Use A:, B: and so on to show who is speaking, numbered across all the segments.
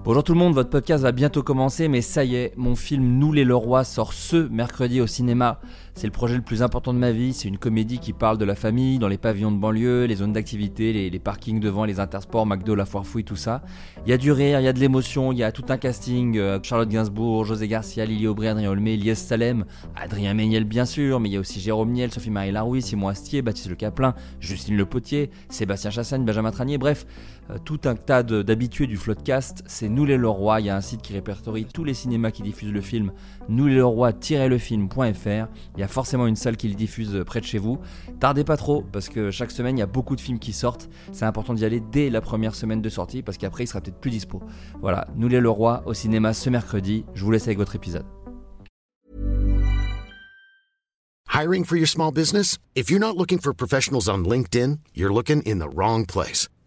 A: Bonjour tout le monde, votre podcast va bientôt commencer, mais ça y est, mon film Nous les Leroy sort ce mercredi au cinéma. C'est le projet le plus important de ma vie, c'est une comédie qui parle de la famille, dans les pavillons de banlieue, les zones d'activité, les, les parkings devant, les intersports, McDo, la foire fouille, tout ça. Il y a du rire, il y a de l'émotion, il y a tout un casting, euh, Charlotte Gainsbourg, José Garcia, Lily Aubry, Adrien Olmé, Lies Salem, Adrien Méniel bien sûr, mais il y a aussi Jérôme Niel, Sophie-Marie Larouille, Simon Astier, Baptiste Le Caplin, Justine Le Potier, Sébastien Chassagne, Benjamin Tranier, bref, euh, tout un tas de- d'habitués du Floodcast, c'est Nous les Leroy, il y a un site qui répertorie tous les cinémas qui diffusent le film, nousleroy-lefilm.fr, il y a forcément une salle qui le diffuse euh, près de chez vous. Tardez pas trop, parce que chaque semaine, il y a beaucoup de films qui sortent, c'est important d'y aller dès la première semaine de sortie, parce qu'après, il sera peut-être plus dispo. Voilà, Nous les Leroy au cinéma ce mercredi, je vous laisse avec votre épisode.
B: Hiring for your small business? If you're not looking for professionals on LinkedIn, you're looking in the wrong place.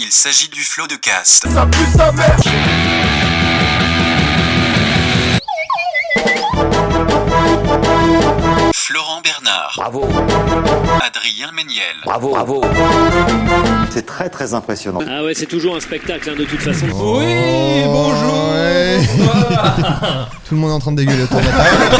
C: Il s'agit du flot de cast. Florent Bernard,
D: Bravo,
C: Adrien Méniel,
D: bravo, bravo.
E: C'est très très impressionnant. Oh.
F: Ah ouais, c'est toujours un spectacle hein, de toute façon.
G: Oui, bonjour
H: Oh, Tout le monde est en train de dégueuler autour de la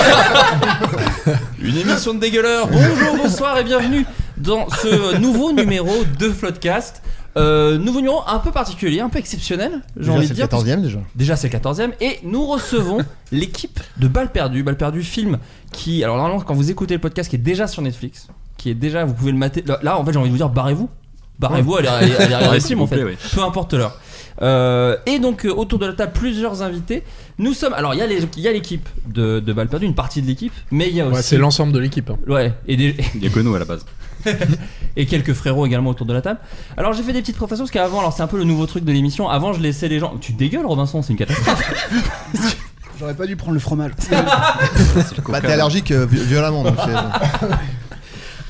H: table.
G: Une émission de dégueuleur
A: Bonjour, bonsoir et bienvenue dans ce nouveau numéro de Floodcast. Euh, nouveau numéro un peu particulier, un peu exceptionnel, j'ai
H: Déjà,
A: envie
H: c'est
A: de
H: le
A: dire.
H: 14ème déjà.
A: Déjà, c'est le 14e. Et nous recevons l'équipe de Balle Perdue. Balle Perdue, film qui. Alors, normalement, quand vous écoutez le podcast, qui est déjà sur Netflix, qui est déjà. Vous pouvez le mater. Là, là, en fait, j'ai envie de vous dire, barrez-vous. Barrez-vous, allez, allez, allez regarder le film, en fait. Peu importe l'heure. Euh, et donc, euh, autour de la table, plusieurs invités. Nous sommes. Alors, il y a les- il y a l'équipe de, de Balle Perdue, une partie de l'équipe, mais il y a aussi.
I: Ouais, c'est l'ensemble de l'équipe. hein.
A: Ouais, et des,
J: Il n'y a que nous à la base.
A: et quelques frérots également autour de la table. Alors j'ai fait des petites préfaces parce qu'avant, alors c'est un peu le nouveau truc de l'émission. Avant, je laissais les gens. Tu dégueules, Robinson, c'est une catastrophe.
K: J'aurais pas dû prendre le fromage.
H: Bah, t'es allergique euh, vi- violemment donc c'est-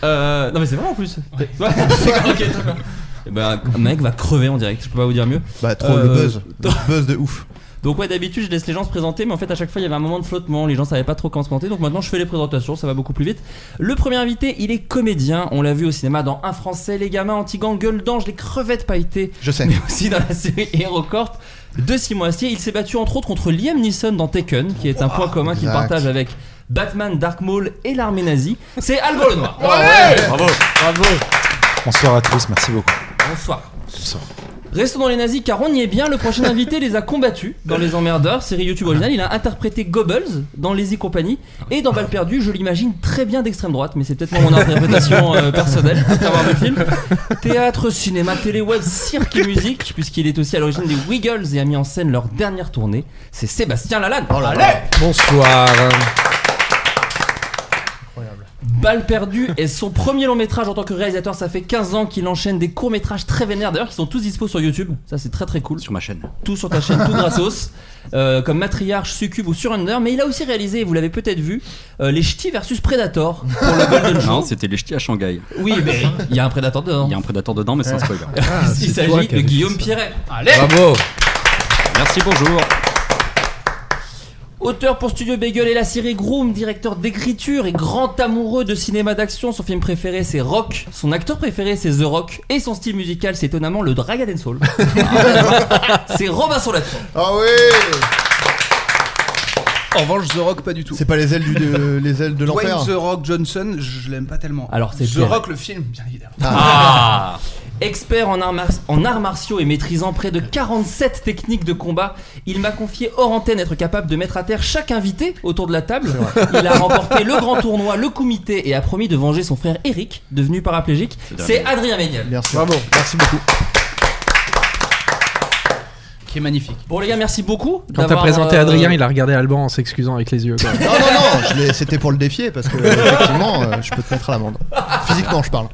A: Euh, non mais c'est vrai en plus. Ouais. Ok, très bien. Eh ben, un mec va crever en direct. Je peux pas vous dire mieux.
H: Bah, trop le
A: Euh,
H: buzz. Le buzz de ouf.
A: Donc ouais, d'habitude, je laisse les gens se présenter, mais en fait, à chaque fois, il y avait un moment de flottement. Les gens savaient pas trop comment se présenter. Donc maintenant, je fais les présentations. Ça va beaucoup plus vite. Le premier invité, il est comédien. On l'a vu au cinéma dans Un Français, les gamins anti-gang, gueule d'ange, les crevettes pailletées.
H: Je sais.
A: mais aussi dans la série HeroCorp de Simon Astier. Il s'est battu entre autres contre Liam Neeson dans Taken, qui est un
H: Oh,
A: point commun qu'il
H: exact.
A: partage avec Batman, Dark Maul et l'armée nazie. C'est Alban Lenoir.
I: Bravo.
J: Bonsoir à tous, merci beaucoup.
A: Bonsoir. Restons dans les nazis car on y est bien. Le prochain invité les a combattus dans Les Emmerdeurs, série YouTube originale. Il a interprété Goebbels dans Les y compagnie et dans Balle perdue, je l'imagine très bien d'extrême droite, mais c'est peut-être moi, mon interprétation euh, personnelle après avoir vu le film. Théâtre, cinéma, télé, web, cirque et musique, puisqu'il est aussi à l'origine des Wiggles et a mis en scène leur dernière tournée. C'est Sébastien Lalanne.
H: Oh là là.
I: Bonsoir.
A: Balle perdue est son premier long métrage en tant que réalisateur. Ça fait 15 ans qu'il enchaîne des courts métrages très vénères, d'ailleurs, qui sont tous dispo sur YouTube. Ça, c'est très très cool.
J: Sur ma chaîne.
A: tout sur ta chaîne, tout gratos, euh, comme Matriarche, Succube ou Surrender. Mais il a aussi réalisé, et vous l'avez peut-être vu, euh, les Ch'tis versus Predator pour le Golden
J: Non,
A: Show.
J: c'était les ch'tis à Shanghai.
I: Ah,
A: Oui, mais il y a un Predator dedans. Ah.
J: Il y a un prédateur dedans, mais c'est un spoiler.
A: il
I: c'est toi
A: s'agit
I: qui as
A: de
I: écrit
A: Guillaume
I: ça.
A: Pierret. Allez
I: Bravo.
J: Merci, bonjour.
A: Auteur pour Studio Bagel et la série Groom, directeur d'écriture et grand amoureux de cinéma d'action, son film préféré c'est Rock, son acteur préféré c'est The Rock et son style musical c'est étonnamment le Dragon and Soul. c'est Robinson Latour.
H: Ah oui
K: En revanche, The Rock, pas du tout.
H: C'est pas les ailes, du, de, les ailes de l'enfer
K: Dwayne The Rock Johnson, je l'aime pas tellement.
A: Alors, c'est
K: The
A: pire.
K: Rock, le film, bien évidemment.
A: Ah. Expert en arts, mar- en arts martiaux et maîtrisant près de 47 techniques de combat, il m'a confié hors antenne être capable de mettre à terre chaque invité autour de la table. Il a remporté le grand tournoi, le comité et a promis de venger son frère Eric, devenu paraplégique. C'est Adrien Méniel.
H: Merci. Bravo, merci beaucoup.
K: Qui est magnifique.
A: Bon les gars, merci beaucoup.
I: Quand t'as
A: d'avoir,
I: présenté
A: euh,
I: Adrien, il a regardé Alban en s'excusant avec les yeux. quoi.
H: Non, non, non, je l'ai- c'était pour le défier parce que effectivement, euh, je peux te mettre à l'amende. Physiquement, je parle.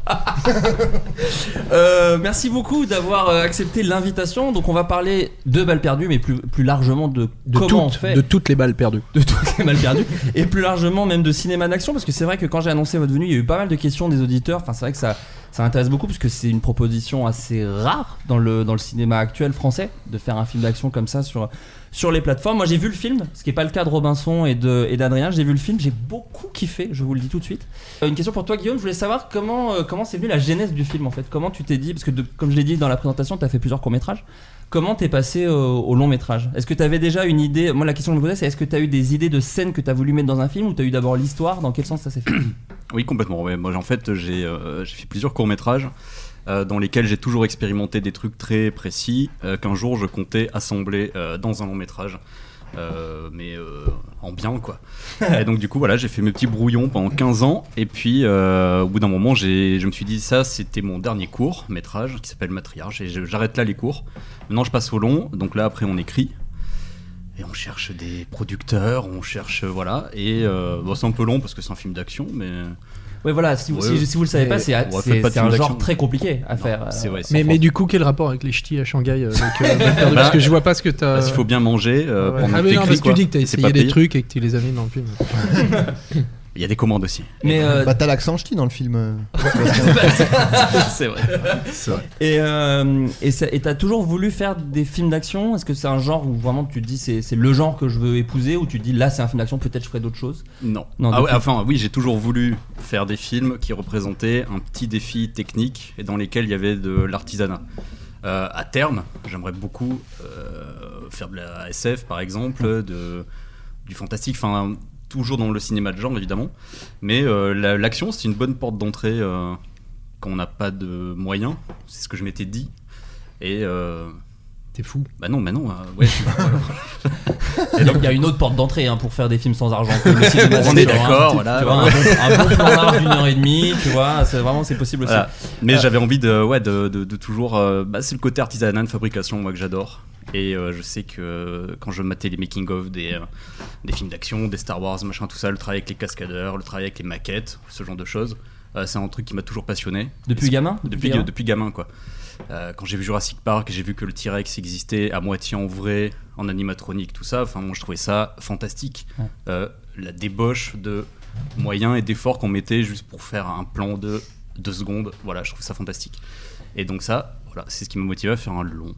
A: Euh, merci beaucoup d'avoir euh, accepté l'invitation. Donc on va parler de balles perdues, mais plus, plus largement de,
I: De,
A: comment on
I: toutes,
A: fait.
I: de toutes les balles perdues.
A: de tout c'est mal perdu et plus largement même de cinéma d'action parce que c'est vrai que quand j'ai annoncé votre venue il y a eu pas mal de questions des auditeurs enfin c'est vrai que ça ça intéresse beaucoup parce que c'est une proposition assez rare dans le dans le cinéma actuel français de faire un film d'action comme ça sur sur les plateformes moi j'ai vu le film ce qui est pas le cas de Robinson et de et d'Adrien j'ai vu le film j'ai beaucoup kiffé je vous le dis tout de suite Euh, une question pour toi Guillaume je voulais savoir comment euh, comment c'est venu la genèse du film en fait comment tu t'es dit parce que de- comme je l'ai dit dans la présentation tu as fait plusieurs courts métrages Comment t'es passé euh, au long métrage Est-ce que t'avais déjà une idée Moi, la question que je me posais, c'est est-ce que t'as eu des idées de scènes que t'as voulu mettre dans un film ou t'as eu d'abord l'histoire Dans quel sens ça s'est fait
J: Oui, complètement. ouais. Moi, j'ai- en fait, j'ai euh, j'ai fait plusieurs courts-métrages euh, dans lesquels j'ai toujours expérimenté des trucs très précis euh, qu'un jour je comptais assembler euh, dans un long-métrage. euh, mais euh, en bien quoi. Et donc du coup voilà j'ai fait mes petits brouillons pendant 15 ans et puis euh, au bout d'un moment j'ai- je me suis dit ça c'était mon dernier court métrage qui s'appelle Matriarche et je- j'arrête là les cours. Maintenant je passe au long donc là après on écrit et on cherche des producteurs, on cherche voilà et euh, bon, c'est un peu long parce que c'est un film d'action mais
A: Ouais, voilà. Si, vous-
J: Ouais.
A: si- si vous le savez pas, c'est
J: Ouais,
A: c'est-
J: faites pas de
A: c'est
J: film
A: un genre
J: d'action.
A: très compliqué à
J: Non,
A: faire. euh.
J: c'est vrai, c'est
I: Mais,
J: fort.
I: mais du coup, quel rapport avec les ch'tis à Shanghai euh, avec, euh, balles perdues Parce que je vois pas ce que t'as.
J: Parce qu'il faut bien manger euh,
I: Ouais.
J: pendant
I: Ah,
J: que
I: mais non,
J: t'écris,
I: parce que tu
J: quoi.
I: dis que t'as
J: C'est
I: essayé
J: pas
I: des
J: payé.
I: trucs et que tu les as mis dans le film.
J: Il y a des commandes aussi.
A: Mais euh,
H: Bah, t'as l'accent ch'ti dans le film. euh.
J: c'est vrai. C'est vrai.
A: et euh, et ça- et t'as toujours voulu faire des films d'action Est-ce que c'est un genre où vraiment tu te dis c'est c'est le genre que je veux épouser ou tu te dis là c'est un film d'action peut-être je ferai d'autres choses
J: Non.
A: Non,
J: Ah ouais,
A: d'accord.
J: enfin, oui, j'ai toujours voulu faire des films qui représentaient un petit défi technique et dans lesquels il y avait de l'artisanat. Euh, à terme, j'aimerais beaucoup euh, faire de la SF, par exemple, de, du fantastique, enfin, toujours dans le cinéma de genre, évidemment. Mais euh, la- l'action, c'est une bonne porte d'entrée euh, quand on n'a pas de moyens. C'est ce que je m'étais dit. Et. euh,
I: T'es fou.
J: bah non, bah non, euh, ouais, je suis pas-
A: Il y a- il y a une autre porte d'entrée hein, pour faire des films sans argent. que le cinéma,
J: On
A: c'est genre, hein,
J: est d'accord,
A: tu
J: voilà.
A: vois, un, bon, un bon plan d'art d'une heure et demie, tu vois, c'est vraiment c'est possible aussi. Euh,
J: Voilà. Mais j'avais envie de, ouais, de, de- de toujours. euh, bah, c'est le côté artisanal de fabrication, moi, que j'adore. Et euh, je sais que euh, quand je matais les making-of des, euh, des films d'action, des Star Wars, machin, tout ça, le travail avec les cascadeurs, le travail avec les maquettes, ce genre de choses, euh, c'est un truc qui m'a toujours passionné.
A: Depuis
J: Et c'est-
A: gamin Depuis
J: depuis,
A: gamin
J: gamin. depuis gamin, quoi. Euh, quand j'ai vu Jurassic Park, j'ai vu que le T-Rex existait à moitié en vrai, en animatronique, tout ça. Enfin, moi, je trouvais ça fantastique.
A: Ouais.
J: Euh, la débauche de moyens et d'efforts qu'on mettait juste pour faire un plan de deux secondes. Voilà, je trouve ça fantastique. Et donc ça, voilà, c'est ce qui m'a motivé à faire un long.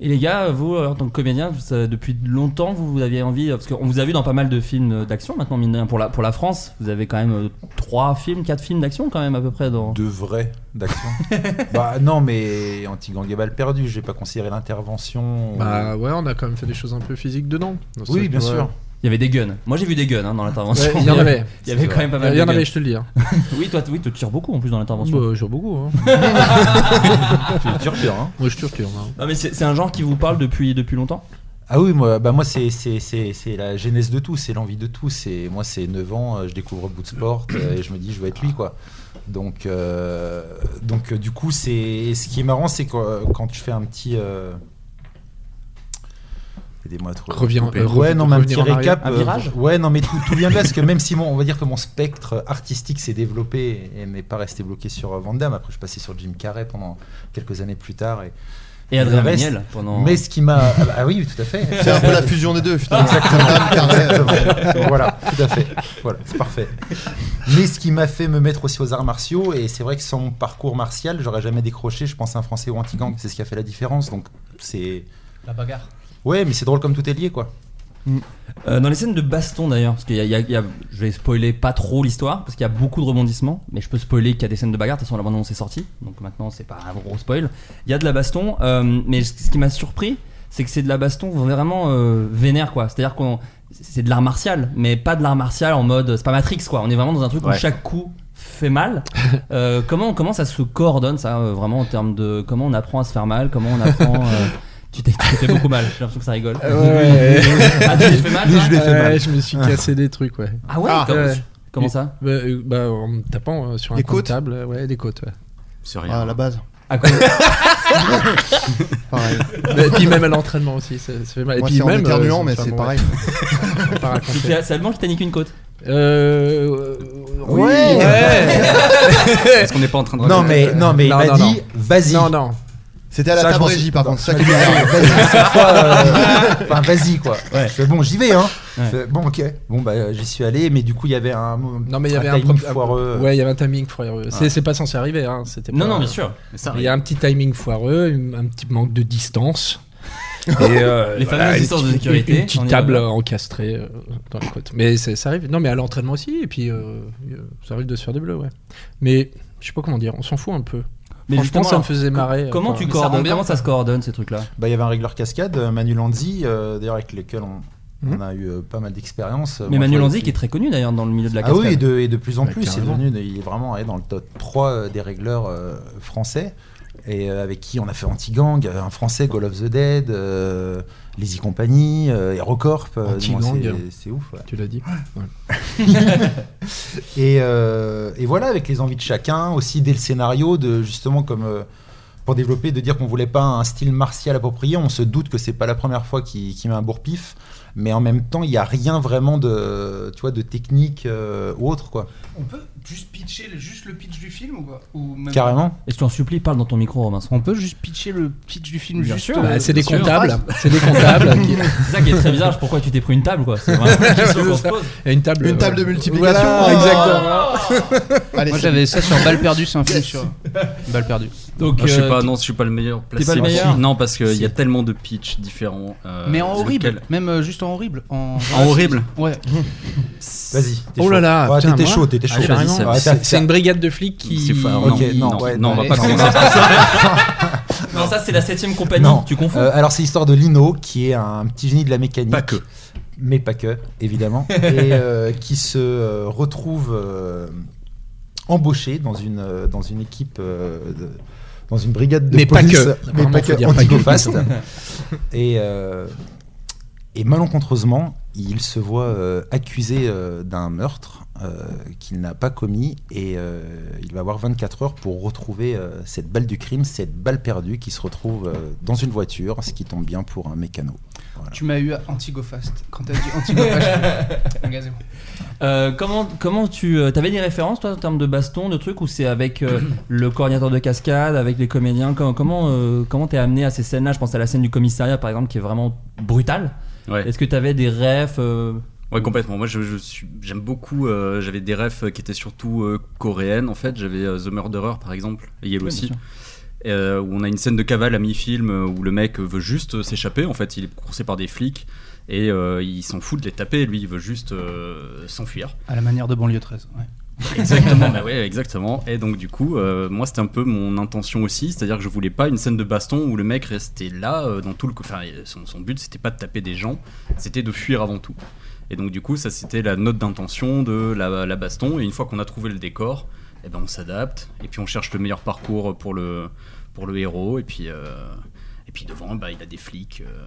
A: Et les gars, vous, euh, en tant que comédien, vous, ça, depuis longtemps, vous, vous aviez envie, euh, parce qu'on vous a vu dans pas mal de films euh, d'action maintenant, mine de rien, pour la, pour la France, vous avez quand même euh, trois films, quatre films d'action quand même à peu près dans...
L: De vrai, d'action. bah non, mais Antigang et balles perdues, j'ai pas considéré l'intervention. euh.
I: Bah ouais, on a quand même fait des choses un peu physiques dedans. Dans ce-
L: oui, bien
I: ouais.
L: sûr.
A: Il y avait des guns. Moi j'ai vu des guns hein, dans l'intervention.
I: Ouais, il y en avait.
A: Il y avait quand même pas mal
I: Il y
A: de
I: en avait,
A: guns.
I: je te le dis. hein.
A: Oui, toi, t- oui, tu tires beaucoup en plus dans l'intervention.
I: Bah, je jure beaucoup. hein.
L: Tu tires bien, hein.
I: Moi, je tire, tire. hein.
A: Non, mais c'est c'est un genre qui vous parle depuis, depuis longtemps
L: Ah oui, moi, bah moi c'est, c'est, c'est, c'est la genèse de tout, c'est l'envie de tout. C'est, moi, c'est 9 ans, euh, je découvre Bootsport euh, et je me dis, je veux être lui, quoi. Donc, euh, donc euh, du coup, c'est, ce qui est marrant, c'est que, euh, quand tu fais un petit. euh, Aidez-moi à trouver.
I: Reviens, euh,
L: ouais,
I: rev-
L: non, mais un
I: revenir
L: petit
I: en arrière.
L: récap.
A: Un
L: euh,
A: virage
L: ouais, non, mais tout, tout vient de là, parce que même si mon, on va dire que mon spectre artistique s'est développé et n'est pas resté bloqué sur euh, Van Damme, après je suis passé sur Jim Carrey pendant quelques années plus tard. Et,
A: Et Adrien
L: le reste-
A: Méniel pendant...
L: Mais ce qui m'a. Ah, bah, ah oui, tout à fait.
H: C'est un peu la fusion des deux, finalement. Dame Carré, euh,
L: Exactement. voilà, tout à fait. Voilà, c'est parfait. Mais ce qui m'a fait me mettre aussi aux arts martiaux, et c'est vrai que sans mon parcours martial, j'aurais jamais décroché, je pense, un français ou anti-gang. C'est ce qui a fait la différence. Donc, c'est.
K: La bagarre.
L: Ouais, mais c'est drôle comme tout est lié, quoi.
A: Euh, dans les scènes de baston d'ailleurs, parce qu'il y a, il y a- il y a- je vais spoiler pas trop l'histoire, parce qu'il y a beaucoup de rebondissements, mais je peux spoiler qu'il y a des scènes de bagarre, de toute façon la bande-annonce est sortie, donc maintenant c'est pas un gros spoil. Il y a de la baston, euh, mais ce ce qui m'a surpris, c'est que c'est de la baston vraiment euh, vénère quoi, c'est-à-dire qu'on c'est de l'art martial, mais pas de l'art martial en mode c'est pas Matrix quoi. On est vraiment dans un truc où
M: Ouais.
A: chaque coup fait mal. Euh, comment comment ça se coordonne ça euh, vraiment en termes de comment on apprend à se faire mal, comment on apprend. euh, Tu t'es tu t'es fait beaucoup mal, j'ai l'impression que ça rigole.
I: Euh, ouais.
A: Ah, tu t'es fait mal
I: Lui,
A: toi
I: je lui ai fait mal. Ouais, je me suis cassé des trucs, ouais.
A: Ah ouais, comme- comment
I: Et-
A: ça
I: bah, euh, bah, en me tapant euh, sur
H: Des
I: un coin de
H: côtes
I: table, euh, ouais, des côtes, ouais.
J: C'est
H: rien. Ah, la base.
A: À quoi
H: Pareil.
I: Mais- Bah, Et puis même à l'entraînement aussi, ça, ça fait mal.
H: Moi,
I: et puis
H: c'est en
I: même.
H: éternuant,
I: euh,
H: mais
I: enfin,
H: c'est
I: bon,
H: pareil.
I: ouais. Faut pas raconter.
A: Tu t'es- Seulement, je t'ai niqué une côte.
I: Euh. euh, oui,
A: Ouais.
I: ouais.
J: Est-ce qu'on n'est pas en train de
L: Non,
J: raconter
L: mais, non, mais il m'a
I: non,
L: dit, vas-y.
I: Non, non.
H: C'était à la
L: Ça, je
H: table
L: m'en
H: régie,
L: suis-
H: par contre, ça
L: je
H: qui
L: m'en suis-
H: m'énerve.
L: Vas-y, cette fois, euh, enfin, vas-y, quoi.
A: Ouais.
L: Je fais, bon, j'y vais, hein.
A: Ouais.
L: Je fais, Bon, ok. Bon, bah, euh, j'y suis allé, mais du coup, il y avait un.
I: Non, mais il y avait un,
L: timing
I: pro- un-
L: foireux. Ah.
I: Ouais, il y avait un timing foireux. C'est
A: Ah.
L: Ouais.
I: c'est pas censé arriver. Hein. c'était
L: Non,
I: pas-
L: non, bien sûr. Mais ça
I: Il y a un petit timing foireux, une- un petit manque de distance. Et euh,
A: Les fameuses
I: une
A: distances de
I: petite-
A: sécurité,
I: Une, une
A: on y
I: petite
A: va.
I: table euh, encastrée euh, dans les côtes. Mais c'est- ça arrive. Non, mais à l'entraînement aussi. Et puis, euh, euh, ça arrive de se faire des bleus, ouais. Mais je sais pas comment dire, on s'en fout un peu. Franchement,
A: justement,
I: ça me
A: alors,
I: faisait
A: co-
I: marrer.
A: Comment
I: enfin,
A: tu
I: mais ça rend
A: coordonnes
I: bien,
A: Comment ça se coordonne ces trucs-là
L: Bah, il y avait un régleur cascade, euh, Manu Lanzi, euh, d'ailleurs, avec lequel on.
I: Hmm
L: on a eu euh, pas mal d'expérience.
A: Mais Manu Lanzi qui est très connu d'ailleurs dans le milieu de la
L: Ah
A: cascade.
L: oui, et de, et de plus en
A: Bah,
L: plus, il est,
A: carrément.
L: devenu, il est vraiment allé dans le top 3 euh, des régleurs euh, français, et euh, avec qui on a fait Anti-Gang, euh, un français, Goal of the Dead, euh, Lazy Company, euh, Aerocorp. euh,
I: Anti-gang.
L: donc c'est- C'est ouf. ouais.
I: Tu l'as dit.
L: et, euh, et voilà, avec les envies de chacun, aussi dès le scénario, de justement comme euh, pour développer, de dire qu'on voulait pas un style martial approprié. On se doute que c'est pas la première fois qu'il qu'il met un bourre-pif, mais en même temps, il n'y a rien vraiment de, tu vois, de technique euh, ou autre quoi.
K: On peut juste pitcher le- juste le pitch du film ou quoi Ou même-
L: Carrément.
A: Et je t'en supplie, parle dans ton micro, Robin.
K: On peut juste pitcher le pitch du film
A: Bien
K: juste
A: sûr.
K: euh,
A: Bah,
I: c'est des
K: sur une
I: comptables.
K: phrase
I: C'est des comptables. qui-
A: C'est ça qui est très bizarre, pourquoi tu t'es pris une table quoi C'est vraiment la question qu'on se pose.
I: Et une table,
H: Une table de
I: euh,
H: multiplication. Oh.
I: voilà,
A: exactement.
H: Allez,
K: Moi
H: salut.
K: j'avais ça sur Balle perdue, c'est un film sur euh, Balle perdue.
A: Donc,
J: Ah, je sais
A: euh,
J: pas,
A: tu-
J: non, je suis pas le meilleur
A: t'es
J: placé.
A: pas le meilleur
J: Si, Non, parce qu'il
A: Si.
J: y a tellement de pitchs différents. euh,
K: Mais en
J: lequel-
K: horrible, même euh, juste en horrible. En,
J: En horrible
K: Ouais.
L: Vas-y. t'es
I: Oh là
L: chaud.
I: là,
L: Ouais,
I: putain,
L: t'étais
I: moi- Ah,
L: chaud, t'étais
J: Ah,
L: chaud.
I: Allez, vas-y,
L: Arrête,
I: Seb.
L: arrête,
I: C'est-
L: arrête.
I: c'est une brigade de flics qui-
J: C'est fa-
L: Ok,
J: non,
L: non,
J: non,
L: ouais,
J: non, on va
L: ouais.
J: pas commencer par ça.
A: Non, ça c'est la 7ème compagnie,
L: Non.
A: tu confonds.
L: Euh, alors c'est l'histoire de Lino qui est un petit génie de la mécanique.
J: Pas que.
L: Mais pas que, évidemment. et euh, qui se euh, retrouve euh, embauché dans une, euh, dans une équipe, euh, de- dans une brigade de
I: Mais pas
L: police,
I: que.
L: mais
I: Vraiment,
L: pas
I: faut
L: que,
I: dire pas que.
L: anti-go-fast. et, euh, et malencontreusement, il se voit euh, accusé euh, d'un meurtre euh, qu'il n'a pas commis et euh, il va avoir 24 heures pour retrouver euh, cette balle du crime, cette balle perdue qui se retrouve euh, dans une voiture, ce qui tombe bien pour un mécano. Voilà.
K: Tu m'as eu à Antigofast quand t'as dit Antigofast. Mon gars, c'est bon.
A: Euh, comment, comment tu. euh, T'avais des références toi en termes de baston, de trucs, ou c'est avec euh, le coordinateur de cascade, avec les comédiens Comment comment, euh, comment t'es amené à ces scènes-là Je pense à la scène du commissariat par exemple qui est vraiment brutale.
J: Ouais.
A: Est-ce que t'avais des rêves euh,
J: Ouais, complètement. Moi, je, je suis, j'aime beaucoup. euh, j'avais des refs qui étaient surtout euh, coréennes, en fait. J'avais euh, The Murderer, par exemple, et Yellow
A: Ouais, bien
J: aussi.
A: sûr.
J: euh, où on a une scène de cavale à mi-film euh, où le mec veut juste euh, s'échapper. En fait, il est coursé par des flics et euh, il s'en fout de les taper. Lui, il veut juste euh, s'enfuir.
K: À la manière de banlieue 13. Ouais.
J: Exactement, bah ouais, exactement. Et donc, du coup, euh, moi, c'était un peu mon intention aussi. C'est-à-dire que je voulais pas une scène de baston où le mec restait là, euh, dans tout le. co- Enfin, son, son but, c'était pas de taper des gens, c'était de fuir avant tout. Et donc, du coup, ça, c'était la note d'intention de la, la baston. Et une fois qu'on a trouvé le décor, eh ben, on s'adapte. Et puis, on cherche le meilleur parcours pour le, pour le héros. Et puis, euh, et puis devant, bah, il a des flics. euh.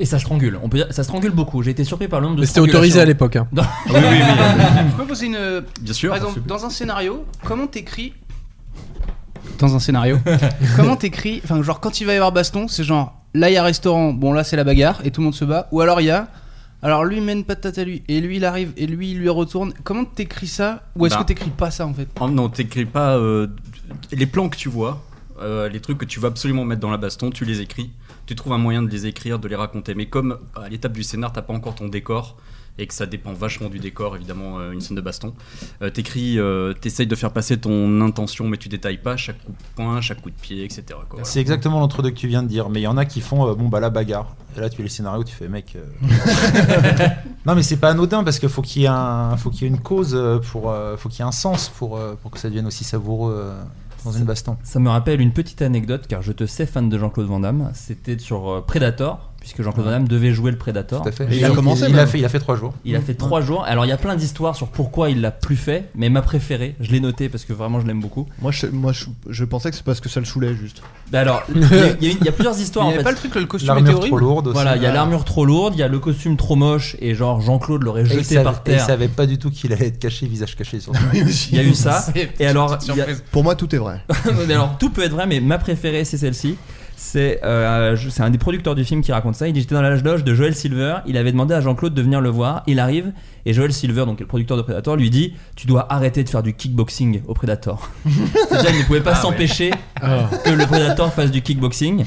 A: Et ça strangule, on peut dire, ça strangule beaucoup. J'ai été surpris par le nombre de.
I: Mais c'était autorisé à l'époque, hein.
A: Non.
J: Ah oui, oui, oui.
K: Je peux poser une.
J: Bien sûr.
K: Par exemple, dans un scénario, comment t'écris Dans un scénario. Comment t'écris Enfin, genre, quand il va y avoir baston, c'est genre, là, il y a restaurant, bon, là, c'est la bagarre, et tout le monde se bat. Ou alors, il y a. Alors, lui, il mène patate à lui, et lui, il arrive, et lui, il lui retourne. Comment t'écris ça Ou est-ce
J: Bah.
K: que t'écris pas ça, en fait
J: Oh, non, t'écris pas euh, les plans que tu vois, euh, les trucs que tu vas absolument mettre dans la baston, tu les écris. Tu trouves un moyen de les écrire, de les raconter. Mais comme à l'étape du scénar, t'as pas encore ton décor et que ça dépend vachement du décor, évidemment, euh, une scène de baston, euh, t'écris, euh, t'essayes de faire passer ton intention, mais tu détailles pas chaque coup de poing, chaque coup de pied, etc. quoi. Voilà.
L: C'est exactement l'entre-deux que tu viens de dire, mais il y en a qui font euh, bon bah la bagarre. Et là tu lis le scénario, tu fais mec. euh, non mais c'est pas anodin parce que faut qu'il y ait un, faut qu'il y ait une cause euh, pour, euh, faut qu'il y ait un sens pour, euh, pour que ça devienne aussi savoureux euh, dans une baston.
A: Ça me rappelle une petite anecdote, car je te sais fan de Jean-Claude Van Damme. C'était sur euh, Predator. puisque Jean-Claude Van Damme devait jouer le Predator.
L: Tout à fait. Et il a commencé,
A: Il
L: même.
A: a fait,
L: il a fait trois jours.
A: Il a fait
L: Mm.
A: trois jours. Alors il y a plein d'histoires sur pourquoi il l'a plus fait, mais ma préférée, je l'ai notée parce que vraiment je l'aime beaucoup.
H: Moi, je, moi je, je pensais que c'est parce que ça le saoulait juste.
A: Bah alors, il y, a- il y a- il y a plusieurs
H: Il
A: histoires.
H: y
A: en
H: avait
A: fait.
H: pas le truc que le costume Ah. L'armure était horrible trop lourde aussi.
A: Voilà, il y a
H: Ouais.
A: l'armure trop lourde, il y a le costume trop moche et genre Jean-Claude l'aurait
L: Et il
A: jeté
L: savait,
A: par
L: et il
A: terre.
L: savait pas du tout qu'il allait être caché, visage caché. Sur
A: Il y a eu ça. Et alors, il y a-
H: Pour moi, tout est vrai.
A: mais alors tout peut être vrai, mais ma préférée c'est celle-ci. C'est euh, je- c'est un des producteurs du film qui raconte ça. Il dit j'étais dans la loge de Joel Silver. Il avait demandé à Jean-Claude de venir le voir. Il arrive et Joel Silver, donc le producteur de Predator, lui dit tu dois arrêter de faire du kickboxing au Predator. C'est-à-dire qu'il ne pouvait pas
M: Ah ouais.
A: s'empêcher
M: Ah.
A: que le Predator fasse du kickboxing.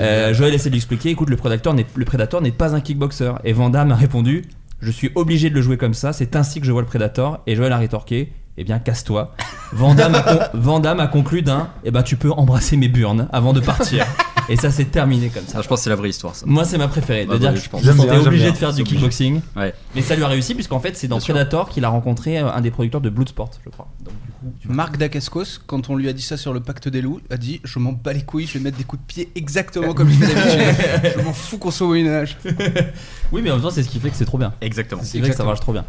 A: Euh, Joel essaie de lui expliquer écoute le Predator n'est le Predator n'est pas un kickboxeur. Et Van Damme a répondu je suis obligé de le jouer comme ça. C'est ainsi que je vois le Predator. Et Joel a rétorqué eh bien, casse-toi. Vandame a, con- Van Damme a conclu d'un Eh ben, tu peux embrasser mes burnes avant de partir. Et ça, c'est terminé comme ça.
J: Ah, je pense que c'est la vraie histoire. Ça.
A: Moi, c'est ma préférée. De
J: Ah bah
A: dire
J: oui,
A: que
J: je pense.
A: je me
J: J'aime
A: sentais
J: bien, j'aime
A: obligé
J: bien.
A: de faire du
J: C'est obligé.
A: kickboxing.
J: Ouais.
A: Mais ça lui a réussi, puisqu'en fait, c'est dans Predator qu'il a rencontré euh, un des producteurs de Bloodsport, je crois. Donc, du coup, tu vois.
K: Marc Dacascos, quand on lui a dit ça sur le pacte des loups, a dit Je m'en bats les couilles, je vais mettre des coups de pied exactement comme je fais d'habitude. je m'en fous qu'on soit au Moyen-Âge.
A: Oui, mais en même temps, c'est ce qui fait que c'est trop bien.
J: Exactement.
A: C'est vrai que ça
J: Exactement.
A: marche trop bien.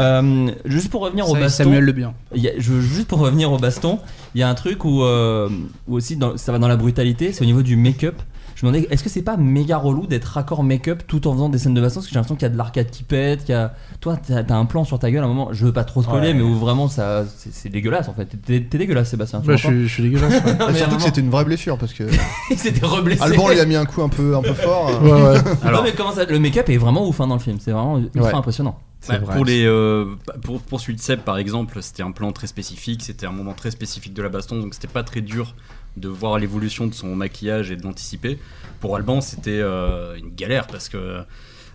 A: Euh, juste pour revenir
K: Ça
A: au
K: et
A: baston.
K: Samuel Le Bihan.
A: il y a- je- juste pour revenir au baston, il y a un truc où, euh, où aussi dans- ça va dans la brutalité, c'est au niveau du make-up. Je me demandais, est-ce que c'est pas méga relou d'être raccord make-up tout en faisant des scènes de baston Parce que j'ai l'impression qu'il y a de l'arcade qui pète, qu'il y a. Toi, t'as t'as un plan sur ta gueule à un moment, je veux pas trop spoiler,
I: Ouais.
A: mais où vraiment ça, c'est c'est dégueulasse en fait. T'es- T'es t'es dégueulasse, Sébastien. tu
I: Ouais, Bah, je
A: m'entends
I: suis- je suis dégueulasse, ouais.
A: Non, Ah, mais à un
H: surtout que
A: moment-
H: c'était une vraie blessure parce que.
A: Il s'était reblessé.
H: Alban lui a mis un coup un peu, un peu fort. euh.
A: Non, mais comment ça- le make-up est vraiment ouf hein, dans le film, c'est vraiment ultra
H: Ouais. Bah,
A: impressionnant.
J: Ouais, Pour, les, euh, pour, pour celui de Seb, par exemple, c'était un plan très spécifique, c'était un moment très spécifique de la baston, donc c'était pas très dur de voir l'évolution de son maquillage et de l'anticiper. Pour Alban, c'était euh, une galère parce que euh,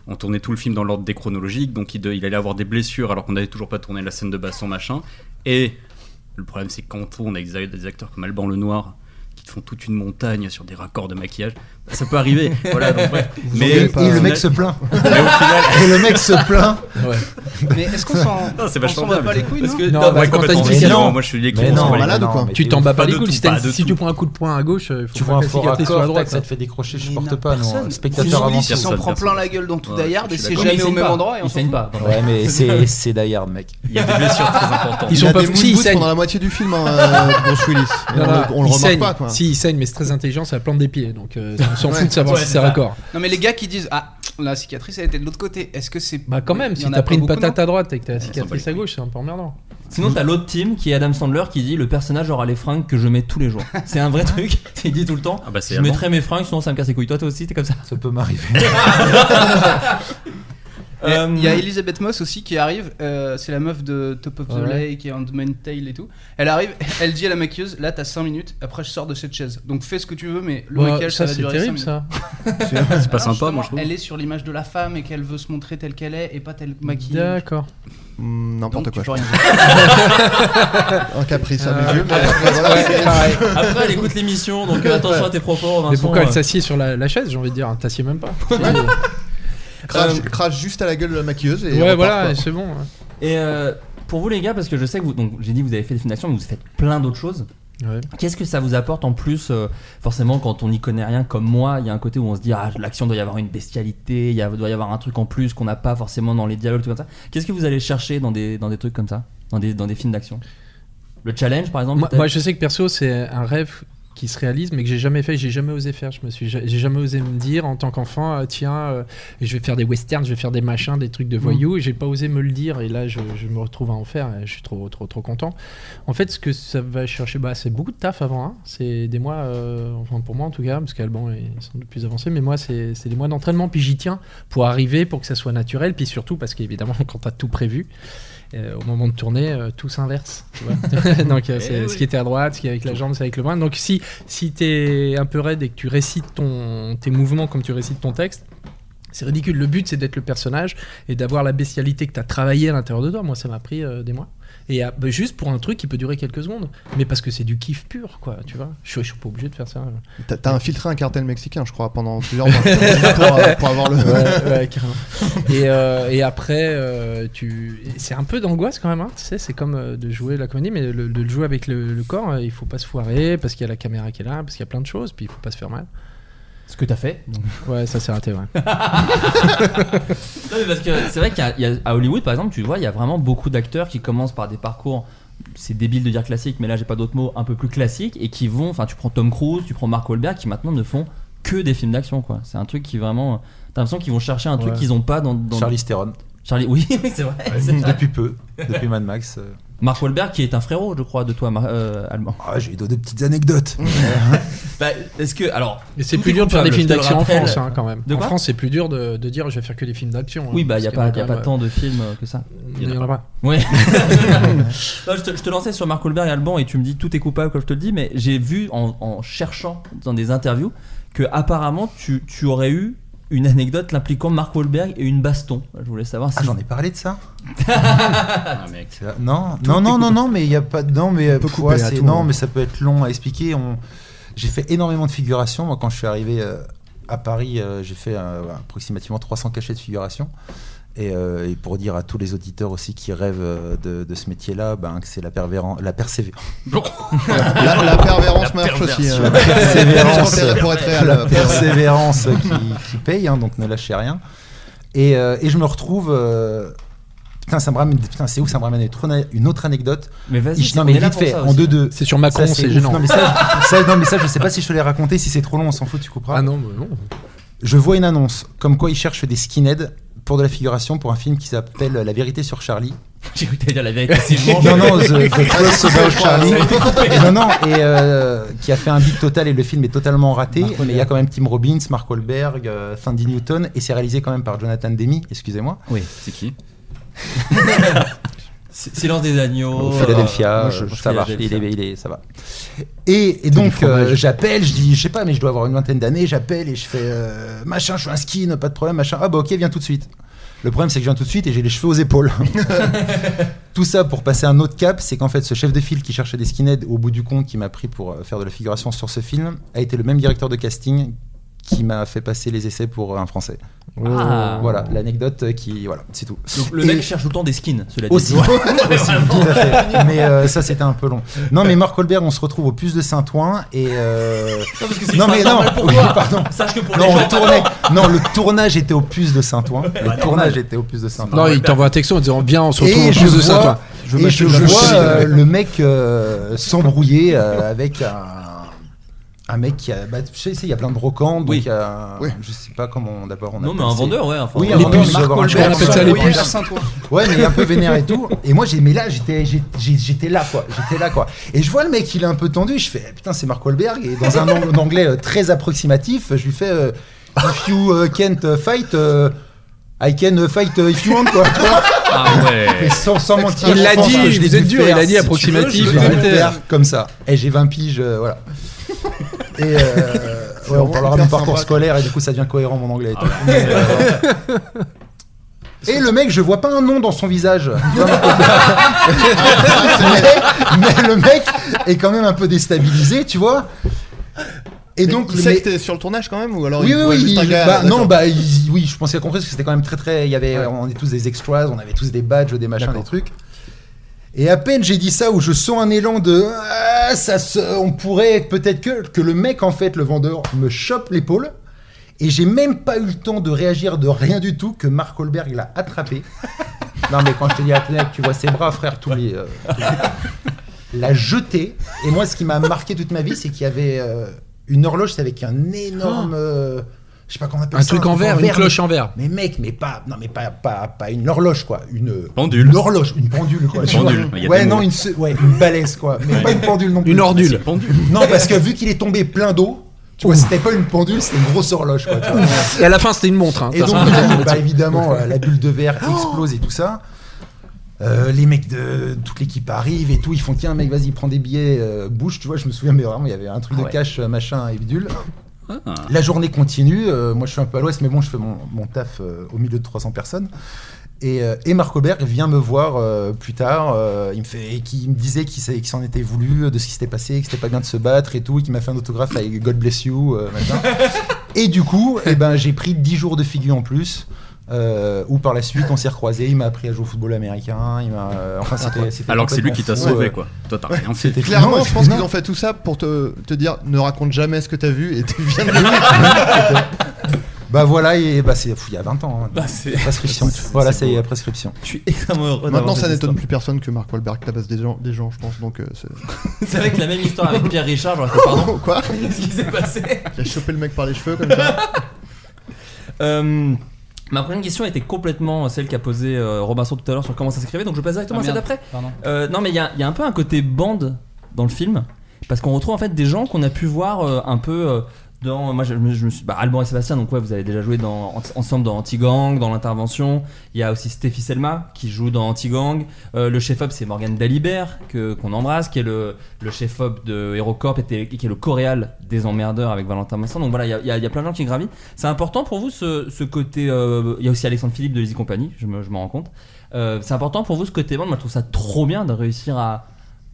J: on tournait tout le film dans l'ordre des chronologiques, donc il, de- il allait avoir des blessures alors qu'on n'avait toujours pas tourné la scène de baston, machin. Et le problème, c'est que quand on tourne avec des des acteurs comme Alban Lenoir, qui te font toute une montagne sur des raccords de maquillage, bah, ça peut arriver. voilà, donc, bref.
L: Vous engueulez pas. Et le mec se plaint.
J: Mais au final-
L: Et le mec se plaint.
J: Ouais.
K: Mais est-ce qu'on s'en-
J: Non, c'est
K: on
J: vachement
K: s'en bat
J: bien,
K: pas
J: mais-
K: les couilles,
J: parce
K: non
J: que-
K: Non,
J: non,
K: bah,
J: ouais,
K: quand
J: complètement.
K: t'as dit
J: Mais
K: ça-
J: non, moi je suis l'équipe,
L: Mais
J: on s'en
L: non,
J: bat les
L: malade
J: couilles.
L: ou quoi
J: Mais
I: Tu t'en bats pas
J: de
I: les couilles.
J: tout,
I: Si, t'as-
J: pas de
I: si tu
J: tout.
I: prends un coup de poing à gauche, il faut
L: Tu
I: pas
L: vois un
I: le
L: fort
I: cicatrice sur la
L: accord, tac, ça
I: droite.
L: te fait décrocher, je supporte pas, non. Spectateur
K: Bruce
L: avant
K: Willis, il s'en
L: tout.
K: prend plein la gueule dans tout
J: Ouais,
K: Die Hard
J: je
K: et
J: suis
K: c'est
J: d'accord.
K: jamais
J: Mais il
K: au
J: saigne
K: même
J: pas.
K: endroit et on
A: Il
K: s'en
A: saigne
K: fout.
A: pas.
L: Ouais, mais c'est c'est Die Hard, mec.
J: Il y a des blessures très importantes.
H: Il a des moules bousses pendant la moitié du film, hein, euh, Bruce Willis. Et
I: Non,
H: on,
I: non,
H: le- on le
I: il
H: remarque
I: saigne.
H: pas, quoi.
I: Si, il saigne, mais c'est très intelligent, c'est la plante des pieds. Donc euh, on s'en fout de savoir
K: Ouais,
I: si
K: c'est
I: c'est
K: ça.
I: raccord.
K: Non, mais les gars qui disent Ah, la cicatrice, elle était de l'autre côté. Est-ce que c'est.
I: Bah, quand même,
K: Il y
I: si
K: en a
I: t'as
K: pas
I: pris une
K: beaucoup,
A: Euh,
I: patate à droite et
A: Ah,
I: que t'as la
K: s'en bat
I: cicatrice à gauche, c'est un peu emmerdant.
A: Sinon, t'as l'autre team qui est Adam Sandler qui dit le personnage aura les fringues que je mets tous les jours. C'est un vrai truc, il dit tout le temps.
J: Ah bah, c'est
A: je
J: allemand.
A: mettrai mes fringues, sinon ça me casse les couilles. Toi, toi aussi, t'es comme ça.
L: Ça peut m'arriver.
K: Mais
A: Euh,
K: Il y a Elisabeth Moss aussi qui arrive, euh, c'est la meuf de Top of the
I: Ouais.
K: Lake et Handmaid's Tale et tout. Elle arrive, elle dit à la maquilleuse Là, t'as 5 minutes, après je sors de cette chaise. Donc fais ce que tu veux, mais le
I: Ouais,
K: maquillage, ça,
I: ça,
K: va
I: c'est
K: durer
I: terrible,
K: 5
I: ça.
K: minutes.
I: C'est- c'est
K: Alors,
I: pas sympa, moi,
K: justement,
I: je trouve.
K: Elle est sur l'image de la femme et qu'elle veut se montrer telle qu'elle est et pas telle maquillée.
I: D'accord.
H: Hmm, N'importe
K: Donc,
H: quoi.
K: tu
H: je
K: peux rien
H: pense. un caprice à mes yeux. mais après, voilà, c'est-
A: Euh, Après, elle écoute l'émission, donc euh, attention à tes propos. Vincent,
I: Mais pourquoi
A: euh.
I: elle s'assied sur la, la chaise, j'ai envie de dire T'assieds même pas.
H: Crache, crache juste à la gueule de la maquilleuse. Et
I: Euh, Ouais,
H: repart,
I: voilà,
H: quoi.
I: c'est bon. ouais.
A: Et euh, pour vous, les gars, parce que je sais que vous, donc j'ai dit que vous avez fait des films d'action, mais vous faites plein d'autres choses.
I: Ouais.
A: Qu'est-ce que ça vous apporte en plus euh, Forcément, quand on n'y connaît rien, comme moi, il y a un côté où on se dit ah l'action doit y avoir une bestialité, il y a- doit y avoir un truc en plus qu'on n'a pas forcément dans les dialogues, tout comme ça. Qu'est-ce que vous allez chercher dans des dans des trucs comme ça, dans des dans des films d'action Le challenge, par exemple.
I: Moi,
A: peut-être
I: moi, je sais que perso, c'est un rêve qui se réalise, mais que j'ai jamais fait, j'ai jamais osé faire. Je me suis, j'ai jamais osé me dire en tant qu'enfant, ah, tiens, euh, je vais faire des westerns, je vais faire des machins, des trucs de voyous. Et j'ai pas osé me le dire. Et là, je, je me retrouve à en faire. Et je suis trop, trop, trop content. En fait, ce que ça va chercher, bah, c'est beaucoup de taf avant. hein. C'est des mois, euh, enfin pour moi en tout cas, parce qu'Alban est sans doute plus avancé, mais moi, c'est c'est des mois d'entraînement. Puis j'y tiens pour arriver, pour que ça soit naturel. Puis surtout parce qu'évidemment, quand t'as tout prévu. euh, au moment de tourner, euh, tout s'inverse. tu vois. Donc, euh,
A: Eh
I: c'est
A: oui.
I: ce qui était à droite, ce qui est avec la jambe, c'est avec le bras. Donc, si, si t'es un peu raide et que tu récites ton, tes mouvements comme tu récites ton texte, c'est ridicule. Le but, c'est d'être le personnage et d'avoir la bestialité que t'as travaillé à l'intérieur de toi. Moi, ça m'a pris euh, des mois. Et euh, bah, juste pour un truc qui peut durer quelques secondes, mais parce que c'est du kiff pur, quoi, tu vois. Je suis je suis pas obligé de faire ça.
H: T'as- T'as infiltré un cartel mexicain, je crois, pendant plusieurs mois. pour, euh, pour avoir le.
I: Ouais, ouais, carrément. Et, euh, et après, euh, tu... c'est un peu d'angoisse quand même. hein, tu sais, c'est comme euh, de jouer la comédie, mais le- de le hein, jouer avec le, le corps, euh, il faut pas se foirer parce qu'il y a la caméra qui est là, parce qu'il y a plein de choses, puis il faut pas se faire mal.
K: Ce que t'as fait.
I: Ouais, ça s'est raté, ouais.
A: Non, mais parce que c'est vrai qu'à il y a- à Hollywood, par exemple, tu vois, il y a vraiment beaucoup d'acteurs qui commencent par des parcours. C'est débile de dire classique, mais là j'ai pas d'autres mots, un peu plus classique et qui vont. Enfin, tu prends Tom Cruise, tu prends Mark Wahlberg, qui maintenant ne font que des films d'action, quoi. C'est un truc qui vraiment. T'as l'impression qu'ils vont chercher un truc
L: Ouais.
A: qu'ils ont pas dans. dans...
L: Charlize Theron.
A: Charlie, oui, oui, c'est vrai.
L: Ouais.
A: c'est vrai.
L: Depuis peu, depuis Mad Max. euh.
A: Mark Wahlberg, qui est un frérot, je crois, de toi, Mar- euh, allemand.
L: Ah, j'ai deux petites anecdotes.
A: Bah, est-ce que alors
I: Et c'est
A: tout
I: plus
A: est
I: dur de faire des
A: coupable,
I: films
A: je te le
I: d'action en
A: rappelle.
I: France, hein, quand même.
A: De
I: en
A: quoi
I: France, c'est plus dur de, de dire je vais faire que des films d'action.
A: Oui,
I: hein,
A: bah il n'y a
I: parce
A: pas,
I: qu'il
A: y a
I: quand
A: pas
I: même,
A: tant de films euh, que ça.
I: Il y en a pas.
A: Ouais. Non, je, te, je te lançais sur Mark Wahlberg et Alban et tu me dis tout est coupable comme je te le dis, mais j'ai vu en, en cherchant dans des interviews que apparemment tu, tu aurais eu une anecdote l'impliquant Mark Wahlberg et une baston. Je voulais savoir si.
L: Ah, j'en ai parlé de ça
A: Ah,
J: C'est
L: vrai. Non,
A: Tout
L: non,
A: est
L: non, non,
A: coupable.
L: non, mais il y a pas. Non, mais euh,
A: peut
L: pff,
A: couper
L: ouais,
A: à
L: c'est-
A: tout hein.
L: non,
A: moment.
L: mais ça peut être long à expliquer. On... J'ai fait énormément de figurations. Moi, quand je suis arrivé euh, à Paris, euh, j'ai fait euh, approximativement 300 cachets de figuration. Et, euh, et pour dire à tous les auditeurs aussi qui rêvent euh, de, de ce métier-là, ben, que c'est la, pervéran- la persévérance.
H: La- la pervérance marche aussi, euh.
L: La persévérance,
H: Ça pourrait être réel,
L: la
H: euh,
L: persévérance qui, qui paye, hein, donc ne lâchez rien. Et, euh, et je me retrouve. euh, Putain, ça me ramène. Putain, c'est où ça me ramène une autre- une autre anecdote.
A: Mais vas-y,
L: Je- non,
A: on
L: mais
A: est là
L: vite
A: pour
L: fait,
A: ça
L: en
A: aussi.
L: 2-2.
I: C'est sur Macron,
L: Ça,
I: c'est
L: ouf.
I: gênant.
L: Non mais, ça, ça, non, mais ça, je sais pas si je te l'ai raconté. Si c'est trop long, on s'en fout, tu couperas.
I: Ah non, mais non.
L: Je vois une annonce comme quoi ils cherchent des skinheads pour de la figuration pour un film qui s'appelle La vérité sur Charlie.
A: J'ai cru que t'allais dire la vérité. c'est bon.
L: non, non, The,
A: Ah,
L: the Truth
A: c'est ça,
L: About
A: je crois,
L: Charlie.
A: ça a été coupé.
L: Et non, non, et euh, qui a fait un beat total et le film est totalement raté. Mais il y a quand même Tim Robbins, Mark Wahlberg, euh, Sandy Newton et c'est réalisé quand même par Jonathan Demi, excusez-moi.
A: Oui.
J: C'est qui
A: Silence des agneaux.
L: Philadelphia,
A: euh,
L: je-
A: je-
L: ça marche,
A: Philadelphia.
L: il est, il est- ça va. Et, et donc
A: fromage.
L: euh, j'appelle, je dis, je sais pas, mais je dois avoir une vingtaine d'années, j'appelle et je fais euh, machin, je suis un skin, pas de problème, machin. Ah bah ok, viens tout de suite. Le problème c'est que je viens tout de suite et j'ai les cheveux aux épaules. tout ça pour passer un autre cap, c'est qu'en fait ce chef de file qui cherchait des skinheads au bout du compte qui m'a pris pour euh, faire de la figuration sur ce film a été le même directeur de casting qui m'a fait passer les essais pour euh, un français.
A: Ah.
L: Voilà l'anecdote euh, qui voilà c'est tout.
A: Donc le
L: Et-
A: mec cherche tout le temps des skins, cela dit.
L: aussi,
A: Ouais.
L: Aussi,
A: Vraiment.
L: tout à fait. Mais euh, ça, c'était un peu long. Non, mais Marc Holberg, on se retrouve au puce de Saint-Ouen et. euh,
A: Non, parce que c'est pas normal pour
L: Oui,
A: toi.
L: pardon.
A: Sache que pour
L: non,
A: les
L: on
A: gens,
L: tournait- non, le tournage était au puce de Saint-Ouen. Le
I: normal.
L: tournage était au puce de Saint-Ouen.
I: Non, il t'envoie un texto en disant Bien, on se retrouve
L: Et
I: au
L: je
I: plus de
L: vois-
I: ça,
L: et je vois euh, le mec euh, s'embrouiller euh, avec un, un mec qui a. Bah, tu sais, il y a plein de brocantes, donc il y a- je sais pas comment on- d'abord on
A: Non,
L: appelle
A: mais un
L: ces-
A: vendeur, ouais, enfin,
L: oui,
A: ouais.
L: un
A: Les
L: vendeur,
A: puces,
L: je dois avoir
A: Marc
L: un
A: Wahlberg,
L: vendeur.
A: on appelle ça les
L: Oui,
A: puces.
L: vers Saint-Ouen. Ouais, mais un peu vénère et tout. Et moi, j'ai, mais là, j'étais, j'ai- j'ai- j'étais là, quoi. J'étais là, quoi. Et je vois le mec, il est un peu tendu. Je fais, eh, putain, c'est Mark Wahlberg. Et dans un ang- un anglais euh, très approximatif, je lui fais, euh, if you euh, can't euh, fight, euh, I can euh, fight euh, if you want, quoi. tu vois.
J: Ah ouais.
L: Et sans, sans mentir,
I: Il
L: je
I: l'a
L: pense
I: dit,
L: que je
I: vous
L: l'ai
I: êtes
L: dû
I: dur,
L: faire,
I: il a
L: si
I: dit
L: tu veux,
I: approximatif,
L: je l'ai dû
I: peut-être.
L: faire comme ça. Et j'ai 20 piges, euh, voilà. Et euh,
H: Je suis
L: ouais, on parlera
H: hyper
L: du parcours
H: sympa. Ah
L: scolaire et du coup ça devient cohérent mon anglais. et tout.
H: ouais.
L: Mais, euh, Et le mec, je vois pas un nom dans son visage. mais, mais le mec est quand même un peu déstabilisé, tu vois. Et donc,
H: il
L: le
H: sait
L: mec-
H: que t'es sur le tournage quand même ou alors
L: oui,
H: il
L: oui,
H: voit
L: oui.
H: juste un
L: il-
H: gars,
L: bah, non,
H: d'accord.
L: bah, il- oui, je pensais qu'on compris parce que c'était quand même très, très. Il y avait, on est tous des extras, on avait tous des badges, des machins, des trucs. Et à peine j'ai dit ça où je sens un élan de Ah, ça se- on pourrait être- peut-être que que le mec en fait le vendeur me chope l'épaule et j'ai même pas eu le temps de réagir de rien du tout que Marc Holberg l'a attrapé. non mais quand je te dis attrapé, tu vois ses bras frère tous les euh, tous les- l'a jeté et moi ce qui m'a marqué toute ma vie c'est qu'il y avait euh, une horloge c'est avec un énorme euh, je sais pas comment on appelle
I: Oh. Un
L: ça,
I: truc en verre, une cloche en verre.
L: Mais mec, mais pas, non, mais pas, pas, pas une horloge quoi, une
J: Pendule.
L: une horloge, une pendule quoi.
J: Une
L: tu vois.
J: pendule, il y a
L: Ouais,
J: des
L: non,
J: mots.
L: une, se- ouais, une balaise quoi, mais
J: Ouais.
L: pas une pendule non plus.
I: Une ordule.
L: Non, parce que vu qu'il est tombé plein d'eau, tu vois, c'était pas une pendule, c'était une grosse horloge quoi. tu vois.
I: Et à la fin, c'était une montre. hein, de
L: Et
I: toute
L: donc,
I: façon. Oh
L: bah, évidemment, euh, la bulle de verre explose et tout ça. Euh, les mecs de toute l'équipe arrivent et tout, ils font tiens mec vas-y prends des billets, euh, bouge, tu vois, je me souviens mais vraiment il y avait un truc de cash euh, machin et bidule.
I: Ah.
L: La journée continue. euh, moi, je suis un peu à l'ouest, mais bon, je fais mon, mon taf euh, au milieu de 300 personnes. Et, euh, et Marc Aubert vient me voir euh, plus tard. euh, il, me fait, qui me disait qu'il s'est- qu'il s'en était voulu, euh, de ce qui s'était passé, que c'était pas bien de se battre et tout, et qu'il m'a fait un autographe avec God Bless You. euh, machin. et du coup, eh ben, j'ai pris 10 jours de figure en plus. euh, où par la suite on s'est recroisé, il m'a appris à jouer au football américain, il m'a. euh, enfin c'était. c'était
J: Alors que c'est lui qui t'a
L: complètement fou,
J: sauvé,
L: euh,
J: quoi. Toi, t'as
L: ouais,
J: rien fait.
L: c'était
H: Clairement,
L: Non,
H: je pense
L: non,
H: qu'ils ont fait tout ça pour te, te dire ne raconte jamais ce que t'as vu et tu viens de
L: Bah voilà, et bah c'est fou, il y a 20 ans. hein.
H: Bah, c'est-
L: prescription.
H: c'est- c'est
L: voilà,
H: beau.
L: ça y est, prescription.
A: Je suis extrêmement heureux d'avoir
H: Maintenant, ça
A: cette
H: n'étonne plus personne que Mark Wahlberg tabasse des gens, des gens je pense. Donc, euh, c'est-
A: C'est vrai que la même histoire avec Pierre Richard, j'aurais fait pardon.
H: Quoi
A: Qu'est-ce qui s'est passé
H: Il a chopé le mec par les cheveux comme ça.
A: Euh, ma première question était complètement celle qu'a posée euh, Robinson tout à l'heure sur comment ça s'écrivait, donc je passe directement
K: Ah,
A: à celle
K: merde.
A: d'après.
K: Pardon.
A: Euh, non, mais il y a, il y a un peu un côté bande dans le film, parce qu'on retrouve en fait des gens qu'on a pu voir euh, un peu. euh, dans, moi je, me- je me suis bah, Alban et Sébastien donc ouais vous avez déjà joué dans, en- ensemble dans Anti-Gang dans l'intervention il y a aussi Stéphie Selma qui joue dans Anti-Gang Euh, le chef-op c'est Morgan Dalibert que, qu'on embrasse qui est le, le chef-op de HeroCorp et t- qui est le coréal des emmerdeurs avec Valentin Vincent donc voilà il y a- il y, a- il y a plein de gens qui gravitent c'est important pour vous ce, ce côté euh, il y a aussi Alexandre Philippe de Lazy Company je me- je m'en rends compte euh, c'est important pour vous ce côté bande. Moi, je trouve ça trop bien de réussir à,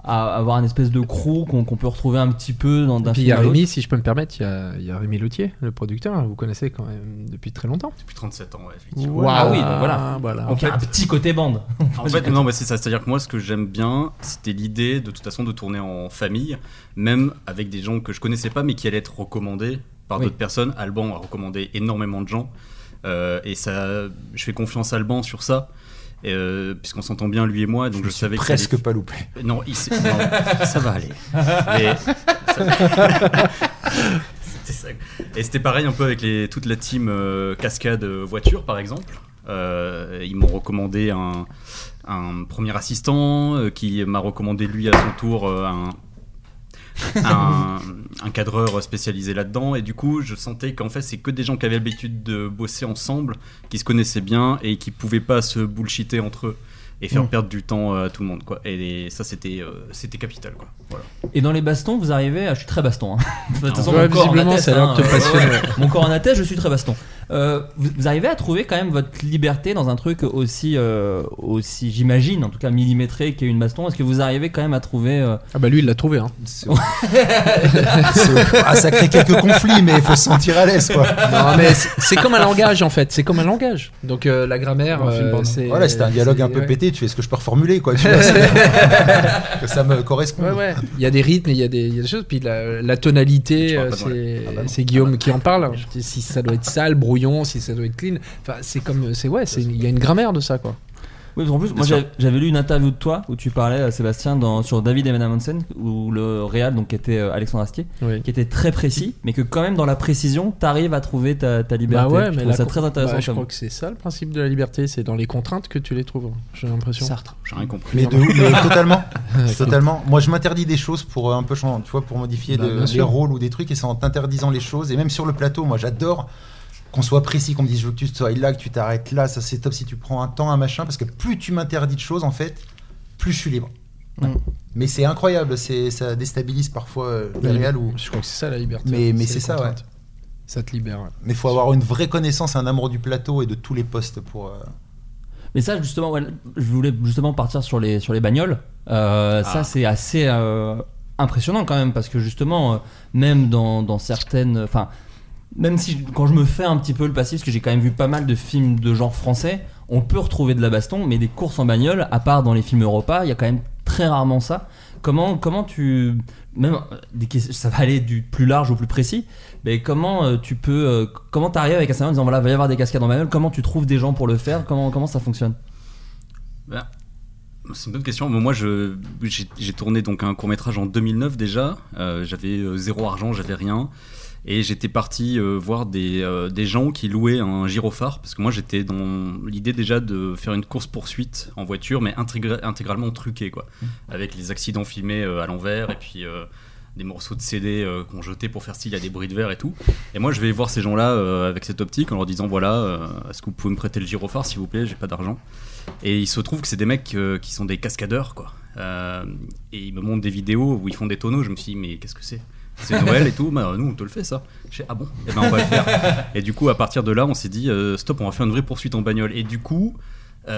A: à avoir un espèce de crew qu'on qu'on peut retrouver un petit peu dans d'un
I: Puis il
A: film
I: y a
A: à l'autre.
I: Rémi, si je peux me permettre, il y a, il y a Rémi Lautier, le producteur, hein, vous connaissez quand même depuis très longtemps.
J: Depuis 37 ans, ouais, effectivement.
I: Voilà.
A: Ah oui, donc voilà.
I: voilà.
A: Donc, il y a un petit côté bande.
J: En fait, non, mais c'est ça. C'est-à-dire que moi, ce que j'aime bien, c'était l'idée de, toute façon de tourner en famille, même avec des gens que je connaissais pas, mais qui allaient être recommandés par
A: Oui.
J: d'autres personnes. Alban a recommandé énormément de gens, euh, et ça, je fais confiance à Alban sur ça. euh, puisqu'on s'entend bien lui et moi donc je,
L: me suis
J: savais que
L: presque
J: ça allait-
L: pas loupé.
J: non, il s'est- non, ça va aller Mais- C'était ça. et c'était pareil un peu avec les, toute la team euh, cascade euh, voiture par exemple Euh, ils m'ont recommandé un, un premier assistant euh, qui m'a recommandé lui à son tour euh, un un, un cadreur spécialisé là-dedans et du coup je sentais qu'en fait c'est que des gens qui avaient l'habitude de bosser ensemble qui se connaissaient bien et qui pouvaient pas se bullshiter entre eux et faire
A: Mm.
J: perdre du temps euh, à tout le monde quoi et, ça c'était euh, c'était capital quoi voilà
A: Et dans les bastons, vous arrivez à. Je suis très baston. hein. De toute façon, mon
I: Ouais,
A: corps en
I: visiblement,
A: atteste,
I: ça a l'air de te
A: hein.
I: passionner.
A: Ouais, ouais. Mon corps en atteste, je suis très baston. Euh, vous, vous arrivez à trouver quand même votre liberté dans un truc aussi, euh, aussi j'imagine, en tout cas millimétré, qui est une baston. Est-ce que vous arrivez quand même à trouver. euh,
I: Ah bah lui, il l'a trouvé. Hein.
L: Ah, ça crée quelques conflits, mais il faut se sentir à l'aise, quoi.
I: Non, mais c'est c'est comme un langage en fait, c'est comme un langage. Donc euh, la grammaire,
L: Dans un film
I: euh,
L: porno.
I: c'est.
L: Voilà, c'était un dialogue un peu
I: ouais.
L: pété. Tu fais ce que je peux reformuler, quoi. Tu vois, c'est- que ça me correspond.
I: Ouais, ouais. Il y a des rythmes, il y, a des il y a des choses. Puis la, la tonalité, euh,
L: pas de Ah bah
I: c'est c'est Guillaume qui en parle. Je dis Si ça doit être sale, brouillon, si ça doit être clean. Enfin, c'est comme. c'est Ouais, c'est- il y a une grammaire de ça, quoi.
A: Oui, parce qu'en plus,
I: Bien
A: moi
I: sûr.
A: j'avais- j'avais lu une interview de toi où tu parlais, euh, Sébastien, dans, sur David Evan Amundsen, où le Real, donc qui était euh, Alexandre Astier,
I: Oui.
A: qui était très précis, mais que quand même dans la précision, t'arrives à trouver ta, ta liberté.
I: Bah ouais,
A: je
I: mais
A: trouve
I: la
A: ça
I: con-
A: très intéressant.
I: bah, je
A: comme-
I: crois que c'est ça le principe de la liberté, c'est dans les contraintes que tu les trouves. J'ai l'impression.
J: Sartre. J'ai rien compris.
L: Mais de ouf, mais totalement,
I: Ouais,
L: totalement. Moi, je m'interdis des choses pour euh, un peu, changer, tu vois, pour modifier
I: Bah,
L: de-
I: bien
L: des
I: sûr.
L: rôles ou des trucs, et c'est en t'interdisant les choses. Et même sur le plateau, moi, j'adore qu'on soit précis, qu'on me dise je veux que tu sois là, que tu t'arrêtes là. Ça, c'est top si tu prends un temps, un machin, parce que plus tu m'interdis de choses, en fait, plus je suis libre.
I: Mm.
L: Mais c'est incroyable, c'est ça déstabilise parfois euh, le
I: Oui,
L: réel ou.
I: Je crois que c'est ça la liberté.
L: Mais mais
I: les
L: c'est ça, ouais.
I: contraintes. Ça te libère. ouais.
L: Mais faut avoir une vraie connaissance, un amour du plateau et de tous les postes pour. euh,
A: Mais ça, justement, ouais, je voulais justement partir sur les, sur les bagnoles. Euh,
L: Ah.
A: Ça, c'est assez euh, impressionnant quand même, parce que justement, euh, même dans, dans certaines. Enfin, même si je- quand je me fais un petit peu le passif, parce que j'ai quand même vu pas mal de films de genre français, on peut retrouver de la baston, mais des courses en bagnole, à part dans les films Europa, il y a quand même très rarement ça. Comment, comment tu. Même, euh, des questions- ça va aller du plus large au plus précis, mais comment euh, tu peux. euh, comment t'arrives avec un scénario en disant voilà, va y avoir des cascades en bagnole, comment tu trouves des gens pour le faire, comment, comment ça fonctionne
J: Ben, c'est une bonne question. Bon, moi, je, j'ai, j'ai tourné donc un court métrage en 2009 déjà. Euh, j'avais euh, zéro argent, j'avais rien. Et j'étais parti euh, voir des, euh, des gens qui louaient un gyrophare. Parce que moi, j'étais dans l'idée déjà de faire une course-poursuite en voiture, mais intégra- intégralement truquée, quoi. Avec les accidents filmés euh, à l'envers et puis. euh, des morceaux de CD euh, qu'on jetait pour faire style à des bruits de verre et tout. Et moi, je vais voir ces gens-là euh, avec cette optique en leur disant voilà, euh, est-ce que vous pouvez me prêter le gyrophare, s'il vous plaît J'ai pas d'argent. Et il se trouve que c'est des mecs euh, qui sont des cascadeurs, quoi. Euh, et ils me montrent des vidéos où ils font des tonneaux. Je me suis dit, mais qu'est-ce que c'est C'est Noël et tout. Bah, nous, on te le fait, ça. Je sais, ah bon Eh ben, on va le faire. Et du coup, à partir de là, on s'est dit, euh, stop, on va faire une vraie poursuite en bagnole. Et du coup,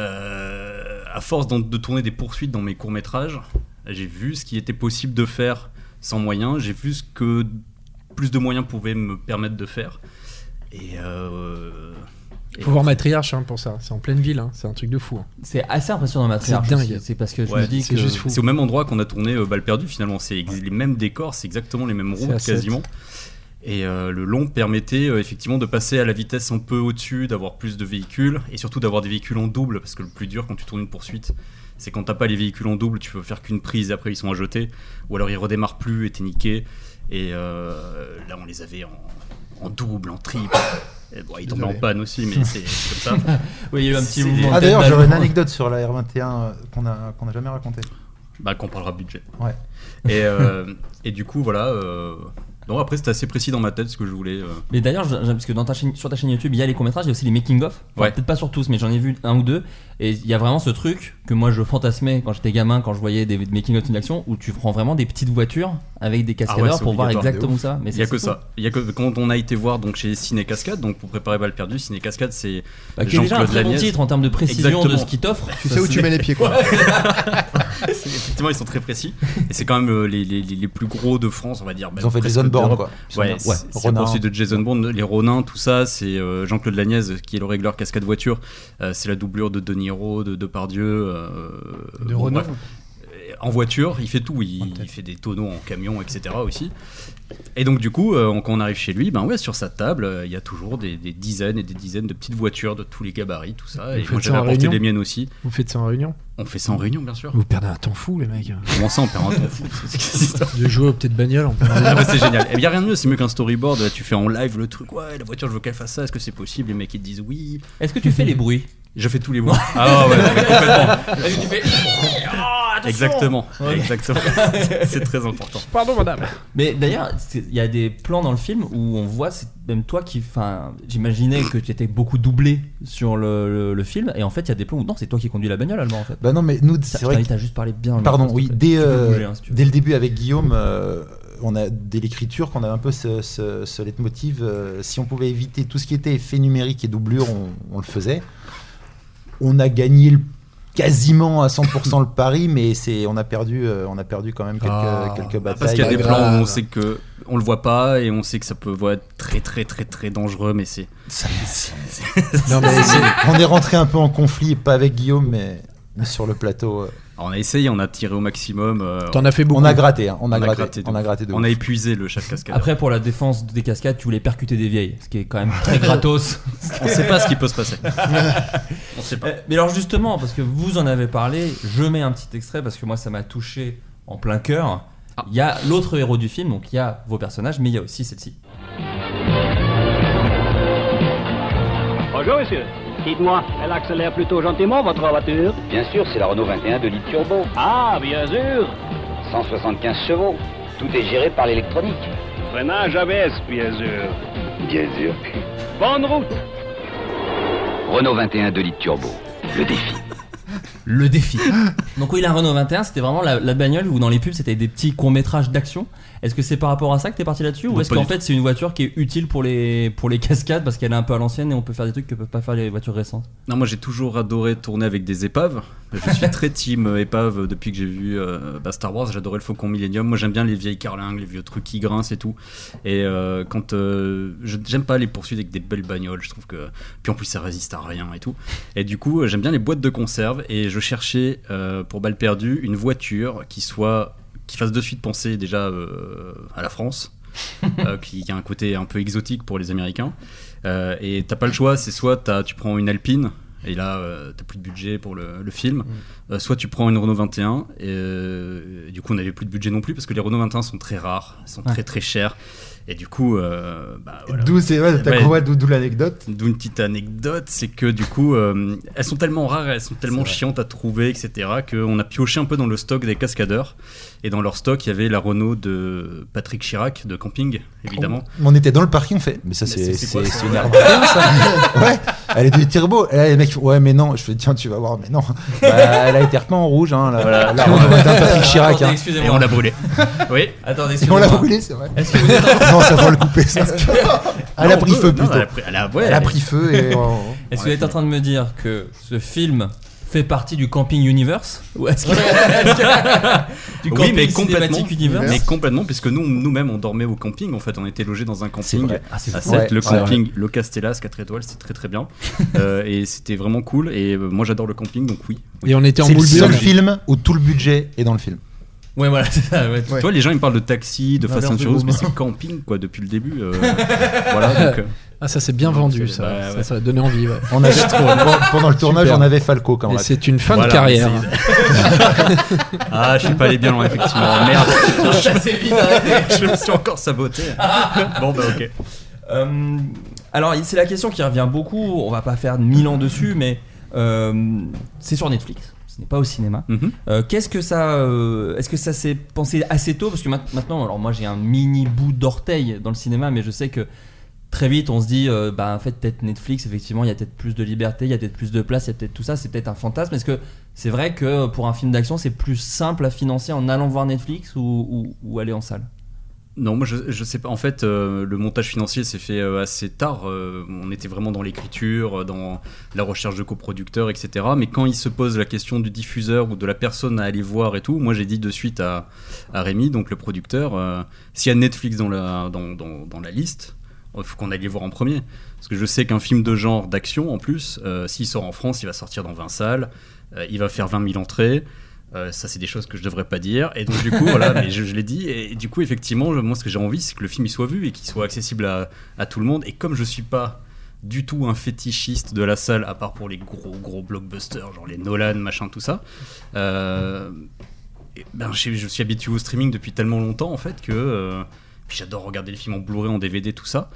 J: euh, à force d'en- de tourner des poursuites dans mes courts-métrages, j'ai vu ce qui était possible de faire sans moyens. J'ai vu ce que plus de moyens pouvaient me permettre de faire. Et euh,
I: Faut voir Matriarche hein, pour ça. C'est en pleine ville, hein. c'est un truc de fou. hein.
A: C'est assez impressionnant Matriarche.
I: C'est dingue.
A: C'est parce que je
J: Ouais,
A: me dis
J: c'est
A: que
J: juste fou. C'est au même endroit qu'on a tourné euh, Balle perdue finalement. C'est ex- les mêmes décors, c'est exactement les mêmes
A: C'est
J: routes
A: à sept.
J: quasiment. Et euh, le long permettait euh, effectivement de passer à la vitesse un peu au-dessus, d'avoir plus de véhicules et surtout d'avoir des véhicules en double parce que le plus dur quand tu tournes une poursuite, c'est quand t'as pas les véhicules en double, tu peux faire qu'une prise et après ils sont à jeter ou alors ils redémarrent plus et t'es niqué. Et euh, là on les avait en, en double, en triple. Et bon, ils tombaient en
L: Désolé.
J: panne aussi, mais c'est c'est comme ça.
A: Oui, il y a eu un petit
J: C'est des-
A: mouvement
L: Ah d'ailleurs, j'aurais une anecdote sur la R21 euh, qu'on a, qu'on a jamais racontée.
J: Bah, qu'on parlera budget.
L: Ouais.
J: Et, euh, et du coup, voilà. euh, Non, après, c'était assez précis dans ma tête ce que je voulais. euh.
A: Mais d'ailleurs, je- j'aime- parce que dans ta chaîne- sur ta chaîne YouTube, il y a les courts-métrages, il y a aussi les making-of. Enfin,
J: Ouais.
A: Peut-être pas sur tous, mais j'en ai vu un ou deux. Et il y a vraiment ce truc que moi je fantasmais quand j'étais gamin, quand je voyais des making-of d'une action, où tu prends vraiment des petites voitures avec des
J: Ah
A: cascadeurs
J: ouais, c'est
A: pour voir
J: obligatoire,
A: exactement
J: de ouf.
A: ça. Mais
J: Il y a
A: c'est
J: que
A: fou.
J: ça. Il y a que quand on a été voir donc chez Ciné Cascade, donc pour préparer Balle perdue, Ciné Cascade, c'est
A: Bah, qui est
J: Jean-Claude
A: déjà un très bon
J: Lagnès.
A: titre en termes de précision
J: Exactement.
A: de ce qu'il t'offre.
H: Tu sais où tu mets les pieds, quoi.
J: Ouais. C'est- Effectivement, ils sont très précis. Et c'est quand même euh, les, les- les- les plus gros de France, on va dire.
L: Ils
J: Bah,
L: ont fait
J: presque
L: Jason Bourne,
J: d'Europe.
L: quoi.
J: Ouais,
L: Ouais,
J: c'est- c'est la
L: Ronin.
J: poursuite de Jason Bourne, les Ronin, tout ça. C'est euh, Jean-Claude Lagnès euh, qui est le régleur cascade voiture. Euh, c'est la doublure de De Niro, de Depardieu. euh,
K: De
J: bon,
K: Renault.
J: bref. Euh, En voiture, il fait tout. Il, il fait des tonneaux en camion, etc. aussi. Et donc, du coup, euh, on- quand on arrive chez lui, ben ouais, sur sa table, euh, il y a toujours des, des dizaines et des dizaines de petites voitures de tous les gabarits, tout ça. Et
I: Vous
J: moi,
I: faites ça
J: j'avais
I: en
J: apporté
I: réunion
J: les miennes aussi.
I: Vous faites ça en réunion
J: On fait ça en réunion, bien sûr.
I: Vous perdez un temps fou, les mecs.
J: Comment ça, on perd un temps fou C'est que cette histoire.
I: De jouer au peut-être bagnole. on perd un
J: Ah
I: temps.
J: bah, c'est génial. Il n'y a rien de mieux, c'est mieux qu'un storyboard. Là, tu fais en live le truc. Ouais, la voiture, je veux qu'elle fasse ça. Est-ce que c'est possible Les mecs, ils te disent oui.
A: Est-ce que tu fais les bruits
J: Je fais tous les bruits. Ah ouais, ouais, complètement.
A: Est-ce que tu fais- Ah, attention
J: Exactement.
A: Ouais.
J: Exactement. c'est très important.
I: Pardon, madame.
A: Mais d'ailleurs, c'est- il y a des plans dans le film où on voit, c'est même toi qui. Enfin, j'imaginais que tu étais beaucoup doublé sur le, le- le film, et en fait, il y a des plans où non, c'est toi qui conduis la bagnole allemand en fait.
L: Bah non, mais nous,
A: Ça,
L: c'est
A: je
L: vrai.
A: t'invite
L: que-
A: à juste parler bien. dans le
L: Pardon,
A: micro,
L: oui.
A: s'il te plaît.
L: Dès,
A: Tu peux
L: euh,
A: bouger, hein, si tu veux.
L: dès le début avec Guillaume, euh, on a dès l'écriture qu'on a un peu ce, ce, ce leitmotiv. euh, si on pouvait éviter tout ce qui était effet numérique et doublure, on, on le faisait. On a gagné le- quasiment à 100% le pari, mais c'est on a perdu, euh, on a perdu quand même quelques,
J: Ah,
L: quelques batailles.
J: Parce qu'il y a des
L: Pas grave.
J: plans où on sait que on le voit pas et on sait que ça peut ouais, être très très très très dangereux, mais c'est. c'est- c'est-
L: Non, mais
J: c'est-
L: c'est- on est rentré un peu en conflit, pas avec Guillaume, mais, mais sur le plateau. euh,
J: Alors, on a essayé, on a tiré au maximum. euh,
L: T'en as fait beaucoup. On a gratté, hein, on a gratté,
J: de
L: on a
J: ouf.
L: gratté de
J: On a
L: ouf.
J: épuisé le chef cascadeur.
A: Après, pour la défense des cascades, tu voulais percuter des vieilles, ce qui est quand même très gratos.
J: On sait pas ce qui peut se passer. On sait pas.
A: Euh, Mais alors justement, parce que vous en avez parlé, je mets un petit extrait parce que moi ça m'a touché en plein cœur.
J: Ah.
A: Il y a l'autre héros du film, donc il y a vos personnages, mais il y a aussi celle-ci.
E: Bonjour, monsieur. Dites-moi, elle accélère plutôt gentiment, votre voiture
N: Bien sûr, c'est la Renault 21 de litre turbo.
E: Ah, bien sûr.
N: 175 chevaux. Tout est géré par l'électronique.
E: Freinage ABS, bien sûr.
N: Bien sûr.
E: Bonne route.
N: Renault 21 de litre turbo. Le défi.
A: Le défi. donc oui, la Renault 21, c'était vraiment la, la bagnole où dans les pubs c'était des petits courts métrages d'action. Est-ce que c'est par rapport à ça que t'es parti là-dessus
J: Non,
A: ou est-ce
J: pas
A: qu'en
J: du
A: fait c'est une voiture qui est utile pour les pour les cascades parce qu'elle est un peu à l'ancienne et on peut faire des trucs que peuvent pas faire les voitures récentes.
J: Non, moi j'ai toujours adoré tourner avec des épaves. Je suis très team euh, épave depuis que j'ai vu euh, bah, Star Wars. J'adorais le Faucon Millennium. Moi j'aime bien les vieilles carlingues, les vieux trucs qui grincent et tout. Et euh, quand euh, je- j'aime pas les poursuites avec des belles bagnoles, je trouve que puis en plus ça résiste à rien et tout. Et du coup euh, j'aime bien les boîtes de conserve et je cherchais euh, pour balle perdue une voiture qui soit qui fasse de suite penser déjà euh, à la France. euh, qui, qui a un côté un peu exotique pour les Américains. Euh, et t'as pas le choix, c'est soit t'as- tu prends une Alpine, et là euh, t'as plus de budget pour le, le film,
H: Mm.
J: Euh, soit tu prends une Renault 21, et, euh, et du coup on n'avait plus de budget non plus, parce que les Renault 21 sont très rares, elles sont
L: Ouais.
J: très très chères. Et du coup, euh, bah, voilà.
H: D'où c'est ouais, t'as
J: Ouais.
H: qu'on voit d'où d'où l'anecdote.
J: D'où une petite anecdote, c'est que du coup, euh, elles sont tellement rares, elles sont tellement chiantes à trouver, etc., qu'on a pioché un peu dans le stock des cascadeurs. Et dans leur stock, il y avait la Renault de Patrick Chirac, de Camping, évidemment.
L: Mais on était dans le parking, on fait. Mais ça, c'est
J: c'est quoi,
L: c'est-
J: ça
L: c'est une arme ça Ouais, elle est du turbo. Et là, les mecs, ouais, mais non. Je fais, tiens, tu vas voir, mais non. Bah, elle a été repeinte en rouge, hein. La,
J: Voilà.
L: la Renault 21 Patrick Chirac.
A: Attendez,
L: hein.
A: excusez-moi.
J: Et on l'a brûlé. oui.
A: Attendez,
L: Et on
A: excusez-moi.
L: l'a brûlée, c'est vrai.
A: Est-ce que vous êtes en-
L: Non, ça va le couper, ça.
A: Est-ce que-
L: Elle a
A: Non,
L: pris
A: on peut.
L: feu
A: Non,
L: plutôt.
J: elle a pris- elle a- ouais,
L: Elle a
J: elle-
L: pris feu et. on-
A: Est-ce que vous êtes en train de me dire que ce film fait partie du camping universe Ou est-ce que- du camping
J: oui, mais complètement,
A: cinématique universe
J: mais complètement, puisque nous, nous-mêmes, on dormait au camping. En fait, on était logés dans un camping
A: vrai. Ah, c'est
J: à
A: fou.
J: 7,
A: Ouais,
J: le
A: ouais,
J: camping,
A: ouais.
J: le Castellas, 4 étoiles, c'était très très bien. Euh, et c'était vraiment cool. Et euh, moi, j'adore le camping, donc oui. oui.
L: Et on était en boule de neige. où tout le budget est dans le film.
A: Ouais, voilà, c'est ça. Ouais.
J: Tu vois, les gens ils me parlent de taxi, de Fast and
L: L'inverse du
J: Furious, mais
L: mouvement.
J: c'est camping quoi depuis le début. euh, voilà, donc, euh,
I: Ah, ça c'est bien vendu, ça.
J: bah,
I: ça.
J: ouais.
I: ça a donné envie. ouais.
L: On avait- pendant- pendant le tournage, on avait Falco quand
I: Et
L: même.
I: c'est une fin de
L: Voilà,
I: carrière.
J: c'est- ah, je suis pas allé bien loin, effectivement. Merde.
A: Ça, c'est vite Ah. arrêté.
J: Je me suis encore saboté. Bon, bah, ok.
A: Euh, alors, c'est la question qui revient beaucoup. On va pas faire mille ans dessus, mais euh, c'est sur Netflix. Ce n'est pas au cinéma. Euh, Qu'est-ce que ça euh, Est-ce que ça s'est pensé assez tôt Parce que mat- maintenant, alors moi j'ai un mini bout d'orteil dans le cinéma, mais je sais que très vite on se dit, euh, bah en fait peut-être Netflix, effectivement, il y a peut-être plus de liberté, il y a peut-être plus de place, il y a peut-être tout ça. C'est peut-être un fantasme. Est-ce que c'est vrai que pour un film d'action, c'est plus simple à financer en allant voir Netflix ou, ou- ou aller en salle
J: Non, moi je, je sais pas. En fait, euh, le montage financier s'est fait euh, assez tard. Euh, on était vraiment dans l'écriture, euh, dans la recherche de coproducteurs, etc. Mais quand il se pose la question du diffuseur ou de la personne à aller voir et tout, moi j'ai dit de suite à, à Rémi, donc le producteur, euh, s'il y a Netflix dans la, dans, dans- dans la liste, il faut qu'on aille les voir en premier. Parce que je sais qu'un film de genre d'action, en plus, euh, s'il sort en France, il va sortir dans 20 salles, euh, il va faire 20 000 entrées. Euh, ça, c'est des choses que je devrais pas dire. Et donc, du coup, voilà, mais je, je l'ai dit. Et, du coup, effectivement, je- moi, ce que j'ai envie, c'est que le film il soit vu et qu'il soit accessible à, à tout le monde. Et comme je suis pas du tout un fétichiste de la salle, à part pour les gros, gros blockbusters, genre les Nolan, machin, tout ça, euh, et ben, je, je suis habitué au streaming depuis tellement longtemps, en fait, que. euh, puis j'adore regarder les films en Blu-ray, en DVD, tout ça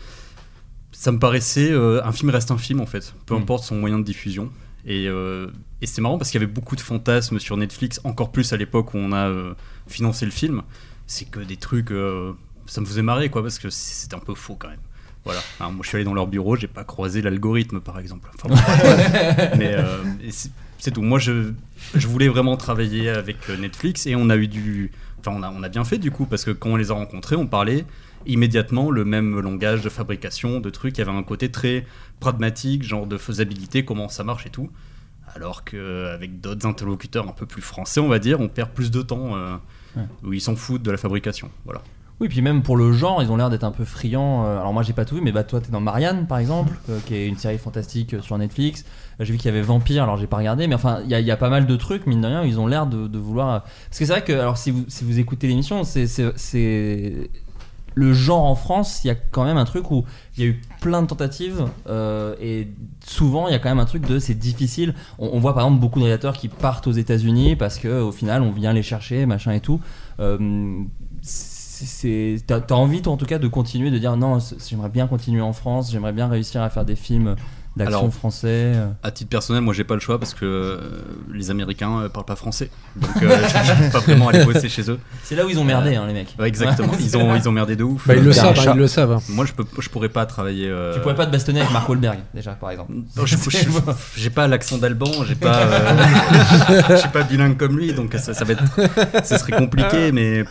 J: ça me paraissait euh, un film reste un film en fait, peu
A: Mm.
J: importe son moyen de diffusion. Et, euh, et c'est marrant parce qu'il y avait beaucoup de fantasmes sur Netflix, encore plus à l'époque où on a euh, financé le film. C'est que des trucs, euh, ça me faisait marrer quoi, parce que c- c'était un peu faux quand même. Voilà. Hein, moi, je suis allé dans leur bureau, j'ai pas croisé l'algorithme par exemple. Enfin, bon, voilà. Mais euh, et c'est- c'est tout. Moi, je, je voulais vraiment travailler avec euh, Netflix et on a eu du, enfin, on a, on a bien fait du coup parce que quand on les a rencontrés, on parlait immédiatement le même langage de fabrication, de trucs. Il y avait un côté très pragmatique, genre de faisabilité, comment ça marche et tout. Alors qu'avec d'autres interlocuteurs un peu plus français, on va dire, on perd plus de temps euh,
A: Ouais.
J: où ils s'en foutent de la fabrication. Voilà.
A: Oui, puis même pour le genre, ils ont l'air d'être un peu friands. Euh, Alors moi, j'ai pas tout vu, mais bah toi, t'es dans Marianne, par exemple, euh, qui est une série fantastique euh, sur Netflix. Euh, J'ai vu qu'il y avait Vampire, alors j'ai pas regardé, mais enfin, il y, a- il y a pas mal de trucs, mine de rien, où ils ont l'air de, de vouloir. euh, Parce que c'est vrai que, alors si vous, si vous écoutez l'émission, c'est- c'est c'est- le genre en France, il y a quand même un truc où il y a eu plein de tentatives euh, et souvent il y a quand même un truc de c'est difficile. On, on voit par exemple beaucoup de réalisateurs qui partent aux États-Unis parce que au final on vient les chercher, machin et tout. Euh, c'est- c'est- T'as t'as envie toi en tout cas de continuer de dire non, c'est- j'aimerais bien continuer en France, j'aimerais bien réussir à faire des films d'action
J: Alors,
A: français. euh.
J: À titre personnel, moi j'ai pas le choix parce que euh, les Américains euh, parlent pas français. Donc euh, je peux pas vraiment aller bosser chez eux. Euh,
A: C'est là où ils ont merdé, hein, les mecs.
J: Ouais, exactement,
A: Ouais,
J: ils,
A: c'est
J: ont,
A: là.
J: ils ont merdé de ouf.
I: Bah, ils le
J: Euh,
I: savent,
J: Garcha.
I: hein, ils le savent.
J: Moi je, peux, je pourrais pas travailler. euh,
A: Tu pourrais pas te bastonner avec Mark Wahlberg déjà par exemple.
J: Non, je- je-
A: C'est-
J: je- j'ai pas l'accent d'alban, j'ai pas, euh, je suis pas bilingue comme lui, donc ça, ça va être, ça serait compliqué, mais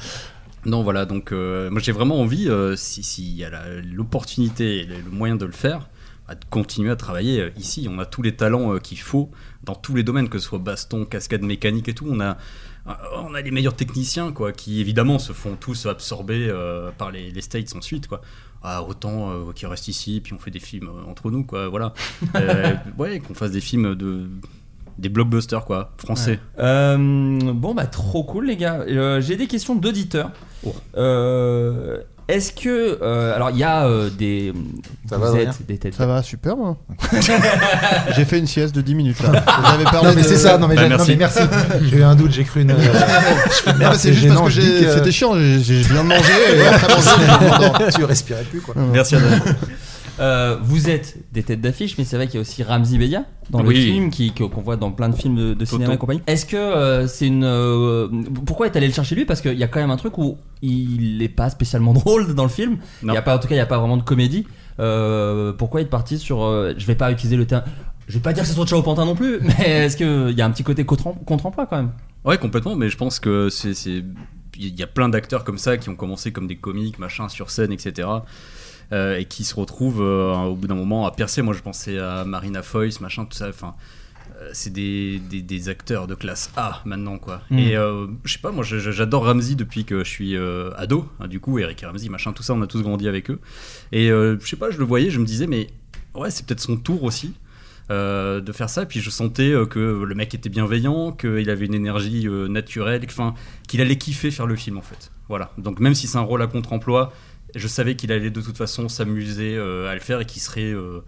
J: non, voilà. Donc, euh, moi, j'ai vraiment envie, euh, si- s'il y a la- l'opportunité, et le le moyen de le faire, bah, de continuer à travailler euh, ici. On a tous les talents euh, qu'il faut dans tous les domaines, que ce soit baston, cascade mécanique et tout. On a, euh, on a les meilleurs techniciens, quoi, qui évidemment se font tous absorber euh, par les, les States ensuite, quoi. Ah, autant euh, qu'ils restent ici, puis on fait des films euh, entre nous, quoi. Voilà. Euh, ouais, qu'on fasse des films de des blockbusters, quoi, français.
A: Euh, bon, bah, trop cool, les gars. Euh, J'ai des questions d'auditeurs.
J: Oh.
A: Euh, Est-ce que. euh, alors, il y a euh, des.
H: Ça
A: vous
H: va,
A: êtes
H: Adrien
A: des têtes.
H: Ça va, super, moi. J'ai fait une sieste de 10 minutes là. J'avais parlé
L: Non, mais
H: de-
L: c'est ça, non, mais, j'ai- non, mais Bah, merci. J'ai eu un doute, j'ai cru une. euh,
H: Non, mais c'est juste parce que j'ai- euh, c'était chiant, j'ai j'ai bien mangé et après manger, non, non.
L: Tu respirais plus, quoi.
J: Merci, Adrien.
A: Euh, vous êtes des têtes d'affiche, mais c'est vrai qu'il y a aussi Ramzi Bedia dans le
J: Oui.
A: film qui- qu'on voit dans plein de films de, de cinéma
J: Toto.
A: et compagnie. Est-ce que euh, c'est une euh, pourquoi est allé le chercher lui Parce qu'il y a quand même un truc où il n'est pas spécialement drôle dans le film. Il y a pas, en tout cas, il n'y a pas vraiment de comédie. Euh, pourquoi il est parti sur euh, Je vais pas utiliser le terme. Je vais pas dire que c'est son chat au pantin non plus, mais est-ce qu'il y a un petit côté contre- contre-emploi quand même
J: Ouais, complètement, mais je pense que c'est. c'est- Il y a plein d'acteurs comme ça qui ont commencé comme des comiques, machin, sur scène, etc. euh, et qui se retrouvent euh, au bout d'un moment à percer. Moi, je pensais à Marina Foïs, machin, tout ça. Enfin, euh, c'est des, des- des acteurs de classe A maintenant quoi.
A: Mm.
J: Et euh, je sais pas, moi je- je- j'adore Ramsey depuis que je suis euh, ado. hein, du coup, Eric et Ramsey, machin, tout ça, on a tous grandi avec eux. Et euh, je sais pas, je le voyais, je me disais, mais ouais, c'est peut-être son tour aussi. euh, de faire ça, puis je sentais euh, que le mec était bienveillant, qu'il avait une énergie euh, naturelle, que- 'fin, qu'il allait kiffer faire le film en fait. Voilà. Donc même si c'est un rôle à contre-emploi, je savais qu'il allait de toute façon s'amuser euh, à le faire et qu'il serait, euh,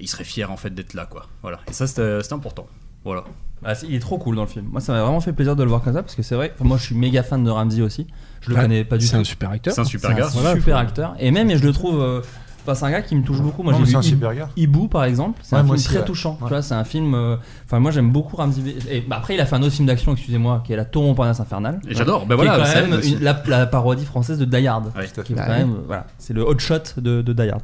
J: il serait fier en fait d'être là quoi. Voilà. Et ça c'était c'était important. Voilà.
A: Ah, c'est- il est trop cool dans le film. Moi, ça m'a vraiment fait plaisir de le voir comme ça parce que c'est vrai. enfin, moi, je suis méga fan de Ramsey aussi. Je le
I: Ah,
A: connais pas du tout.
I: c'est un super acteur.
J: C'est un super gars.
A: super
J: Voilà, faut-
A: acteur. Et même, et je le trouve. euh, Enfin, c'est un gars qui me touche beaucoup. Moi,
L: Non,
A: j'ai
L: mais
A: vu
L: c'est un
A: Ib-
L: super gars.
A: Ibu, par exemple. C'est
L: Ouais,
A: un film
L: moi aussi,
A: très
L: ouais.
A: touchant. Tu
L: Ouais.
A: vois, c'est un film. euh, Enfin, moi, j'aime beaucoup Ramsey. Et bah, après, il a fait un autre film d'action, excusez-moi, qui est La Tour Montparnasse infernale.
J: Et j'adore.
A: Qui
J: Bah
A: est
J: voilà,
A: quand
J: ça aide
A: même
J: aussi.
A: une- la, la parodie française de Die Hard.
J: tout à
A: Qui est
J: fait.
A: quand même, voilà, c'est le hot shot de, de Die Hard.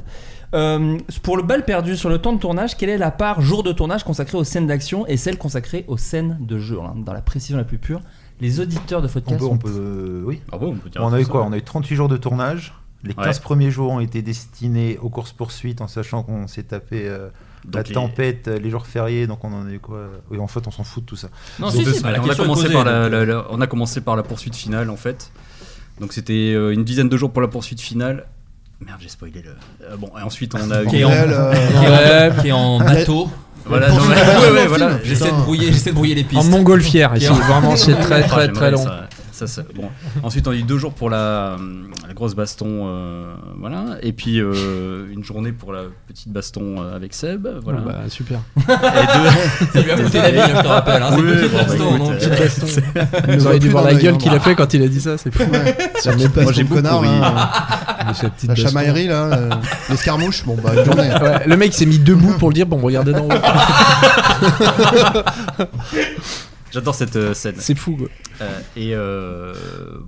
A: Euh, pour le bal perdu sur le temps de tournage, quelle est la part jour de tournage consacrée aux scènes d'action et celle consacrée aux scènes de jeu Alors, Dans la précision la plus pure, les auditeurs de
L: On
A: podcast
L: peut,
A: sont
L: on peut, euh, oui.
J: Ah bon, on peut dire
L: on a
J: tout
L: eu
J: ça,
L: quoi
J: ouais.
L: On a eu 38 jours de tournage. Les 15
J: Ouais.
L: premiers jours ont été destinés aux courses poursuites, en sachant qu'on s'est tapé euh, la
J: Donc les-
L: tempête, euh, les jours fériés, donc on en a eu quoi Oui, en fait, on s'en fout de tout ça.
A: Non,
L: Donc,
A: si,
L: deux
A: si, bah,
L: semaines.
A: la
J: on, a
A: question est
J: commencé
A: posée,
J: par la,
A: donc. euh.
J: la- la- on a commencé par la poursuite finale en fait. Donc c'était euh, une dizaine de jours pour la poursuite finale. Oh, Merde, j'ai spoilé le. euh, bon, et ensuite on a eu.
A: Qui est en- Bordel, euh, qui est en- ouais. qui est en bateau.
J: Voilà,
A: Pour
J: non,
A: finir
J: mais-
A: dans
J: ouais,
A: le
J: ouais,
A: film,
J: voilà.
A: putain. J'essaie de brouiller- j'essaie de brouiller les pistes.
I: En montgolfière, ici, vraiment, c'est très, très,
J: Ah, j'aimerais
I: très long.
J: ça, ça, ça, bon. Ensuite, on a eu deux jours pour la, hum, la grosse baston, euh, voilà, et puis euh, une journée pour la petite baston euh, avec Seb, voilà.
I: Bon, bah, super.
J: Et deux-
I: Ça lui a coûté la vie, hein, je te rappelle, hein, c'est une
J: Oui,
I: petite
J: bon, bah,
I: baston,
J: écoute,
I: donc.
J: euh,
I: Petite baston.
J: c'est-
I: Vous auriez dû voir la gueule
J: bah.
I: qu'il a fait quand il a dit ça, c'est fou. Ça
H: petite
I: m'étonne.
H: passe
I: Moi, j'ai
H: pour
I: beaucoup
H: connard,
I: ri,
J: hein.
L: hein.
H: là,
I: euh, de cette petite
H: La
I: baston.
H: chamaillerie, là, euh, l'escarmouche, bon, bah, une journée.
I: Ouais, le mec s'est mis debout pour le dire bon regardez dans
J: J'adore cette euh, scène.
I: C'est fou, quoi.
J: Euh, et euh,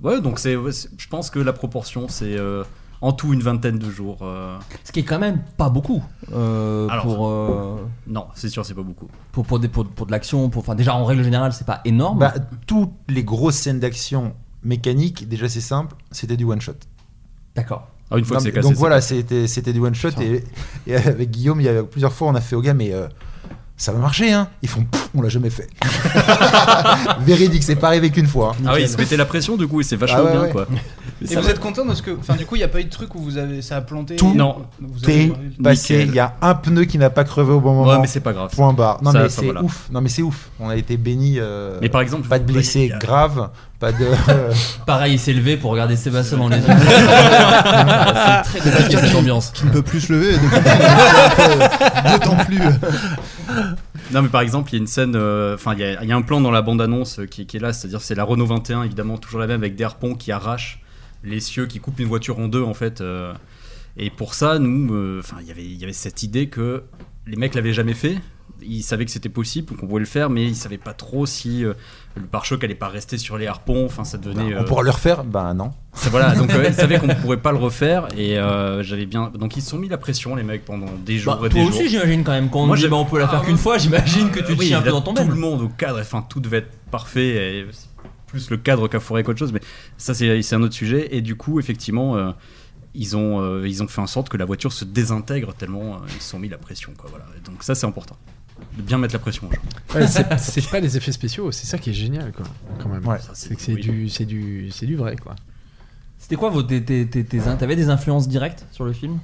J: ouais, donc c'est, ouais, c'est- je pense que la proportion, c'est euh, en tout une vingtaine de jours. euh.
A: Ce qui est quand même pas beaucoup euh,
J: Alors,
A: pour, euh,
J: non, c'est sûr, c'est pas beaucoup.
A: pour, pour, des- pour, pour de l'action. pour- Enfin, déjà, en règle générale, c'est pas énorme.
L: Bah, toutes les grosses scènes d'action mécaniques, déjà c'est simple, c'était du one shot.
A: D'accord.
J: Ah, une
L: Non,
J: fois que c'est
L: mais-
J: cassé,
L: Donc
J: c'est
L: voilà,
J: cassé.
L: c'était c'était du one shot et, et avec Guillaume, il y a plusieurs fois on a fait au gars mais euh, ça va marcher hein. Ils font Pff, on l'a jamais fait. Véridique, c'est pas arrivé qu'une fois. hein.
J: Ah oui, ils se mettaient la pression du coup, et c'est vachement
L: Ah ouais,
J: bien
L: ouais.
J: quoi. Mais
K: Et
J: ça
K: vous
J: va.
K: êtes content parce que, enfin, du coup, il n'y a pas eu de truc où vous avez, ça a planté.
L: Tout
J: Non.
K: Vous avez-
L: T'es passé,
J: Nickel.
L: il y a un pneu qui n'a pas crevé au bon moment.
J: Ouais, mais c'est pas grave.
L: Point barre. Non
J: Ça,
L: mais
J: ça,
L: c'est
J: voilà.
L: ouf. Non mais c'est ouf. On a été béni.
J: Mais par exemple,
L: pas de
J: vous
L: blessés
J: voyez,
L: graves, pas de.
A: Pareil, il s'est levé pour regarder Sébastien dans les yeux. c'est très compliqué cette ambiance.
H: Qui ne peut plus se lever, donc, c'est un peu- d'autant plus. euh,
J: Non, mais par exemple, il y a une scène, euh, enfin, il y a- il y, a un plan dans la bande-annonce euh, qui, qui est là, c'est-à-dire c'est la Renault 21, évidemment, toujours la même, avec des harpons qui arrachent l'essieu, qui coupent une voiture en deux, en fait. euh, et pour ça, nous, euh, enfin, il y avait- il y avait cette idée que les mecs l'avaient jamais fait. Ils savaient que c'était possible, qu'on pouvait le faire, mais ils savaient pas trop si euh, le pare-choc allait pas rester sur les harpons. Enfin, ça devenait.
L: On
J: euh,
L: pourra le refaire Bah non.
J: ça, voilà, donc euh, ils savaient qu'on ne pourrait pas le refaire et euh, j'avais bien. Donc ils se sont mis la pression, les mecs, pendant des jours
A: Bah,
J: et des
A: toi
J: jours.
A: aussi, j'imagine, quand même, quand on
J: Moi,
A: dit,
J: j'ai-
A: bah, on peut la faire
J: Ah,
A: qu'une fois, j'imagine que tu te
J: oui,
A: chies un peu
J: là,
A: dans ton bain.
J: Tout le monde au cadre, enfin tout devait être parfait, et c'est plus le cadre qu'à foirer qu'autre chose, mais ça c'est c'est un autre sujet. Et du coup, effectivement, euh, ils, ont, euh, ils ont fait en sorte que la voiture se désintègre tellement euh, ils se sont mis la pression. Quoi, voilà. Et Donc ça c'est important, de bien mettre la pression aux gens.
I: Ouais, c'est- c'est pas les effets spéciaux, c'est ça qui est génial quoi, quand même.
L: Ouais.
I: c'est que c'est du, c'est du, c'est du vrai quoi.
A: C'était quoi vos, tes, tes, tes- tes in- T'avais des influences directes sur le film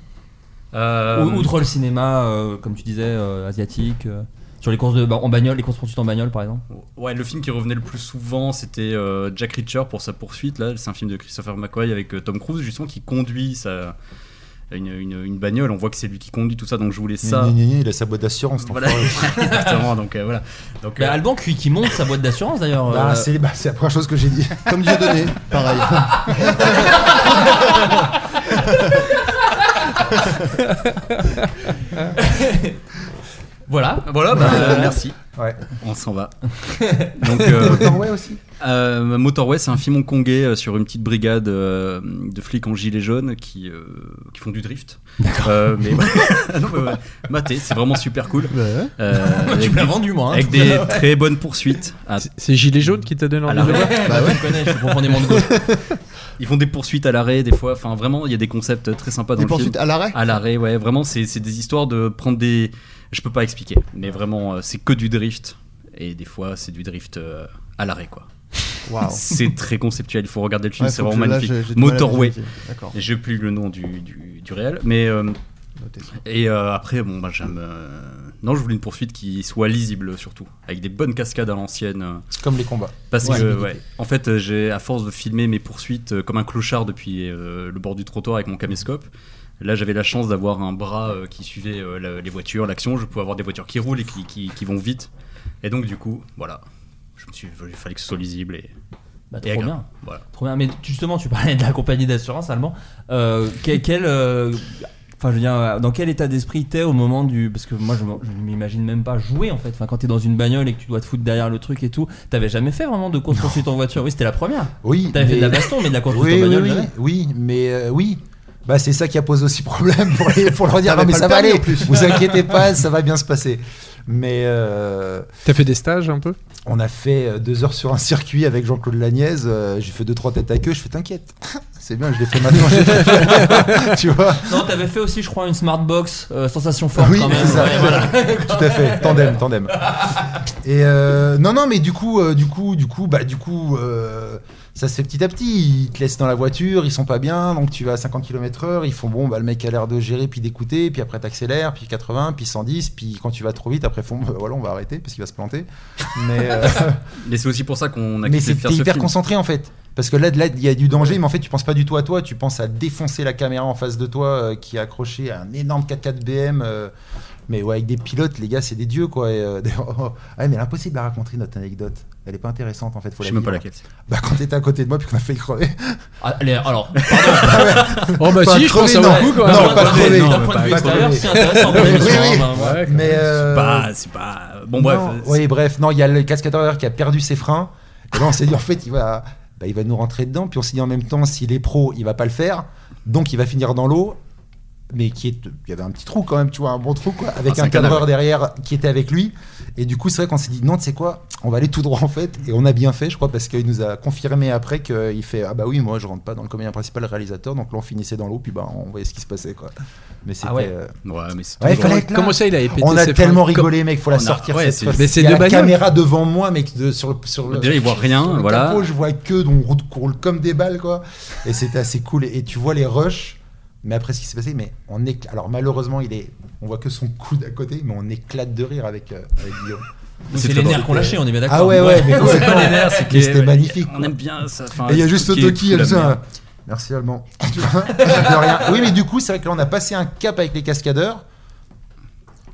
J: Euh,
A: Ou- Outre le cinéma, euh, comme tu disais, euh, asiatique, euh, sur les courses de, bah, en bagnole, les courses poursuites en bagnole, par exemple.
J: Ouais, le film qui revenait le plus souvent, c'était euh, Jack Reacher pour sa poursuite. Là, c'est un film de Christopher McQuarrie avec euh, Tom Cruise, justement, qui conduit sa, une, une- une bagnole. On voit que c'est lui qui conduit tout ça, donc je voulais ça.
L: Gna, gna, gna, il a sa boîte d'assurance.
J: Voilà.
L: l'enfoiré.
J: Exactement, donc euh, voilà. Donc,
A: Bah,
J: euh,
A: Alban qui, qui monte sa boîte d'assurance d'ailleurs.
L: Bah,
A: euh,
L: c'est bah, c'est la première chose que j'ai dit.
H: Comme Dieu donné, pareil.
A: voilà.
J: Voilà, bah,
L: Euh,
J: merci.
L: ouais.
J: On s'en va. Donc, euh,
L: Motorway aussi
J: euh, Motorway, c'est un film hongkongais euh, sur une petite brigade euh, de flics en gilet jaune qui, euh, qui font du drift. Euh, mais non, mais ouais. Maté, c'est vraiment super cool.
H: ouais.
J: Euh,
A: Tu
J: avec
A: me l'as
J: des-
A: vendu, moi, hein.
J: Avec des très bonnes poursuites. À-
I: C'est Gilet jaune qui t'a donné
J: à
I: envie de le
J: la-
I: voir
A: Bah ouais. je connais, je suis profondément de gauche.
J: Ils font des poursuites à l'arrêt des fois. Enfin, vraiment, il y a des concepts très sympas
H: Des
J: dans le film.
H: poursuites à l'arrêt
J: À l'arrêt, ouais. Vraiment, c'est c'est des histoires de prendre des. Je peux pas expliquer, mais vraiment, euh, c'est que du drift. Et des fois, c'est du drift euh, à l'arrêt, quoi.
H: Waouh.
J: C'est très conceptuel, il faut regarder le film,
H: Ouais,
J: c'est
H: faut que
J: vraiment
H: je- là,
J: magnifique.
H: j'ai- j'ai du mal à
J: Motorway.
H: visualiser. D'accord.
J: Et J'ai plus le nom du, du, du réel, mais. euh, et euh, après, bon, bah, j'aime. euh, Non, je voulais une poursuite qui soit lisible surtout, avec des bonnes cascades à l'ancienne. euh,
L: Comme les combats.
J: Parce
L: Ouais.
J: que, ouais, en fait, euh, j'ai, à force de filmer mes poursuites euh, comme un clochard depuis euh, le bord du trottoir avec mon caméscope, là j'avais la chance d'avoir un bras euh, qui suivait euh, la- les voitures, l'action. Je pouvais avoir des voitures qui roulent et qui, qui- qui vont vite. Et donc, du coup, voilà. Je me suis, il fallait que ce soit lisible et.
A: Bah,
J: et
A: trop
J: agréable.
A: bien.
J: Voilà.
A: Trop bien. Mais tu- justement, tu parlais de la compagnie d'assurance allemand. Euh, quel, quel, euh, enfin, je veux dire, euh, dans quel état d'esprit t'es au moment du, parce que moi, je, m'en- je ne m'imagine même pas jouer en fait. Enfin, quand t'es dans une bagnole et que tu dois te foutre derrière le truc et tout, t'avais jamais fait vraiment de course poursuite en voiture. Oui, c'était la première.
L: Oui.
A: T'avais fait de la
L: mais-
A: baston, mais de la course
L: oui,
A: poursuite en
L: oui,
A: bagnole.
L: oui,
A: jamais.
L: oui, mais euh, oui. Bah, c'est ça qui a posé aussi problème pour, les- pour leur dire
H: T'avais
L: non, mais
H: pas
L: ça
H: le
L: va
H: permis,
L: aller,
H: en plus.
L: vous inquiétez pas, ça va bien se passer. Mais. euh,
I: T'as fait des stages un peu
L: On a fait euh, deux heures sur un circuit avec Jean-Claude Lagnès, euh, j'ai fait deux, trois têtes à queue, je fais t'inquiète, c'est bien, je l'ai fait maintenant, je l'ai fait- tu vois.
A: Non, t'avais fait aussi, je crois, une smart box, euh, sensation forte
L: oui,
A: quand même.
L: c'est ça.
A: Ouais, voilà.
L: Tout à fait. Tandem, tandem. Et euh, non, non, mais du coup, euh, du coup, du coup, bah, du coup, euh, ça se fait petit à petit. Ils te laissent dans la voiture, ils sont pas bien, donc tu vas à 50 km/h. Ils font bon, bah, le mec a l'air de gérer, puis d'écouter, puis après t'accélères, puis 80, puis 110, puis quand tu vas trop vite, après ils font bah, voilà, on va arrêter parce qu'il va se planter. Mais, euh,
J: Mais c'est aussi pour ça qu'on a
L: mais
J: quitté de
L: c'est
J: faire
L: t'es
J: ce
L: hyper
J: film.
L: concentré en fait. Parce que là, là, il y a du danger, mais en fait, tu penses pas du tout à toi, tu penses à défoncer la caméra en face de toi euh, qui est accrochée à un énorme 4x4 BM. euh, mais ouais, avec des pilotes, les gars, c'est des dieux quoi. Et, euh, d'ailleurs, oh, ouais, mais elle est impossible à raconter notre anecdote. Elle est pas intéressante en fait. Faut la
J: Je sais même
L: vivre.
J: pas laquelle c'est.
L: Bah, quand t'étais à côté de moi, puis qu'on a failli crever.
A: Ah, les- alors, pardon.
L: Oh bah si, je pense à beaucoup, quand même.
J: Non,
L: Non, pas crevé,
J: non,
L: d'un
J: pas
L: point de vue
J: pas
L: extérieur,
J: crevé.
L: c'est intéressant, mais Oui, oui. enfin, bah, ouais, quand Mais, même. euh,
J: C'est pas, c'est pas. Bon, bref.
L: Non, ouais, bref. Non, il y a le cascadeur d'ailleurs qui a perdu ses freins. Et là, on s'est dit, en fait, il va, bah, il va nous rentrer dedans. Puis on s'est dit, en même temps, s'il est pro, il va pas le faire. Donc, il va finir dans l'eau. Mais qui est, il y avait un petit trou quand même, tu vois, un bon trou, quoi, avec
J: c'est
L: un
J: un canal.
L: cadreur derrière qui était avec lui. Et du coup, c'est vrai qu'on s'est dit, non, tu sais quoi, on va aller tout droit en fait. Et on a bien fait, je crois, parce qu'il nous a confirmé après qu'il fait, ah bah oui, moi je rentre pas dans le comédien principal, le réalisateur. Donc là, on finissait dans l'eau, puis bah on voyait ce qui se passait, quoi. Mais c'était.
I: Ah ouais.
L: euh,
J: Ouais, mais c'est
L: Ouais,
J: toujours-
L: fallait être là.
I: Comment ça, il avait pété
L: On a
I: ses
L: tellement
I: freins
L: rigolé, mec, faut la
J: On a-
L: sortir.
J: ouais,
L: cette
J: c'est-
L: fois.
J: mais c'est
L: Il y a
J: deux
L: la
J: bagnoles.
L: caméra devant moi, mec, de- sur le sur le.
J: Déjà, il voit rien,
L: sur le
J: voilà.
L: capot, je vois que, donc on roule- qu'on roule comme des balles, quoi. Et c'était assez cool. Et, et tu vois les rushs. Mais après ce qui s'est passé, mais on est. Alors malheureusement, il est. On voit que son coude à côté, mais on éclate de rire avec, euh, avec Guillaume.
A: C'est les
L: très
A: nerfs
L: drôle.
A: qu'on lâchait, on est bien d'accord.
L: Ah ouais, ouais,
A: Ouais.
L: mais
A: C'est
L: conséquent.
A: pas les nerfs, c'est
L: Mais
A: que-
L: c'était
A: ouais,
L: magnifique.
J: on
L: quoi.
J: aime bien ça, enfin,
L: Et il y a
J: ce
L: juste
J: qui est
L: Toki,
J: fou, la
L: elle
J: merde.
L: ça. Merci Allemand. Tu vois De rien. Oui, mais du coup, c'est vrai que là, on a passé un cap avec les cascadeurs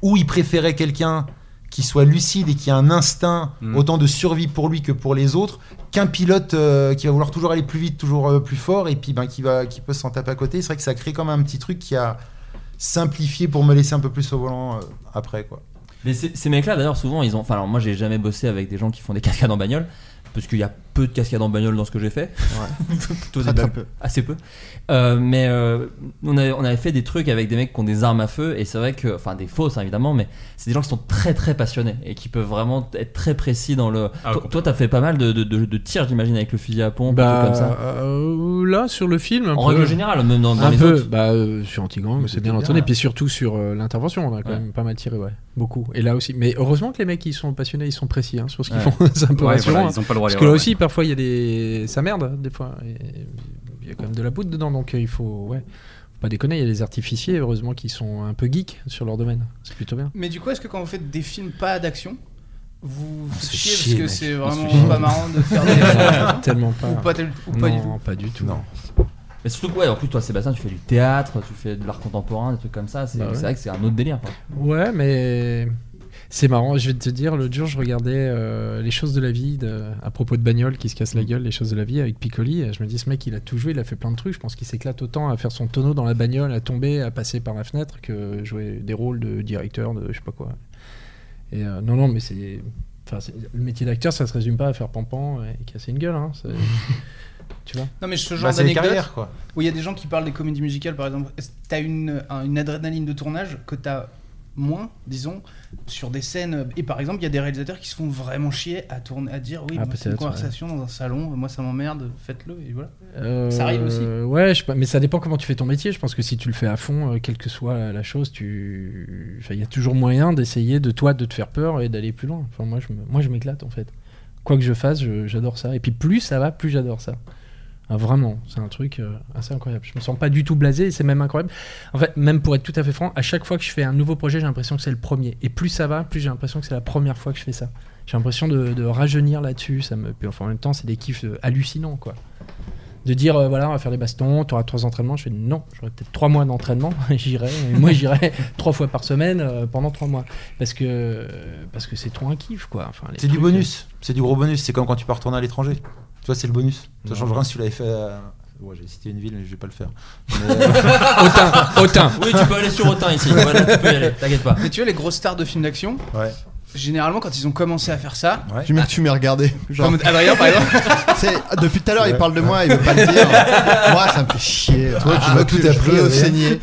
L: où il préférait quelqu'un qui soit lucide et qui a un instinct
J: Mm.
L: autant de survie pour lui que pour les autres qu'un pilote euh, qui va vouloir toujours aller plus vite, toujours euh, plus fort et puis ben, qui, va, qui peut s'en taper à côté. C'est vrai que ça crée quand même un petit truc qui a simplifié pour me laisser un peu plus au volant euh, après. quoi.
A: Mais ces ces mecs-là, d'ailleurs, souvent, ils ont. Enfin, alors, moi, j'ai jamais bossé avec des gens qui font des cascades en bagnole, parce qu'il y a peu de cascades en bagnole dans ce que j'ai fait. Plutôt
H: Très,
A: des
H: très
A: bagnoles.
H: peu.
A: Assez peu. Euh, mais euh, on, avait, on avait fait des trucs avec des mecs qui ont des armes à feu, et c'est vrai que. Enfin, des fausses, hein, évidemment, mais c'est des gens qui sont très, très passionnés, et qui peuvent vraiment être très précis dans le.
J: Ah,
A: Toi- toi, t'as fait pas mal de, de, de- de tirs, j'imagine, avec le fusil à pompe,
I: Bah,
A: ou tout comme ça.
I: euh, là, sur le film, un
A: En
I: peu.
A: règle générale, même dans- dans
I: un
A: les
I: peu,
A: autres.
I: bah, euh, sur Antigang, c'est bien
A: bien, hein.
I: entendu. Et
A: ouais.
I: puis surtout sur euh, l'intervention, on a quand
A: Ouais.
I: même pas mal tiré, ouais. Beaucoup. Et là aussi. Mais heureusement que les mecs, ils sont passionnés, ils sont précis hein, sur ce qu'ils
J: Ouais.
I: font. c'est un peu
J: Ouais,
I: rassurant,
J: voilà,
I: hein.
J: ils ont pas le droit à
I: Parce que là
J: l'erreur,
I: aussi, parfois, il y a des. Ça merde, hein, des fois. Et Il y a quand même de la poudre dedans, donc euh, il faut. Ouais. faut Pas déconner, il y a des artificiers, heureusement, qui sont un peu geeks sur leur domaine. C'est plutôt bien.
K: Mais du coup, est-ce que quand vous faites des films pas d'action, vous vous
I: se
K: faites
I: fait
K: chier, parce
I: Ah, chier,
K: que
I: mec.
K: c'est
I: On se
K: vraiment
I: fait chier.
K: pas marrant de faire des
I: Ouais, tellement pas.
K: Ou pas, tel- ou pas du
I: Non,
K: tout.
I: pas du tout.
L: Non.
A: Mais surtout que, ouais, en plus, toi, Sébastien, tu fais du théâtre, tu fais de l'art contemporain, des trucs comme ça. C'est
I: Bah ouais.
A: c'est vrai que c'est un autre délire. quoi.
K: Euh.
I: Ouais, mais c'est marrant. Je vais te dire, l'autre jour, je regardais euh, Les choses de la vie de- à propos de bagnoles qui se cassent la gueule, Les choses de la vie avec Piccoli. Et je me dis, ce mec, il a tout joué, il a fait plein de trucs. Je pense qu'il s'éclate autant à faire son tonneau dans la bagnole, à tomber, à passer par la fenêtre, que jouer des rôles de directeur, de je sais pas quoi. Et euh, non, non, mais c'est. Enfin, c'est- le métier d'acteur, ça se résume pas à faire pampan et casser une gueule. hein. C'est- tu vois
K: Non mais ce genre d'anecdote où il y a des gens qui parlent des comédies musicales par exemple, est-ce que t'as une, un- une adrénaline de tournage que t'as moins, disons, sur des scènes. Et par exemple, il y a des réalisateurs qui se font vraiment chier à tourner, à dire oui,
I: Ah,
K: moi, c'est une
I: peut-être,
K: conversation dans un salon, moi ça m'emmerde, faites-le et voilà.
I: Euh,
K: Ça arrive aussi.
I: Ouais, je sais pas, mais ça dépend comment tu fais ton métier. Je pense que si tu le fais à fond, euh, quelle que soit la chose, tu, enfin, il y a toujours moyen d'essayer de toi de te faire peur et d'aller plus loin. Enfin, moi, je me- moi, je m'éclate en fait. Quoi que je fasse, je- j'adore ça. Et puis plus ça va, plus j'adore ça. Ah, vraiment, c'est un truc euh, assez incroyable. Je me sens pas du tout blasé, et c'est même incroyable. En fait, même pour être tout à fait franc, à chaque fois que je fais un nouveau projet, j'ai l'impression que c'est le premier. Et plus ça va, plus j'ai l'impression que c'est la première fois que je fais ça. J'ai l'impression de, de rajeunir là-dessus. Ça me, puis enfin, en même temps, c'est des kiffs euh, hallucinants, quoi de dire euh, voilà on va faire des bastons tu auras trois entraînements je fais non j'aurai peut-être trois mois d'entraînement j'irai et moi j'irai trois fois par semaine euh, pendant trois mois parce que parce que c'est trop un kiff quoi enfin, les
L: C'est du
I: trucs,
L: bonus, c'est du gros bonus, c'est comme quand tu pars tourner à l'étranger. Tu vois, c'est le bonus. Ça
I: Ouais.
L: change rien si tu l'avais fait à... Ouais, j'ai cité une ville, mais euh, je vais pas le faire.
A: Autun, Autun. Oui, tu peux aller sur Autun ici. Voilà, tu peux y aller, t'inquiète pas.
K: Mais tu vois, les grosses stars de films d'action, généralement, quand ils ont commencé à faire ça,
H: J'aime bien que tu m'aies regardé. Genre.
K: Comme Adrien, par exemple.
H: C'est- depuis tout à l'heure, il
K: Ouais.
H: parle de moi, il veut pas le dire. moi, ça me fait chier.
L: Toi, tu m'as tout
H: je
L: appris,
H: vais ah, au
L: Adrien.
H: saigner.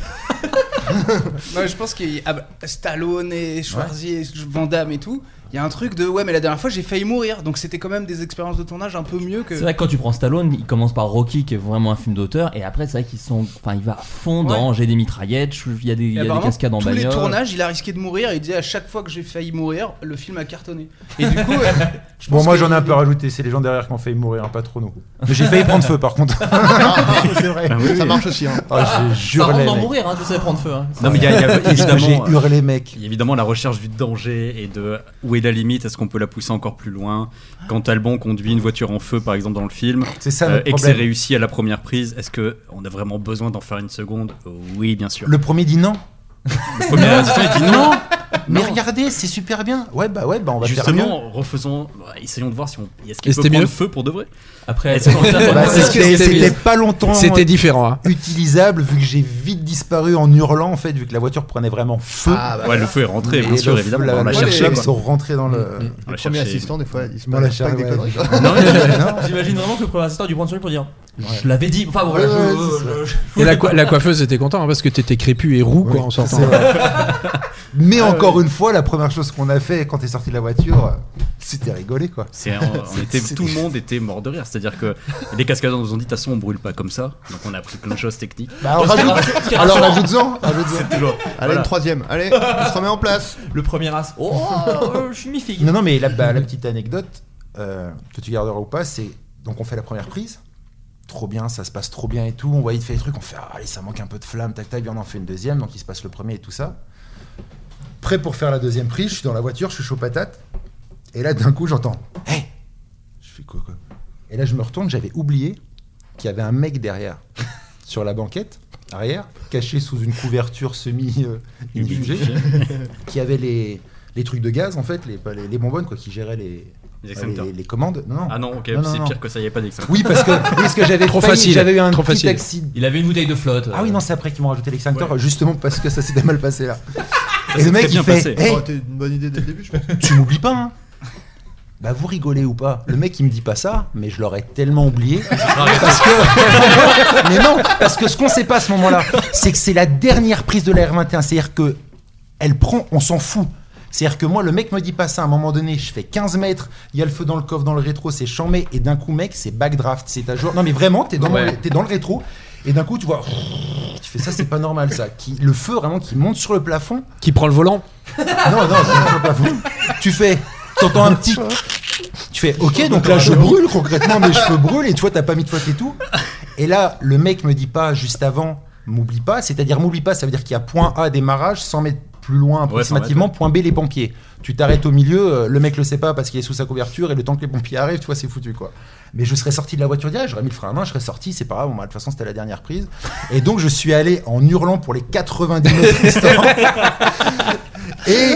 K: Moi, je pense que ah bah, Stallone et Schwarzy et Van Damme et tout, il y a un truc de ouais, mais la dernière fois j'ai failli mourir, donc c'était quand même des expériences de tournage un peu mieux que.
A: C'est vrai que quand tu prends Stallone, il commence par Rocky, qui est vraiment un film d'auteur, et après, c'est vrai qu'ils sont. Enfin, il va à fond dans j'ai des mitraillettes, je- il y a des, il y a des
K: apparemment,
A: cascades en
K: tous
A: bagnole.
K: les tournages, il a risqué de mourir. et Il disait à chaque fois que j'ai failli mourir, le film a cartonné. Et du coup, euh, je
L: Bon,
K: pense
L: moi
K: que-
L: j'en ai un peu rajouté, c'est les gens derrière qui ont failli mourir, hein, pas trop nous. Mais j'ai failli prendre feu par contre.
H: c'est vrai. Ça marche aussi, hein.
L: Ah, j'ai
A: Ça rentre
L: hurlé,
A: d'en
L: mec.
A: mourir, hein, tu sais prendre feu. hein.
J: Non, mais il y a, il y a
L: Qu'est-ce que
J: évidemment. euh,
L: j'ai hurlé, mec.
J: il y a évidemment la recherche du danger et de où est la limite, est-ce qu'on peut la pousser encore plus loin Quand Albon conduit une voiture en feu, par exemple, dans le film, euh,
L: C'est ça, notre
J: et que c'est
L: problème.
J: réussi à la première prise, est-ce qu'on a vraiment besoin d'en faire une seconde Euh, Oui, bien sûr.
L: Le premier dit non.
J: Le premier assistant, il dit non.
L: Mais
J: Non.
L: regardez, c'est super bien. Ouais, bah ouais, bah on va faire mieux.
J: Justement, refaisons, bah, essayons de voir si on, est-ce qu'il
L: Et
J: peut
L: c'était
J: prendre
L: mieux
J: feu pour de vrai.
A: Après,
J: Est-ce qu'on-
L: Bah,
J: Est-ce que
L: c'était c'était
J: mieux
L: pas longtemps.
I: C'était
L: euh,
I: différent, hein.
L: Utilisable vu que j'ai vite disparu en hurlant en fait, vu que la voiture prenait vraiment feu.
H: Ah, bah,
J: Ouais, le feu est rentré,
L: Et
J: bien sûr,
L: le
J: évidemment,
L: feu, La,
J: on l'a
L: la
J: cherché,
L: flamme
J: quoi. Mm,
L: sont rentrés dans le.
J: On l'a
H: Le premier
J: cherché.
H: assistant, des fois, il se
L: On l'a
H: balade pas avec des
L: cherché,
H: conneries.
L: ouais.
A: J'imagine vraiment que le premier assistant du prendre sur lui pour dire Je
L: Ouais.
A: l'avais dit. Enfin, voilà,
L: Ouais,
A: je-
L: ouais, c'est
A: je-
L: ça.
A: je-
I: et la, coi- la coiffeuse était contente hein, parce que t'étais crépu et roux quoi en sortant
L: C'est vrai. Mais
J: Ah
L: encore une fois, la première chose qu'on a fait quand t'es sorti de la voiture, euh, c'était rigoler quoi.
J: C'est- on- on était-
L: C'est-
J: tout le monde était mort de rire. C'est-à-dire que les cascadeurs nous ont dit, de toute façon, on brûle pas comme ça. Donc on a appris plein de choses techniques.
H: Bah, on rajoute- alors rajoute-en, rajoute-en.
J: C'est toujours-
H: Allez,
J: voilà.
H: une troisième. Allez, on se remet en place.
A: Le premier as. Oh, euh, je suis mi
L: Non, non, mais la, bah, la petite anecdote euh, que tu garderas ou pas, c'est donc on fait la première prise. Trop bien, ça se passe trop bien et tout. On voit, il fait les trucs, on fait ah, allez, ça manque un peu de flamme, tac tac, bien, on en fait une deuxième, donc il se passe le premier et tout ça. Prêt pour faire la deuxième prise, je suis dans la voiture, je suis chaud patate. Et là, d'un coup, j'entends Hey Je fais quoi, quoi Et là, je me retourne, j'avais oublié qu'il y avait un mec derrière, sur la banquette, arrière, caché sous une couverture euh, semi-indigée, qui avait les, les trucs de gaz, en fait, les, pas les, les bonbonnes, quoi, qui géraient les,
J: Les extincteurs.
L: les- les commandes. Non, non.
J: Ah non, ok,
L: Non, non,
J: c'est
L: non.
J: pire que ça, il n'y avait pas d'exemple.
L: Oui, parce que, oui, parce que j'avais
I: Trop
L: failli-
I: facile,
L: j'avais eu un
I: trop
L: petit
I: facile.
L: accident.
A: Il avait une bouteille de flotte. euh,
L: Ah oui, non, c'est après qu'ils m'ont rajouté l'extincteur,
A: Ouais.
L: justement parce que ça s'est mal passé là. Et
H: s'est
L: le mec,
H: très
L: il
H: bien
L: fait
H: passé.
L: Hey,
H: Ça aurait été Oh, une bonne idée dès le début, je pense.
L: tu m'oublies pas, hein bah vous rigolez ou pas Le mec il me dit pas ça, mais je l'aurais tellement oublié parce que mais non parce que ce qu'on sait pas à ce moment-là, c'est que c'est la dernière prise de la R21, c'est-à-dire que elle prend, on s'en fout. C'est-à-dire que moi le mec me dit pas ça à un moment donné, je fais 15 mètres, il y a le feu dans le coffre, dans le rétro, c'est chambé et d'un coup mec c'est backdraft, c'est à jour. Non mais vraiment t'es dans, mon-
I: Ouais.
L: t'es dans le rétro et d'un coup tu vois tu fais ça c'est pas normal ça, qui, le feu vraiment qui monte sur le plafond
I: qui prend le volant
L: non, non, c'est pas vous. Tu fais, t'entends un petit. Tu fais, ok, donc là je brûle concrètement, mes cheveux brûlent et toi t'as pas mis de faute et tout. Et là, le mec me dit pas juste avant, m'oublie pas, c'est-à-dire m'oublie pas, ça veut dire qu'il y a point A démarrage, 100 mètres plus loin approximativement, point B les pompiers. Tu t'arrêtes au milieu, euh, le mec le sait pas parce qu'il est sous sa couverture et le temps que les pompiers arrivent, tu vois, c'est foutu quoi. Mais je serais sorti de la voiture direct, j'aurais mis le frein à main, je serais sorti, c'est pas grave, bon, bah, de toute façon c'était la dernière prise. Et donc je suis allé en hurlant pour les 90 mètres restants. Et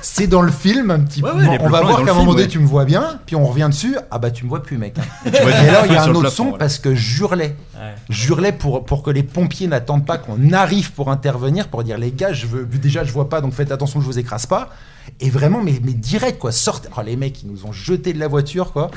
L: c'est dans le film un petit
J: Ouais,
L: peu.
J: ouais, les
L: on
J: plans
L: va
J: sont dans
L: voir
J: le
L: qu'à un
J: film,
L: moment donné
J: ouais.
L: tu me vois bien, puis on revient dessus. Ah bah tu me vois plus, mec. Et,
J: vois du
L: là il y
J: feu
L: a
J: sur
L: un
J: le
L: autre
J: plafond,
L: son
J: voilà.
L: parce que j'hurlais. J'hurlais pour, pour que les pompiers n'attendent pas qu'on arrive pour intervenir, pour dire les gars, je veux, déjà je vois pas, donc faites attention que je vous écrase pas. Et vraiment, mais, mais direct, quoi. Sortez. Oh, les mecs, ils nous ont jeté de la voiture, quoi.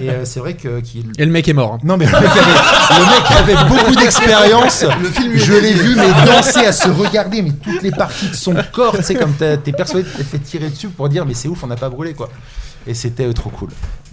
L: Et euh, c'est vrai que. qu'il-
I: Et le mec est mort. hein.
L: Non, mais le mec avait, le mec avait beaucoup d'expérience.
H: Le film lui a
L: Je l'ai
H: dédié.
L: vu, mais danser à se regarder, mais toutes les parties de son corps, tu sais, comme t'as- t'es persuadé de t'être fait tirer dessus pour dire, mais c'est ouf, on n'a pas brûlé, quoi. Et c'était euh, trop cool.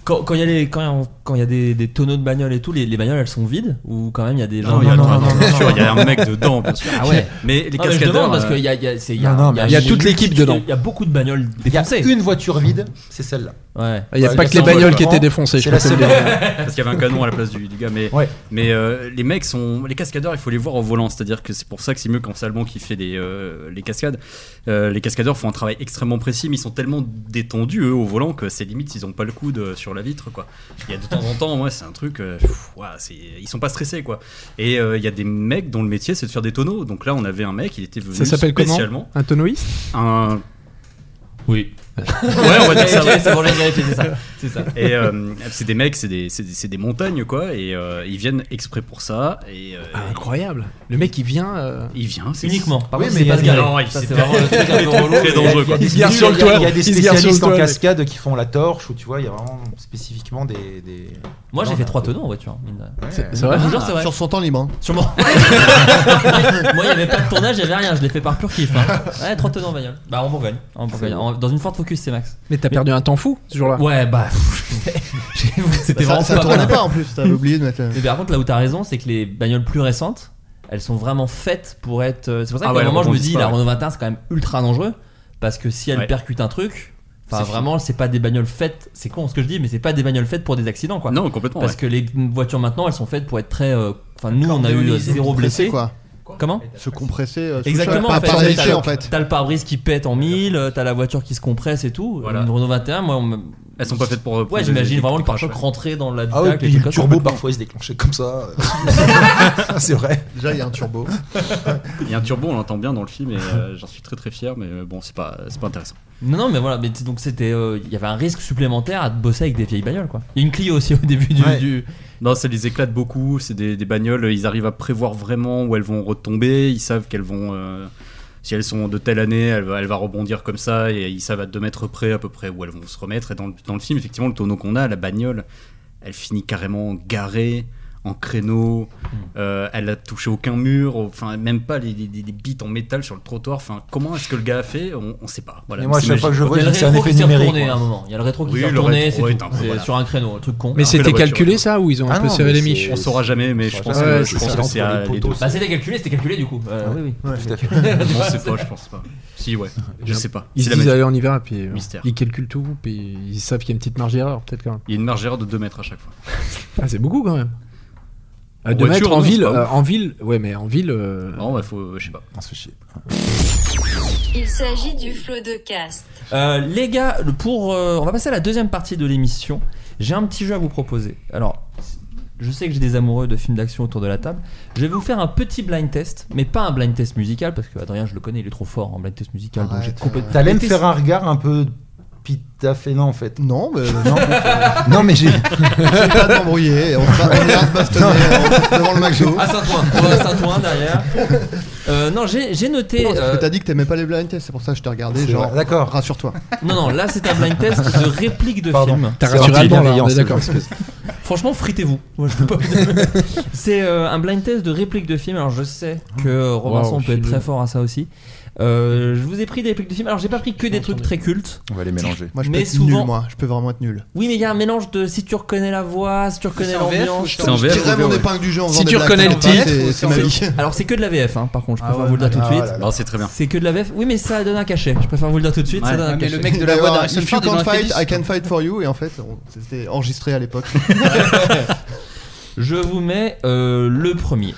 A: Quand quand il y a, les- quand il y a- quand il y a des, des tonneaux de bagnoles et tout, les, les bagnoles elles sont vides ou quand même il y a des gens.
J: Non, il y a- non, non, bien sûr, il y a un mec dedans, bien sûr.
A: Ah ouais.
J: Mais les
A: Non, je
J: cascadeurs,
A: demande parce
J: euh,
A: qu'il y a, il y a- c'est-
L: Non, non, mais il y a toute l'équipe dedans.
A: Il y a beaucoup de bagnoles
L: Il y a
A: défoncées.
L: une voiture vide, c'est celle-là.
A: Ouais.
I: Il y a
L: Ouais,
I: pas que les
L: sans
I: bagnoles
L: voiture.
I: qui étaient défoncées, je
L: C'est la
I: peux te le
L: seule.
I: dire.
J: parce qu'il y avait un canon à la place du, du gars. Mais,
L: Ouais.
J: mais euh, les mecs sont. Les cascadeurs, il faut les voir au volant. C'est-à-dire que c'est pour ça que c'est mieux quand c'est Alban qui fait les, euh, les cascades. Euh, les cascadeurs font un travail extrêmement précis, mais ils sont tellement détendus, eux, au volant, que c'est limite ils ont pas le coude euh, sur la vitre. quoi. Il y a de temps en temps, moi, c'est un truc. euh, pff, ouah, c'est- ils sont pas stressés. quoi. Et euh, il y a des mecs dont le métier, c'est de faire des tonneaux. Donc là, on avait un mec, il était venu
I: Ça s'appelle comment
J: spécialement.
I: Un tonnoïste
J: Un. Oui. ouais, on va dire ça.
A: Ok, c'est bon, j'ai vérifié, c'est ça. C'est ça.
J: Et euh, c'est des mecs, c'est des, c'est des- c'est des montagnes, quoi. Et euh, ils viennent exprès pour ça. Et, euh,
I: Ah, Incroyable. Le mec, il vient.
J: Il vient, c'est
A: Uniquement. Par
J: Oui,
A: contre,
J: mais
A: c'est pas se
J: il y a-
A: garer.
J: non, il-
A: Ça,
J: c'est
A: c'est vraiment le truc un peu relou.
J: Très dangereux, quoi.
L: Il y a-
J: Il se gare sur le
L: il y a-
J: toit.
L: Il y a des
J: Il se gare sur le
L: spécialistes en
J: toit, mec.
L: cascade qui font la torche, ou tu vois, il y a vraiment spécifiquement des. des-
A: Moi j'ai
L: Non,
A: fait
L: non.
A: trois tonneaux en voiture. mine de rien.
L: C'est-
H: c'est vrai
A: Je vous jure,
J: Ah,
A: c'est vrai.
H: Sur son temps libre, hein.
A: Sûrement. Moi il n'y avait pas de tournage, il n'y avait rien, je l'ai fait par pur kiff. hein. Ouais, trois tonneaux en bagnole. Bah en Bourgogne. En Bourgogne. En- Dans une Ford Focus, c'est max.
I: Mais t'as perdu un temps fou ce jour-là.
A: Ouais, bah. C'était
I: Ça-
A: vraiment
I: ça tournait
A: mal.
I: pas, en plus, t'avais oublié de mettre la-
A: Mais par contre, là où t'as raison, c'est que les bagnoles plus récentes, elles sont vraiment faites pour être. euh, C'est pour ça
J: Ah
A: qu'à
J: ouais,
A: un moment,
J: elles
A: je me
J: rebondissent
A: dis,
J: pas,
A: la
J: ouais.
A: Renault 21, c'est quand même ultra dangereux. Parce que si elle
J: Ouais.
A: percute un truc. Enfin,
J: C'est fini.
A: vraiment, c'est pas des bagnoles faites, c'est con ce que je dis, mais c'est pas des bagnoles faites pour des accidents quoi.
J: Non, complètement,
A: Parce
J: ouais.
A: que les voitures maintenant, elles sont faites pour être très. euh, Enfin, nous, on a eu euh,
H: Cordialisées,
A: zéro
H: compressées,
A: blessé.
H: quoi.
A: Comment
H: Se compresser. euh, sous
A: Exactement,
H: choc,
A: en
H: pas
A: fait.
H: par
A: T'as
H: effet,
A: le-
H: en fait.
A: T'as le pare-brise qui pète en mille, euh, t'as la voiture qui se compresse et tout.
J: Voilà.
A: Une Renault 21, moi, on me-
J: Elles sont pas faites pour- euh, pour
A: ouais,
J: des-
A: j'imagine
J: des-
A: vraiment
J: des
A: le pare-choc
J: crashs, ouais.
A: rentrer dans la
L: Ah oui, puis le turbo parfois il se déclenchait comme ça. C'est vrai.
H: Déjà, il y a un turbo.
J: Il y a un turbo, on l'entend bien dans le film, et euh, j'en suis très très fier, mais euh, bon, c'est pas, c'est pas intéressant.
A: Non, non, mais voilà, mais t- donc c'était. euh, Il y avait un risque supplémentaire à te bosser avec des vieilles bagnoles, quoi. Il y a une Clio aussi au début du. du-
J: Non, ça les éclate beaucoup, c'est des, des bagnoles, ils arrivent à prévoir vraiment où elles vont retomber, ils savent qu'elles vont... euh, si elles sont de telle année, elle va, elle va rebondir comme ça, et ils savent à 2 mètres près à peu près où elles vont se remettre. Et dans, le- dans le film, effectivement, le tonneau qu'on a, la bagnole, elle finit carrément garée, en créneau, euh, elle a touché aucun mur, enfin même pas les, les- les- les bites en métal sur le trottoir. Enfin, comment est-ce que le gars a fait On ne sait pas. Voilà,
L: Mais moi,
J: c'est
L: chaque fois
J: magique.
L: que je vois,
A: Il y a
L: je
A: le
L: dis que c'est un
A: rétro
L: effet
A: qui s'est
L: numérique.
A: retourné
L: quoi.
A: à un moment. Il y a le rétro qui
J: Oui,
A: s'est
J: le
A: retourné,
J: rétro
A: c'est
J: est
A: tout.
J: un peu,
A: C'est
J: voilà.
A: sur un créneau, un truc con.
I: Mais
J: Alors que la
I: c'était
J: voiture, Ah
I: calculé
J: elle-
I: ça ou ils ont un peu serré les miches
J: On saura jamais, mais je pense
I: Ouais,
J: que
I: c'est
J: je pense
I: ça.
J: que c'est
I: Entre
J: à
I: les
J: les deux.
I: poteaux, Ah
A: Bah, c'était calculé, c'était calculé du coup. Euh, Oui, oui.
L: Tout à fait.
J: On sait pas, je pense pas. Si, ouais, je sais pas.
I: Ils se
J: C'est la
I: disent
J: magie.
I: aller en hiver et puis euh,
J: Mystère.
I: ils calculent tout, puis ils savent qu'il y a une petite marge d'erreur peut-être quand même.
J: Il y a une marge d'erreur de 2 mètres à chaque fois.
I: Ah, c'est beaucoup quand même. À
J: En
I: deux
J: voiture,
I: mètres en
J: non, c'est
I: ville,
J: pas
I: euh,
J: ouf.
I: en ville, ouais, mais en ville. euh,
J: Non, bah, faut, je sais pas.
L: On se fait chier.
O: Il s'agit du flot de cast.
A: Euh, les gars, le- pour, euh, on va passer à la deuxième partie de l'émission. J'ai un petit jeu à vous proposer. Alors, je sais que j'ai des amoureux de films d'action autour de la table. Je vais vous faire un petit blind test, mais pas un blind test musical, parce que Adrien, je le connais, il est trop fort en blind test musical. donc j'ai complètement.
L: T'allais me
A: Mais
L: faire un regard un peu pitafénant en fait.
H: Non, mais.
L: Non, non mais j'ai.
H: C'est pas d'embrouiller. On va on va se bastonner euh, devant le McDo.
A: À Saint-Ouen, on va à Saint-Ouen derrière. Euh, non, j'ai j'ai noté.
H: Non, parce
A: euh,
H: que t'as dit que t'aimais pas les blind tests, c'est pour ça que je t'ai regardé.
L: C'est
H: Genre,
L: vrai. D'accord.
H: rassure-toi.
A: Non, non, là c'est un blind test de réplique de
L: Pardon.
A: film.
I: T'as
L: hein, C'est
I: rassuré
H: hein,
I: Alban, là, on
L: bienveillance,
I: est d'accord.
L: excuse.
A: Franchement, fritez-vous. Moi, je peux pas vous dire. c'est euh, un blind test de réplique de film. Alors, je sais
H: Ah.
A: que Robinson
I: Waouh, je
A: peut être
I: suis
A: très
I: nul.
A: fort à ça aussi. Euh, je vous ai pris des répliques de film. Alors, j'ai pas pris que des trucs très cultes.
P: On va les mélanger.
H: Moi, je peux
A: Mais
H: être
A: souvent-
H: nul, moi. Je peux vraiment être nul.
A: Oui, mais il y a un mélange de si tu reconnais la voix, si tu reconnais
K: C'est en VF,
A: l'ambiance.
K: ou c'est
J: C'est en
H: Je
J: VF.
H: dirais
J: ou
H: mon
J: VO?
H: épingle du jeu en
I: Si
H: faisant
I: tu
H: des
I: reconnais
H: blind
I: le titre,
H: tests, c'est- c'est ma vie.
A: Alors, c'est que de la VF, hein, par contre, je
K: Ah
A: préfère
K: ouais,
A: vous le dire tout de
L: ah
A: suite.
L: là là.
J: Non, c'est très bien.
A: C'est que de la VF, oui, mais ça donne un cachet. Je préfère vous le dire tout de suite,
J: Ouais.
A: ça donne
K: Ah,
A: un
K: mais
A: cachet.
K: le mec de la
H: Il va y
K: voix
H: avoir
K: d'Harrison
H: If you
K: Ford, il en
H: can't
K: a fait
H: fight, I
K: 10.
H: can fight for you. Et en fait, on- c'était enregistré à l'époque.
A: Je vous mets euh, le premier.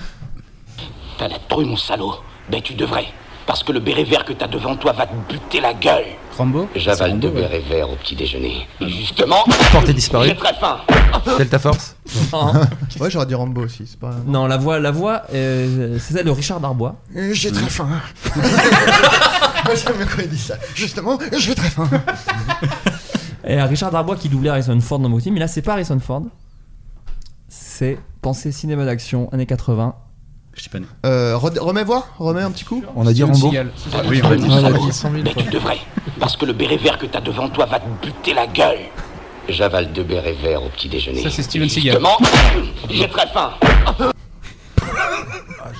Q: T'as la trouille, mon salaud. Ben, tu devrais. Parce que le béret vert que t'as devant toi va te buter la gueule.
K: Rambo
Q: J'avale deux bérets verts au petit déjeuner. Et justement,
L: Portée disparue.
Q: j'ai très faim.
L: Delta Force.
H: Ouais, j'aurais dit Rambo aussi. C'est pas.
A: Non, la voix, la voix, euh, c'est celle de Richard Darbois.
H: Euh, J'ai très faim. Moi, j'aime bien quand il dit ça. Justement, j'ai très faim.
A: Et Richard Darbois qui doublait Harrison Ford dans mon film, mais là c'est pas Harrison Ford. C'est pensée cinéma d'action années 80.
J: Je suis pas né.
H: Euh, re- remets voir, remets un petit coup.
L: On a dit Rambo.
J: Ah oui, on a dit
L: on a dit
J: 100
L: 000
Q: Mais Ben, tu devrais, parce que le béret vert que t'as devant toi va te buter la gueule. J'avale deux bérets verts au petit déjeuner.
K: Ça, c'est Steven Seagal.
Q: Justement, j'ai très faim.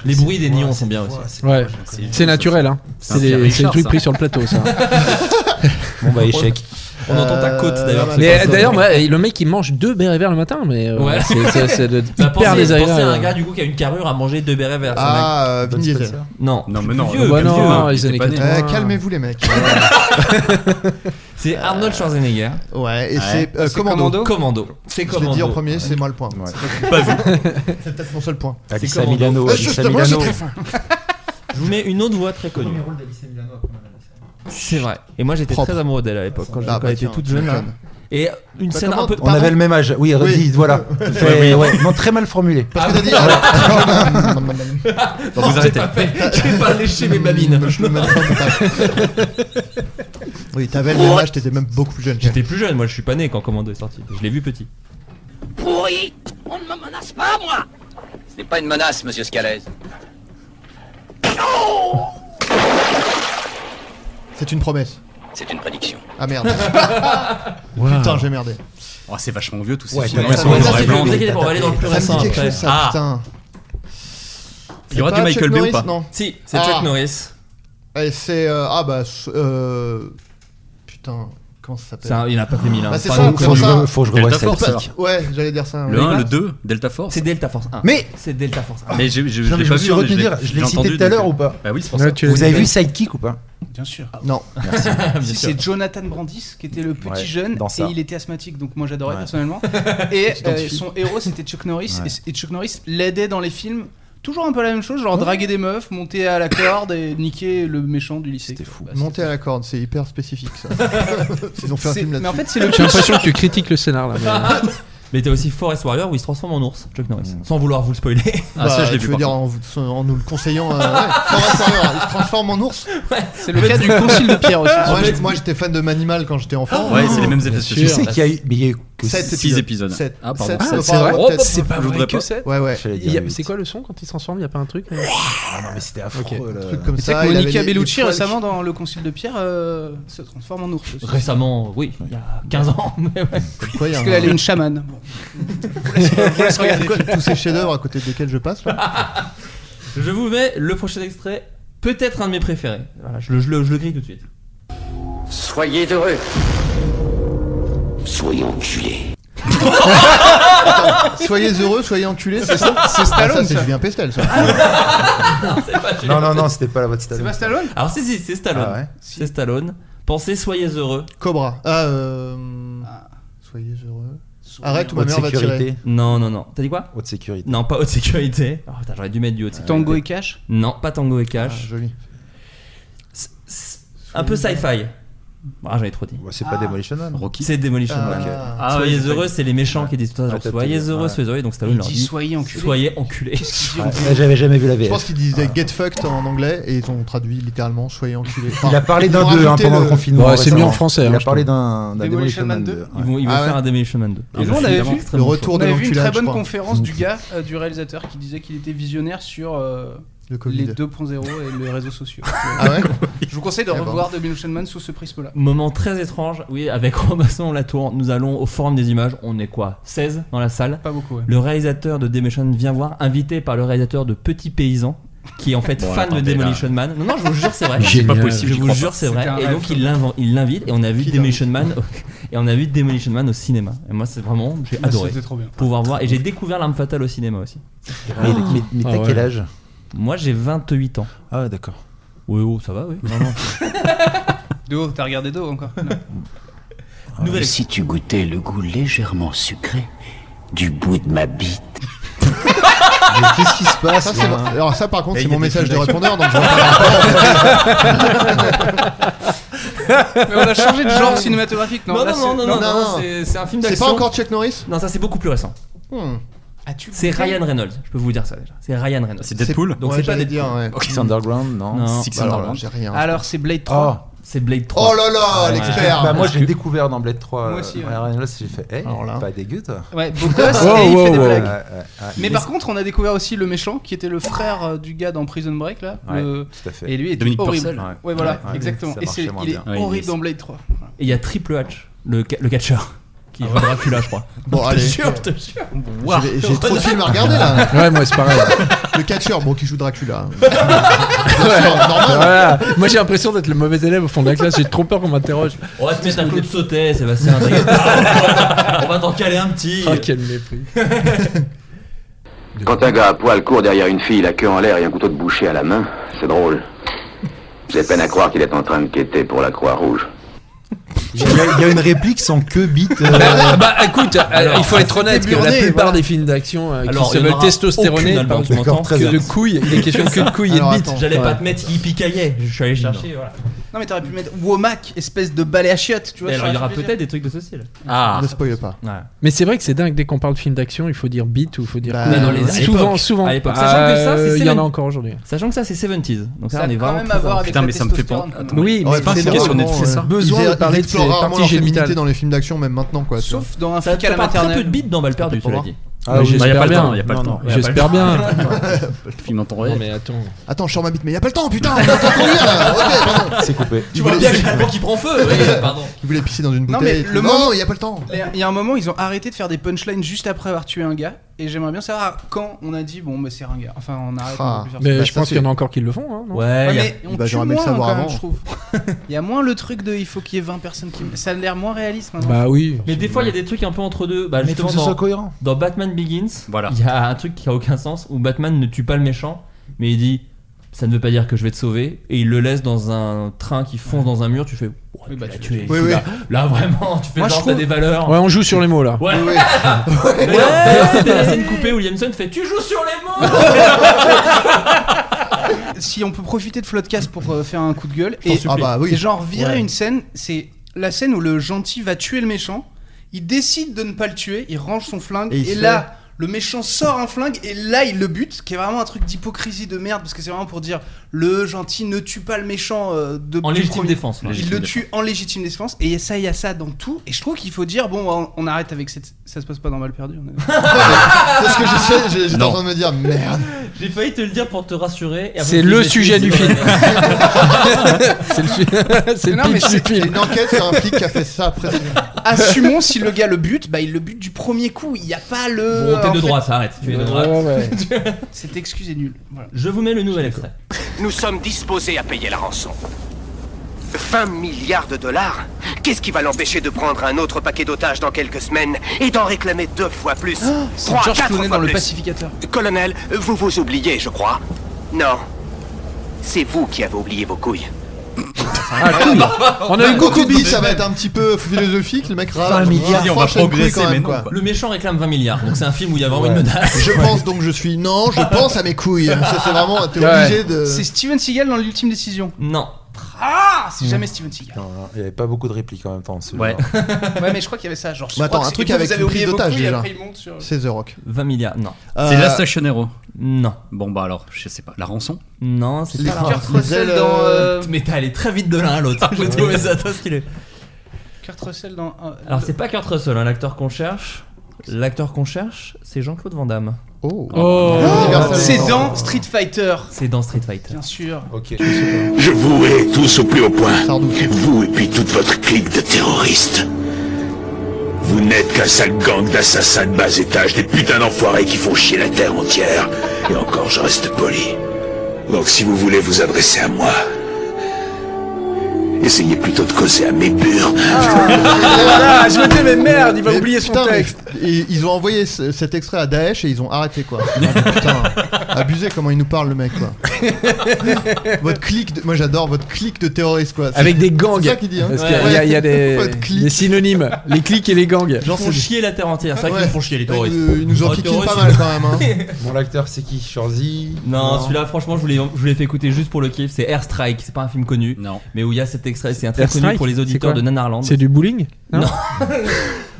A: Les bruits des nions sont bien aussi.
I: Ouais,
A: C'est-
I: c'est naturel, hein.
A: C'est
I: C'est
A: un
I: des-
A: Pierre
I: c'est le
A: Richard,
I: truc
A: ça.
I: pris sur le plateau, ça. Euh,
L: Bon bah échec.
A: On entend ta côte d'ailleurs. c'est
I: Mais
A: pas ça.
I: d'ailleurs, moi, le mec il mange deux bérets verts le matin, mais euh,
A: Ouais.
I: c'est- c'est c'est de-
A: Bah,
I: hyper
A: pensez- pensez
I: désagréable.
A: à un gars du coup qui a une carrure à manger deux bérets verts.
H: Ah, euh, Vin Diesel.
A: Non.
J: Non, mais non.
A: Vieux,
I: Bah
A: vieux,
I: non,
A: hein,
I: les
A: il était
I: années
A: pas né.
I: 80.
H: Euh, Calmez-vous les mecs.
A: C'est Arnold Schwarzenegger.
H: Ouais, et
A: Ouais.
H: c'est euh,
K: C'est
H: Commando.
K: Commando
A: Commando.
H: C'est Je l'ai dit en premier, c'est moi le point.
A: Pas vu.
H: C'est peut-être mon seul point.
L: Alice
A: comment
L: Milano.
A: donc
H: Euh,
L: Alice
H: justement, j'ai
L: Milano.
H: très faim.
A: Je vous mets une autre voix très connue. C'est vrai. Et moi j'étais
H: Propre.
A: très amoureux d'elle à l'époque quand
H: Ah,
A: j'étais
H: bah,
A: était
H: tiens,
A: toute
H: tu
A: jeune là.
H: m'étonnes.
A: Et une
H: Bah,
A: scène un
H: comment-
A: peu.
L: On avait le même âge. Oui, redis,
H: Oui.
L: voilà. Fait- ouais, Non, très mal formulé.
H: Parce que t'as dit. Ah, non, non, non, non, non.
A: Non, j'ai pas fait. J'ai pas léché mes babines.
H: Je le mets pas au montage. Oui, t'avais le même âge, t'étais même beaucoup plus jeune.
A: J'étais plus jeune, moi je suis pas né quand Commando est sorti. Je l'ai vu petit.
Q: Pourri On ne me menace pas, moi
N: Ce n'est pas une menace, monsieur Scalez.
H: C'est une promesse.
N: C'est une prédiction.
H: Ah merde. Putain, j'ai merdé.
J: Oh, c'est vachement vieux tous ces
L: Ouais,
J: films.
L: ouais,
J: Ils
L: ça,
J: sont en
L: ouais,
J: noir
A: ça,
J: et
A: c'est
J: blanc.
A: vieux, vous inquiétez pas, on va aller dans le plus
H: Ça me
A: récent
H: dit quelque
A: après.
H: chose, ça,
A: Ah.
H: putain.
J: Il y aura
H: C'est
J: du
H: pas
J: Michael
H: Chuck
J: Bay ou
H: Norris,
J: pas
H: Non.
A: Si, c'est
H: Ah.
A: Chuck Norris.
H: Et c'est. euh, ah bah. c- euh, Putain, comment ça s'appelle
A: C'est un- il en a pas fait mille. hein.
H: Bah, c'est
A: Pas
H: ça,
A: non
H: c'est
A: plus.
L: Faut que
H: ça.
L: je- Faut que je revoie
J: Delta
L: ça.
J: Force, alors.
H: Ouais, j'allais dire ça. hein.
J: Le
H: ouais.
J: 1, le 2, Delta Force.
A: C'est Delta Force 1.
L: Mais-
A: C'est Delta Force 1.
J: Mais je, je,
L: Non, mais
J: l'ai
L: je
J: pas
L: me
J: vu,
L: suis
J: hein, mais
L: retenu de
J: je l'ai-
L: dire, je l'ai
J: l'ai
L: cité
J: entendu,
L: tout à l'heure
K: euh,
J: donc,
L: ou pas
J: Bah oui, c'est pour
I: Ouais,
J: ça.
I: tu l'as
L: Vous
I: dit.
L: avez vu Sidekick ou pas
K: Bien sûr.
H: Non.
L: Merci.
K: Si,
A: sûr.
K: c'est Jonathan Brandis qui était le petit
L: Ouais,
K: jeune
L: dans
K: et
L: ça.
K: il était asthmatique donc moi j'adorais
L: Ouais.
K: personnellement et euh,
H: t'identifies.
K: son héros c'était Chuck Norris
L: Ouais.
K: et, et Chuck Norris l'aidait dans les films toujours un peu la même chose genre draguer des meufs monter à la corde et niquer le méchant du lycée
L: C'était fou.
K: Bah,
H: Monter à la corde, c'est hyper spécifique ça. Ils ont fait un
K: c'est-
H: film
K: mais en
H: là-dessus.
K: fait c'est le
I: J'ai l'impression que tu critiques le scénar là. mais-
A: Mais t'as aussi Forest Warrior où il se transforme en ours, Chuck Norris. Sans vouloir vous le spoiler.
J: Mm. Ah, ça, je l'ai
H: Bah, tu
J: vu.
H: veux
J: par
H: dire en, en nous le conseillant. euh, ouais. Forest Warrior, il se transforme en ours.
K: c'est le cas du concile de Pierre aussi
H: Moi, j'ai- moi, j'étais fan de Manimal quand j'étais enfant.
J: contre.
L: Ah,
J: Ouais, c'est les mêmes effets
L: Tu
J: spéciaux.
L: sais qu'il y a eu. Mais il y a eu que
H: Sept
J: Six épisodes.
H: Sept.
J: Ah, pardon.
H: Sept,
J: Ah,
H: sept,
I: c'est
H: ouais,
I: vrai
H: peut-être.
I: C'est pas
J: Je
I: vrai
J: voudrais
I: que
J: pas.
I: c'est.
H: Ouais, ouais.
L: Je l'ai dit,
I: Il y a-
L: oui.
I: C'est quoi le son quand il se transforme Il y a pas un truc euh? mais-
L: Ah non, mais c'était affreux.
I: Ok.
L: là.
H: Un truc comme
K: c'est
H: ça.
K: vrai que
H: il avait
K: Monica
H: des- des
K: Bellucci
H: poils-
K: récemment dans le concile de Pierre euh, se transforme en ours aussi.
A: Récemment, oui, il y a 15 ans. mais ouais.
H: Quoi, il y a
K: parce
H: un-
K: qu'elle est une chamane Bon.
H: Regarde quoi, tous ces chefs-d'œuvre à côté desquels je passe là.
A: Je vous mets le prochain extrait, peut-être un de mes préférés. Voilà, je, le- je le- je le grille tout de suite.
N: Soyez heureux.
Q: Soyons enculés.
H: Soyez heureux, soyez enculés, c'est ça
K: c'est Stallone,
H: Ah, ça, c'est
K: ça.
H: Julien Pestel ça.
L: Non, non, non, c'était pas la voix de
K: c'est
L: Stallone.
K: pas Stallone
A: Alors, si, si, c'est Stallone.
L: Ah ouais
A: C'est Stallone. Pensez, soyez heureux.
H: Cobra. Ah, euh...
K: Ah.
H: Soyez heureux. Arrête ou ma
L: Haute
H: mère va tirer.
L: sécurité.
A: Non, non, non. T'as dit quoi
L: Haute sécurité. Euh,
A: Non, pas haute sécurité. Oh, putain, j'aurais dû mettre du haute sécurité.
K: Tango et Cash
A: Non, pas tango et
H: Ah,
A: cash.
H: joli.
A: S- s- Un peu sci-fi. Ah, j'en ai trop dit.
L: Ouais, C'est pas Demolition Man.
J: Rocky.
A: C'est Demolition Man.
H: Ah.
J: Ah,
A: soyez
J: ouais, j'ai
A: heureux,
J: failli.
A: c'est les méchants qui disent tout ça. genre,
L: Ah, t'as-
A: soyez
L: t'as-
A: heureux,
L: ouais.
A: soyez heureux. Et donc Stallone
K: il
A: leur
K: dit
A: dit
K: soyez enculés
A: Soyez enculés.
L: Ouais, J'avais jamais vu la
H: Je pense
L: VF.
H: qu'ils disaient get fucked en anglais et ils ont traduit littéralement soyez enculés. Enfin,
L: Il a parlé
H: ils
L: d'un
H: ont
L: d'eux hein,
H: rajouté
L: pendant le confinement.
I: Ouais, c'est
L: récemment.
I: mieux en français, hein,
L: Il a
I: je
L: parlé
I: trouve.
L: d'un d'un
K: Demolition
L: Demolition Man
K: Man
L: 2.
A: Ils vont, ils vont
H: Ah
A: faire
H: ouais.
A: un Demolition Man 2.
K: Et nous, on avait vu
H: Le retour
K: On
H: de
K: avait vu une très
H: l'enculage.
K: bonne
H: je crois. Mmh.
K: conférence du gars, euh, du réalisateur, qui disait qu'il était visionnaire sur euh,
H: Le Covid.
K: les 2.0 et les réseaux sociaux.
H: Ah ouais
K: Je vous conseille de
H: Eh ben.
K: revoir The Demolition Man sous ce prisme-là.
A: Moment très étrange, oui, avec Robinson Latour, nous allons au Forum des Images, on est quoi 16 dans la salle.
K: Pas beaucoup, ouais.
A: Le réalisateur de Demolition vient voir, invité par le réalisateur de Petit Paysan, qui est en fait
J: Bon,
A: fan de
J: attendez, là.
A: Demolition Man. Non, non, je vous jure, c'est vrai.
I: Génial.
J: C'est pas possible,
A: Je
J: j'y
A: vous
J: crois
A: jure, c'est vrai.
K: C'était un
A: Et
K: rêve,
A: donc, il l'invente- il l'invite et on a vu
H: Qui
A: Demolition Man. Et on a vu Demolition Man au cinéma. Et moi, c'est vraiment, j'ai
K: Ah,
A: adoré.
K: C'était trop bien.
A: Pouvoir voir. Et j'ai découvert L'Arme Fatale au cinéma aussi.
L: Mais- mais- Mais
I: Ah
L: t'as
I: ouais.
L: quel âge
A: Moi, j'ai 28 ans.
L: Ah, d'accord.
A: Oui, oh, ça va, oui. Non, non.
K: De haut, t'as regardé de haut encore Non.
H: Ah,
A: Nouvelle
P: Et Ah, si tu goûtais le goût légèrement sucré du bout de ma bite
H: Mais qu'est-ce qui se passe
L: c'est
H: là
L: vrai.
H: Alors ça par contre
L: Et
H: c'est
L: il y a
H: mon
L: des
H: message de
L: feedbacks.
H: répondeur donc je reparlerai pas.
K: Mais on a changé de genre cinématographique, non
A: Non,
K: là,
A: non, non,
K: c'est-
A: non,
H: non, non,
A: non, non,
H: non.
A: c'est- c'est un film
H: C'est
A: d'action.
H: pas encore Chuck Norris
A: Non, ça, c'est beaucoup plus récent.
H: Hmm.
K: As-tu
A: C'est
K: goûté
A: Ryan Reynolds, je peux vous dire ça déjà. C'est Ryan Reynolds.
J: C'est Deadpool
A: Donc
H: Ah Ouais,
A: c'est pas
H: j'allais
A: Deadpool.
H: dire, ouais.
L: Underground, non
A: Non.
J: Six
H: Bah alors là,
J: Underground.
H: j'ai rien.
K: Alors, c'est Blade 3.
L: Ah,
A: C'est Blade 3.
H: Oh là là, l'expert
L: Bah, moi, j'ai découvert dans Blade 3.
K: Moi aussi,
L: euh,
K: ouais.
L: Ryan Reynolds, j'ai fait, hey, pas dégueu, toi.
K: Ouais, beau gosse,
L: Wow,
K: et il
L: wow,
K: fait des
L: wow.
K: blagues.
L: Ouais, ouais, ouais.
K: Mais par contre, on a découvert aussi le méchant qui était le frère euh, du gars dans Prison Break là.
L: Ouais,
K: le-
L: tout à fait.
K: Et lui était
L: Dominique
K: horrible.
L: Purcell.
K: Ouais,
L: Ouais.
K: voilà,
L: Ouais, ouais.
K: exactement.
L: Ça
K: Et c'est,
L: marchait moins
K: il est
L: bien.
A: Ouais,
K: horrible
A: il est-
K: dans Blade 3.
A: Et il y a Triple H, le, ca- le catcheur, qui est Dracula, je crois.
H: Ah Bon,
A: je
H: allez.
A: Te jure, je te jure.
H: J'ai- J'ai trop de films à regarder là.
I: Ouais, moi, c'est pareil.
H: Le catcheur, bon, qui joue Dracula.
I: Voilà. Moi j'ai l'impression d'être le mauvais élève au fond de la classe, j'ai trop peur qu'on m'interroge.
A: On va te mettre un coup de sauté, Sébastien. t'inquiète pas. On va t'en caler un petit.
I: Ah quel mépris.
R: Quand un gars à poil court derrière une fille, la queue en l'air et un couteau de boucher à la main, c'est drôle. J'ai peine à croire qu'il est en train de quêter pour la Croix-Rouge.
L: Il y, a- il y a une réplique sans que bite.
K: ah,
I: Bah, bah, écoute, euh,
L: Alors,
I: il faut être honnête, que la
L: déburné,
I: plupart
L: voilà.
I: des films d'action euh,
L: Alors, il
I: qui se
L: y en
I: veulent
L: aura
I: testostéronés
L: aucune, Alban,
I: parlent
L: tu m'entends
I: que de couilles, il est question que de couilles et de bites.
A: J'allais
I: Ouais.
A: pas te mettre hippie caillet. Je suis allé chercher, voilà.
K: Non mais t'aurais pu mettre Womack, espèce de balai à chiottes, tu vois.
A: Mais
K: ça
A: alors, il y
K: aurait
A: aura
K: fait
A: peut-être des trucs de ce style.
I: Ah. Ne
H: spoil pas.
I: Mais c'est vrai que c'est dingue dès qu'on parle de films d'action, il faut dire bite ou il faut dire
H: Bah,
A: Mais
I: couilles.
A: dans les- à
I: souvent
A: l'époque.
I: souvent.
A: À l'époque. Sachant que ça,
I: Euh,
A: c'est
I: il y en a
A: 70s.
I: encore aujourd'hui.
A: Sachant que ça, c'est 70s. Donc ça,
K: Ça
A: on est
K: a quand
A: vraiment.
K: même
A: plus
K: à voir
A: avant.
K: avec Putain, la mais ça me fait testostérone, penser- quand même. Oui, mais
H: Ouais,
K: c'est
H: parce
K: une
H: que
K: question
H: vraiment,
K: Netflix,
H: euh,
K: hein. Besoin
H: ils-
K: de parler
H: ils
K: de ces
H: explorent rarement
K: parties
H: leur
K: génitales.
H: féminité dans les films d'action, même maintenant quoi. tu vois.
K: Sauf dans un
A: Ça
K: flic à
A: te
K: la
A: parle très peu
K: maternelle.
A: de bites dans Valperdu,
H: Pour
A: cela
H: voir.
A: dit.
I: Ah oui,
J: Bah, y a pas
I: j'espère
J: le temps,
I: bien.
J: y a pas le
I: Non,
J: temps.
I: non, J'espère bien.
J: Le film en temps
I: Non
J: réel.
I: mais attends.
H: Attends, je sors ma bite, mais y a pas le temps, putain! on va pas courir, là. Ok, pardon.
L: C'est coupé.
A: Tu vois bien qu'il y a un qui prend feu. oui, Pardon.
H: Il voulait pisser dans une
K: Non
H: bouteille.
K: mais
H: et tout.
K: le
H: non,
K: moment,
H: il y a pas le temps.
K: Il y a un moment, ils ont arrêté de faire des punchlines juste après avoir tué un gars. Et j'aimerais bien savoir quand on a dit bon, bah c'est ringard. Enfin, on arrête. on
H: Ah.
K: peut plus faire ça.
I: Mais
H: Bah,
I: je
H: ça,
I: pense
H: c'est-
I: qu'il y en a encore qui le font. hein, non
A: Ouais,
K: Ouais,
A: y a-
K: mais on
H: Bah,
K: tue
H: j'aurais aimé
K: moins
H: le savoir
K: quand même,
H: avant.
K: je trouve. Il y a moins le truc de il faut qu'il y ait 20 personnes qui. me- Ça a l'air moins réaliste maintenant.
I: Bah oui.
A: Mais des fois, il y a des trucs un peu entre deux. Bah,
L: Mais faut
A: justement,
L: que ce
A: dans-
L: soit cohérent.
A: dans Batman Begins,
J: Voilà.
A: il y a un truc qui a aucun sens où Batman ne tue pas le méchant, mais il dit ça ne veut pas dire que je vais te sauver, et il le laisse dans un train qui fonce dans un mur. Tu fais oh,
K: Oui,
A: tu
K: bah,
A: l'as
K: tu-
A: tué,
H: Oui,
A: tu
H: oui.
A: l'as- là vraiment, tu fais
K: Moi,
A: genre
K: je
A: t'as
K: trouve-
A: des valeurs.
I: Ouais, on joue sur les mots là.
A: Ouais.
H: Oui,
A: D'ailleurs, d'ailleurs, c'était la scène coupée où Williamson fait tu joues sur les mots.
K: Si on peut profiter de Floodcast pour euh, faire un coup de gueule.
H: Je t'en
K: Et,
H: supplie. Ah bah oui.
K: et genre virer
H: Ouais.
K: une scène, c'est la scène où le gentil va tuer le méchant. Il décide de ne pas le tuer, il range son flingue.
H: Et
K: Et,
H: il fait-
K: là, le méchant sort un flingue et là, il le bute. Qui est vraiment un truc d'hypocrisie de merde. Parce que c'est vraiment pour dire le gentil ne tue pas le méchant euh, de
A: En
K: du
A: légitime
K: premier-
A: défense. ouais.
K: il le tue en légitime défense et ça il y a ça dans tout et je trouve qu'il faut dire bon on, on arrête avec cette ça se passe pas dans mal perdu on est-
H: C'est ce que j'essaie, j'ai- j'étais
J: Non.
H: en train de me dire, merde.
A: J'ai failli te le dire pour te rassurer. et après,
I: C'est
A: tu
I: le
A: l'as tué,
I: sujet du
A: c'est
I: film.
A: vrai.
I: C'est le su- c'est le
K: Non, mais
I: pitch du
K: c'est-
H: C'est
I: film.
H: une enquête, c'est un flic qui a fait ça après.
K: assumons si le gars le bute bah il le bute du premier coup il y a pas le
A: Bon, t'es
K: en
A: de
K: fait,
A: droite, arrête. Tu es de droite.
I: Ouais, ouais.
K: cette excuse est nulle Voilà.
A: Je vous mets le nouvel extrait.
Q: Nous sommes disposés à payer la rançon. 20 milliards de dollars Qu'est-ce qui va l'empêcher de prendre un autre paquet d'otages dans quelques semaines et d'en réclamer deux fois plus
K: Ah, C'est
Q: Trois,
K: George
Q: quatre
K: Clooney
Q: fois
K: dans le
Q: plus.
K: pacificateur
Q: Colonel, vous vous oubliez, je crois. Non. C'est vous qui avez oublié vos couilles.
I: Ah, cool. On a eu beaucoup
H: Goku Beat, ça va être un petit peu philosophique, le mec rage. Ah,
J: milliard. On va
H: franchement,
J: progresser,
H: quand même,
J: mais non,
H: quoi.
J: quoi.
A: Le méchant réclame 20 milliards, donc c'est un film où il y a vraiment une
L: Ouais.
A: menace.
H: Je pense donc je suis non, je pense à mes couilles. Ça c'est vraiment t'es
I: Ouais.
H: obligé de.
K: c'est Steven Seagal dans l'ultime décision
A: Non.
K: ah c'est jamais Steven Seagal
L: Non, non, Il n'y avait pas beaucoup de répliques en même temps. celui-là.
J: Ouais.
K: ouais mais je crois qu'il y avait ça genre je
H: Mais
K: crois
H: Bah, attends,
K: que
H: un
K: c'est-
H: truc
K: vous
H: avec
K: avez
H: une
K: oublié
H: prise
K: vos
H: d'otage,
K: couilles,
H: déjà.
K: après, il monte sur-
H: C'est The Rock.
A: 20 milliards, non.
J: C'est
H: Euh,
J: la Station Hero.
A: Non.
J: Bon bah alors, je sais pas, la rançon
A: Non, c'est
H: Les
A: pas la
H: Kurt
A: race.
K: Russell
H: Russell,
K: dans
H: euh,
K: euh,
A: Mais t'es allé très vite de l'un à l'autre. J'ai trouvé ça très stylé.
K: Kurt Russell dans euh,
A: Alors, c'est pas Kurt Russell, hein, l'acteur qu'on cherche. L'acteur qu'on cherche, c'est Jean-Claude Van Damme. Ah,
H: Oh.
I: Oh.
H: Universal.
K: c'est dans Street Fighter
A: C'est dans Street Fighter.
K: bien sûr
L: Ok.
Q: Je vous hais tous au plus haut point.
H: Sardou.
Q: Vous et puis toute votre clique de terroristes. Vous n'êtes qu'un sale gang d'assassins de bas étage, des putains d'enfoirés qui font chier la terre entière. Et encore, je reste poli. Donc si vous voulez vous adresser à moi, essayez plutôt de causer à mes murs.
I: Ah, je me disais, mais merde, il va
H: Mais
I: oublier son
H: putain, mais
I: texte.
H: et ils ont envoyé ce- cet extrait à Daesh et ils ont arrêté quoi. Ah, mais putain, abusé comment il nous parle le mec quoi. votre clique, de... moi j'adore votre clique de terroristes quoi. C'est-
I: Avec des gangs.
H: C'est ça qu'il dit, hein.
I: Parce
H: Ouais.
I: qu'il y a- il y a, des,
H: Faut être clic.
I: des synonymes. Les clics et les gangs.
A: Ils font chier la terre entière, c'est vrai qu'ils
H: Ouais.
A: nous font chier les
H: Ouais,
A: terroristes.
H: ils nous- Ils nous ont
A: Oh,
H: piqué pas
A: terroristes,
H: mal quand même. Hein.
L: Bon, l'acteur, c'est qui Shorzy
A: Non, celui-là, franchement, je vous l'ai- je vous l'ai fait écouter juste pour le kiff. C'est Airstrike, c'est pas un film connu,
J: Non.
A: mais où il y a cet extrait, c'est un très
I: Airstrike,
A: connu pour les
I: c'est
A: auditeurs
I: quoi
A: de Nanarland.
I: C'est du bowling
A: Non.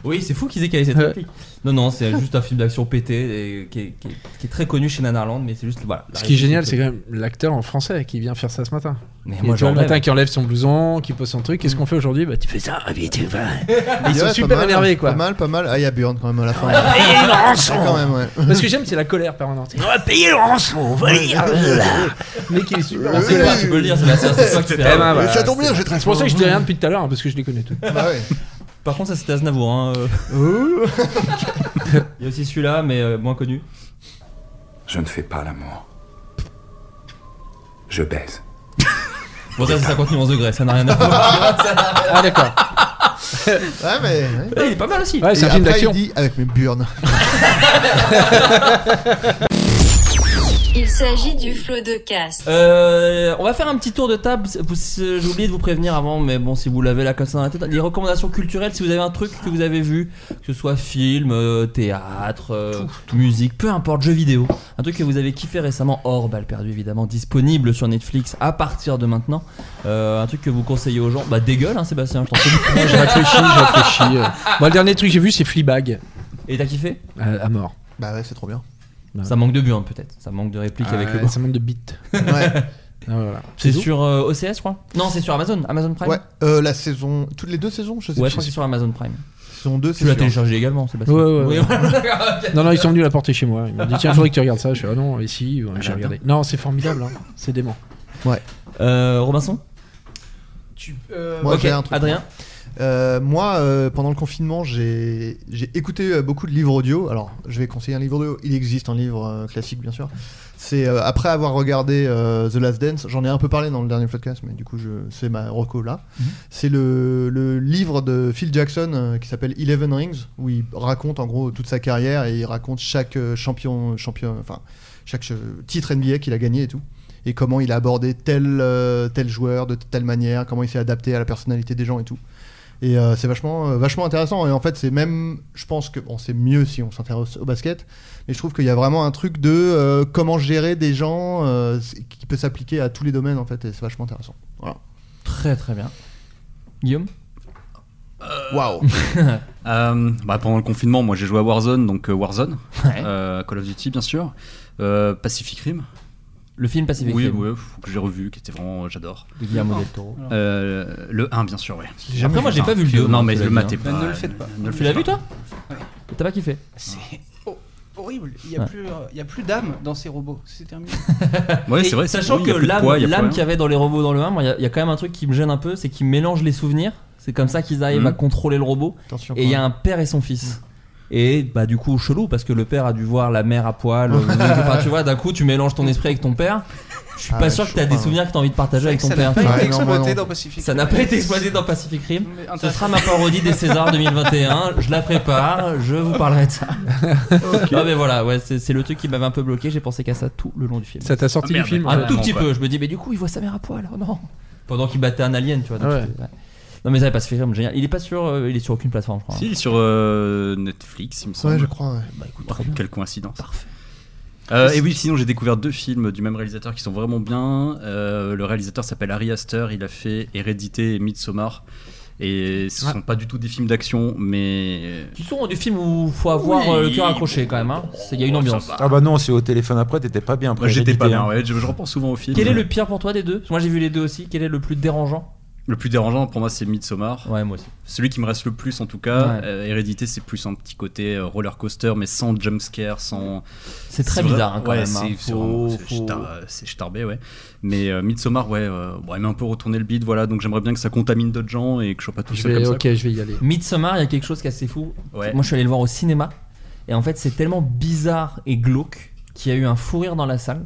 A: Oui, c'est fou qu'ils aient calé cette
I: Ouais.
A: réplique. Non, non, c'est juste un film d'action pété et qui, est, qui est- qui est très connu chez Nanarland, mais c'est juste. Voilà, la
I: Ce qui est
A: réplique
I: génial,
A: de-
I: c'est quand même l'acteur en français qui vient faire ça ce matin.
A: Mais
I: Mais
A: moi,
I: moi,
A: j'en
I: le
A: rêve.
I: matin, qui enlève son blouson, qui pose son truc.
H: Mm.
I: Qu'est-ce qu'on fait aujourd'hui Bah, tu fais ça, et puis tu vas. Ils
H: Ouais,
I: sont
H: pas
I: super
H: mal, hein.
I: énervés, quoi.
H: Pas mal, pas mal. Ah, il y a Björn quand même à la fin.
I: Payez le rançon
H: Quand même, ouais.
I: Parce que j'aime, c'est la colère permanente.
H: On va payer
I: le
H: rançon, on va lire, voilà.
I: Mais qui est super.
H: On sait pas, tu peux le dire, c'est la seule- c'est ça que tu fais. Eh ben, voilà, Ça tombe bien, c'est- j'ai Ah Bah très
I: C'est pour ça que je dis
H: soif.
I: rien depuis tout à l'heure, hein, parce que je les connais tous.
A: Par contre, ça c'était Aznavour. Hein. euh. Il y a aussi celui-là, mais euh, moins connu.
S: Je ne fais pas l'amour. Je baise.
A: Bon, ça c'est 50 nuances degrés, ça n'a rien à voir.
I: ah, d'accord.
H: ouais, mais.
A: Ouais, il est pas mal aussi.
H: Et après, Il dit avec mes burnes.
O: Il s'agit du flot de caste.
A: Euh, on va faire un petit tour de table. Vous- J'ai oublié de vous prévenir avant, mais bon, si vous l'avez là comme ça dans la tête, les recommandations culturelles, si vous avez un truc que vous avez vu, que ce soit film, euh, théâtre, euh, musique, peu importe, jeux vidéo, un truc que vous avez kiffé récemment, hors balle perdu évidemment, disponible sur Netflix à partir de maintenant, Euh, un truc que vous conseillez aux gens, bah dégueule, hein, Sébastien, je t'en prie.
I: Je réfléchis, je réfléchis. euh. Moi, le dernier truc que j'ai vu, c'est Fleabag.
A: Et t'as kiffé
I: Euh, à mort.
H: Bah ouais, c'est trop bien.
A: Ça manque de burn peut-être, ça manque de réplique avec le
I: Euh, Ça manque de beat. Ouais. Ah, voilà.
A: C'est
I: tout.
A: sur euh, OCS, je crois Non, c'est sur Amazon, Amazon Prime
H: Ouais, euh, la saison. Toutes les deux saisons, je sais
A: Ouais,
H: pas.
A: je crois que c'est sur Amazon Prime.
H: Saison 2,
A: Tu l'as téléchargé également, Sébastien
I: Ouais,
A: Oui,
I: ouais, ouais.
A: voilà.
I: non, non, ils sont venus la porter chez moi. Ils m'ont dit tiens, il faudrait que tu regardes ça. Je suis ah non, ici, ouais, j'ai regardé. Non, c'est formidable, hein. c'est dément.
H: Ouais.
A: Euh, Robinson
K: Tu, euh,
H: Moi,
K: ok.
H: j'ai un truc.
A: Adrien
H: Euh, Moi, euh, pendant le confinement, j'ai j'ai écouté euh, beaucoup de livres audio. Alors, je vais conseiller un livre audio. Il existe un livre euh, classique, bien sûr. C'est euh, après avoir regardé euh, The Last Dance, j'en ai un peu parlé dans le dernier podcast, mais du coup, je- c'est ma reco là.
A: Mhm.
H: C'est le, le livre de Phil Jackson euh, qui s'appelle Eleven Rings, où il raconte en gros toute sa carrière et il raconte chaque euh, champion, champion, enfin chaque euh, titre NBA qu'il a gagné et tout et comment il a abordé tel, euh, tel joueur de telle manière, comment il s'est adapté à la personnalité des gens et tout. Et euh, c'est vachement, euh, vachement intéressant. Et en fait, c'est même, je pense que bon, c'est mieux si on s'intéresse au basket, mais je trouve qu'il y a vraiment un truc de euh, comment gérer des gens euh, c- qui peut s'appliquer à tous les domaines en fait, et c'est vachement intéressant. Voilà.
A: Très très bien. Guillaume
H: Waouh
J: Euh, bah, pendant le confinement, moi j'ai joué à Warzone, donc euh, Warzone,
A: Ouais.
J: Euh, Call of Duty bien sûr, Euh, Pacific Rim.
A: Le film Pacific
J: oui,
A: Rim.
J: Oui, faut que j'ai revu, qui était vraiment, euh, j'adore.
A: De Guillermo del Toro.
J: Euh, le 1 bien sûr, oui.
A: J'ai jamais Après, moi, vu. j'ai pas vu le deux,
J: Non,
A: moi,
J: mais
A: je
J: le
A: l'ai
J: maté
A: vu,
J: pas.
A: hein. Ne le faites pas.
J: ne le
A: Tu
J: faites
A: l'as vu,
J: pas.
A: toi T'as pas kiffé
K: C'est ho- horrible. Il n'y a,
A: Ouais.
K: plus, euh, il y a plus d'âme dans ces robots. C'est terminé.
J: Ouais,
A: Et
J: c'est vrai, c'est-
A: Sachant
J: oui, il
A: que
J: y a plus de
A: l'âme
J: poids, il y a plus
A: l'âme
J: rien.
A: qu'il y avait dans les robots dans le 1, moi, il y a- il y, a quand même un truc qui me gêne un peu, c'est qu'ils mélangent les souvenirs. C'est comme ça qu'ils arrivent
J: Mhm.
A: à contrôler le robot.
H: Attention,
A: et il y a un père et son fils.
I: Mm.
A: Et bah du coup chelou parce que le père a dû voir la mère à poil. euh, enfin tu vois d'un coup tu mélanges ton esprit avec ton père. Je suis
H: Ah
A: pas
H: ouais,
A: sûr
H: je
A: que t'as
H: crois,
A: des
I: hein.
H: ouais.
A: souvenirs que t'as envie de partager
K: C'est
A: avec
K: vrai
A: ton
K: que ça n'a
A: père.
K: pas été Ouais, non, exploité non. dans Pacific
A: Ça n'a
K: Rim.
A: pas été exploité dans Pacific Rim.
K: Mais
A: Ce
K: intéressant.
A: sera ma parodie des Césars 2021. Je la prépare. Je vous parlerai de ça. Non mais voilà ouais c'est c'est le truc qui m'avait un peu bloqué. J'ai pensé qu'à ça tout le long du film.
I: Ça t'a sorti
A: Ah,
I: du
A: merde.
I: film,
A: Un
I: ouais.
A: tout petit
I: Ouais.
A: peu. Je me dis mais du coup il voit sa mère à poil. Oh non. Pendant qu'il battait un alien tu vois. donc
I: Ah Ouais.
A: j'étais- ouais. Non mais ça pas Pacific Rim génial. Il est pas sur euh, il est sur aucune plateforme je crois.
J: Si, il est sur euh, Netflix, il me semble.
H: je crois, ouais.
J: Bah écoute, quelle coïncidence. Parfait. et oui, sinon j'ai découvert deux films du même réalisateur qui sont vraiment bien. Euh, le réalisateur s'appelle Ari Aster, il a fait Hérédité et Midsommar. Et ce ne
A: Ouais.
J: sont pas du tout des films d'action, mais.
A: Qui sont des films où faut avoir
J: Oui.
A: euh, le cœur accroché quand même. hein. C'est- Il y a une
J: Oh, ça
A: ambiance.
J: va.
L: Ah bah non, c'est au téléphone après, t'étais pas bien. après,
J: Moi, j'étais pas
L: hérédité,
J: bien,
L: hein.
J: ouais, je, je repense souvent au film.
A: Quel est le pire pour toi des deux Parce que Moi j'ai vu les deux aussi. Quel est le plus dérangeant
J: Le plus dérangeant pour moi, c'est Midsommar.
A: Ouais, moi aussi.
J: Celui qui me reste le plus, en tout cas.
A: Ouais.
J: Euh, Hérédité, c'est plus un petit côté euh, roller coaster, mais sans jumpscare, sans.
A: C'est très
J: vrai-
A: bizarre, hein, quand
J: ouais,
A: même, hein.
J: C'est c'est
A: Faut-
J: vraiment- c'est
A: faut-
J: ch'tar- euh, c'est starbé, ouais. Mais euh, Midsommar, ouais, euh, bon, il m'a un peu retourné le bide, voilà. Donc j'aimerais bien que ça contamine d'autres gens et que je sois pas tout seul comme ça. quoi.
A: Midsommar, il y a quelque chose qui est assez fou.
J: Ouais.
A: Moi je suis allé le voir au cinéma et en fait c'est tellement bizarre et glauque qu'il y a eu un fou rire dans la salle.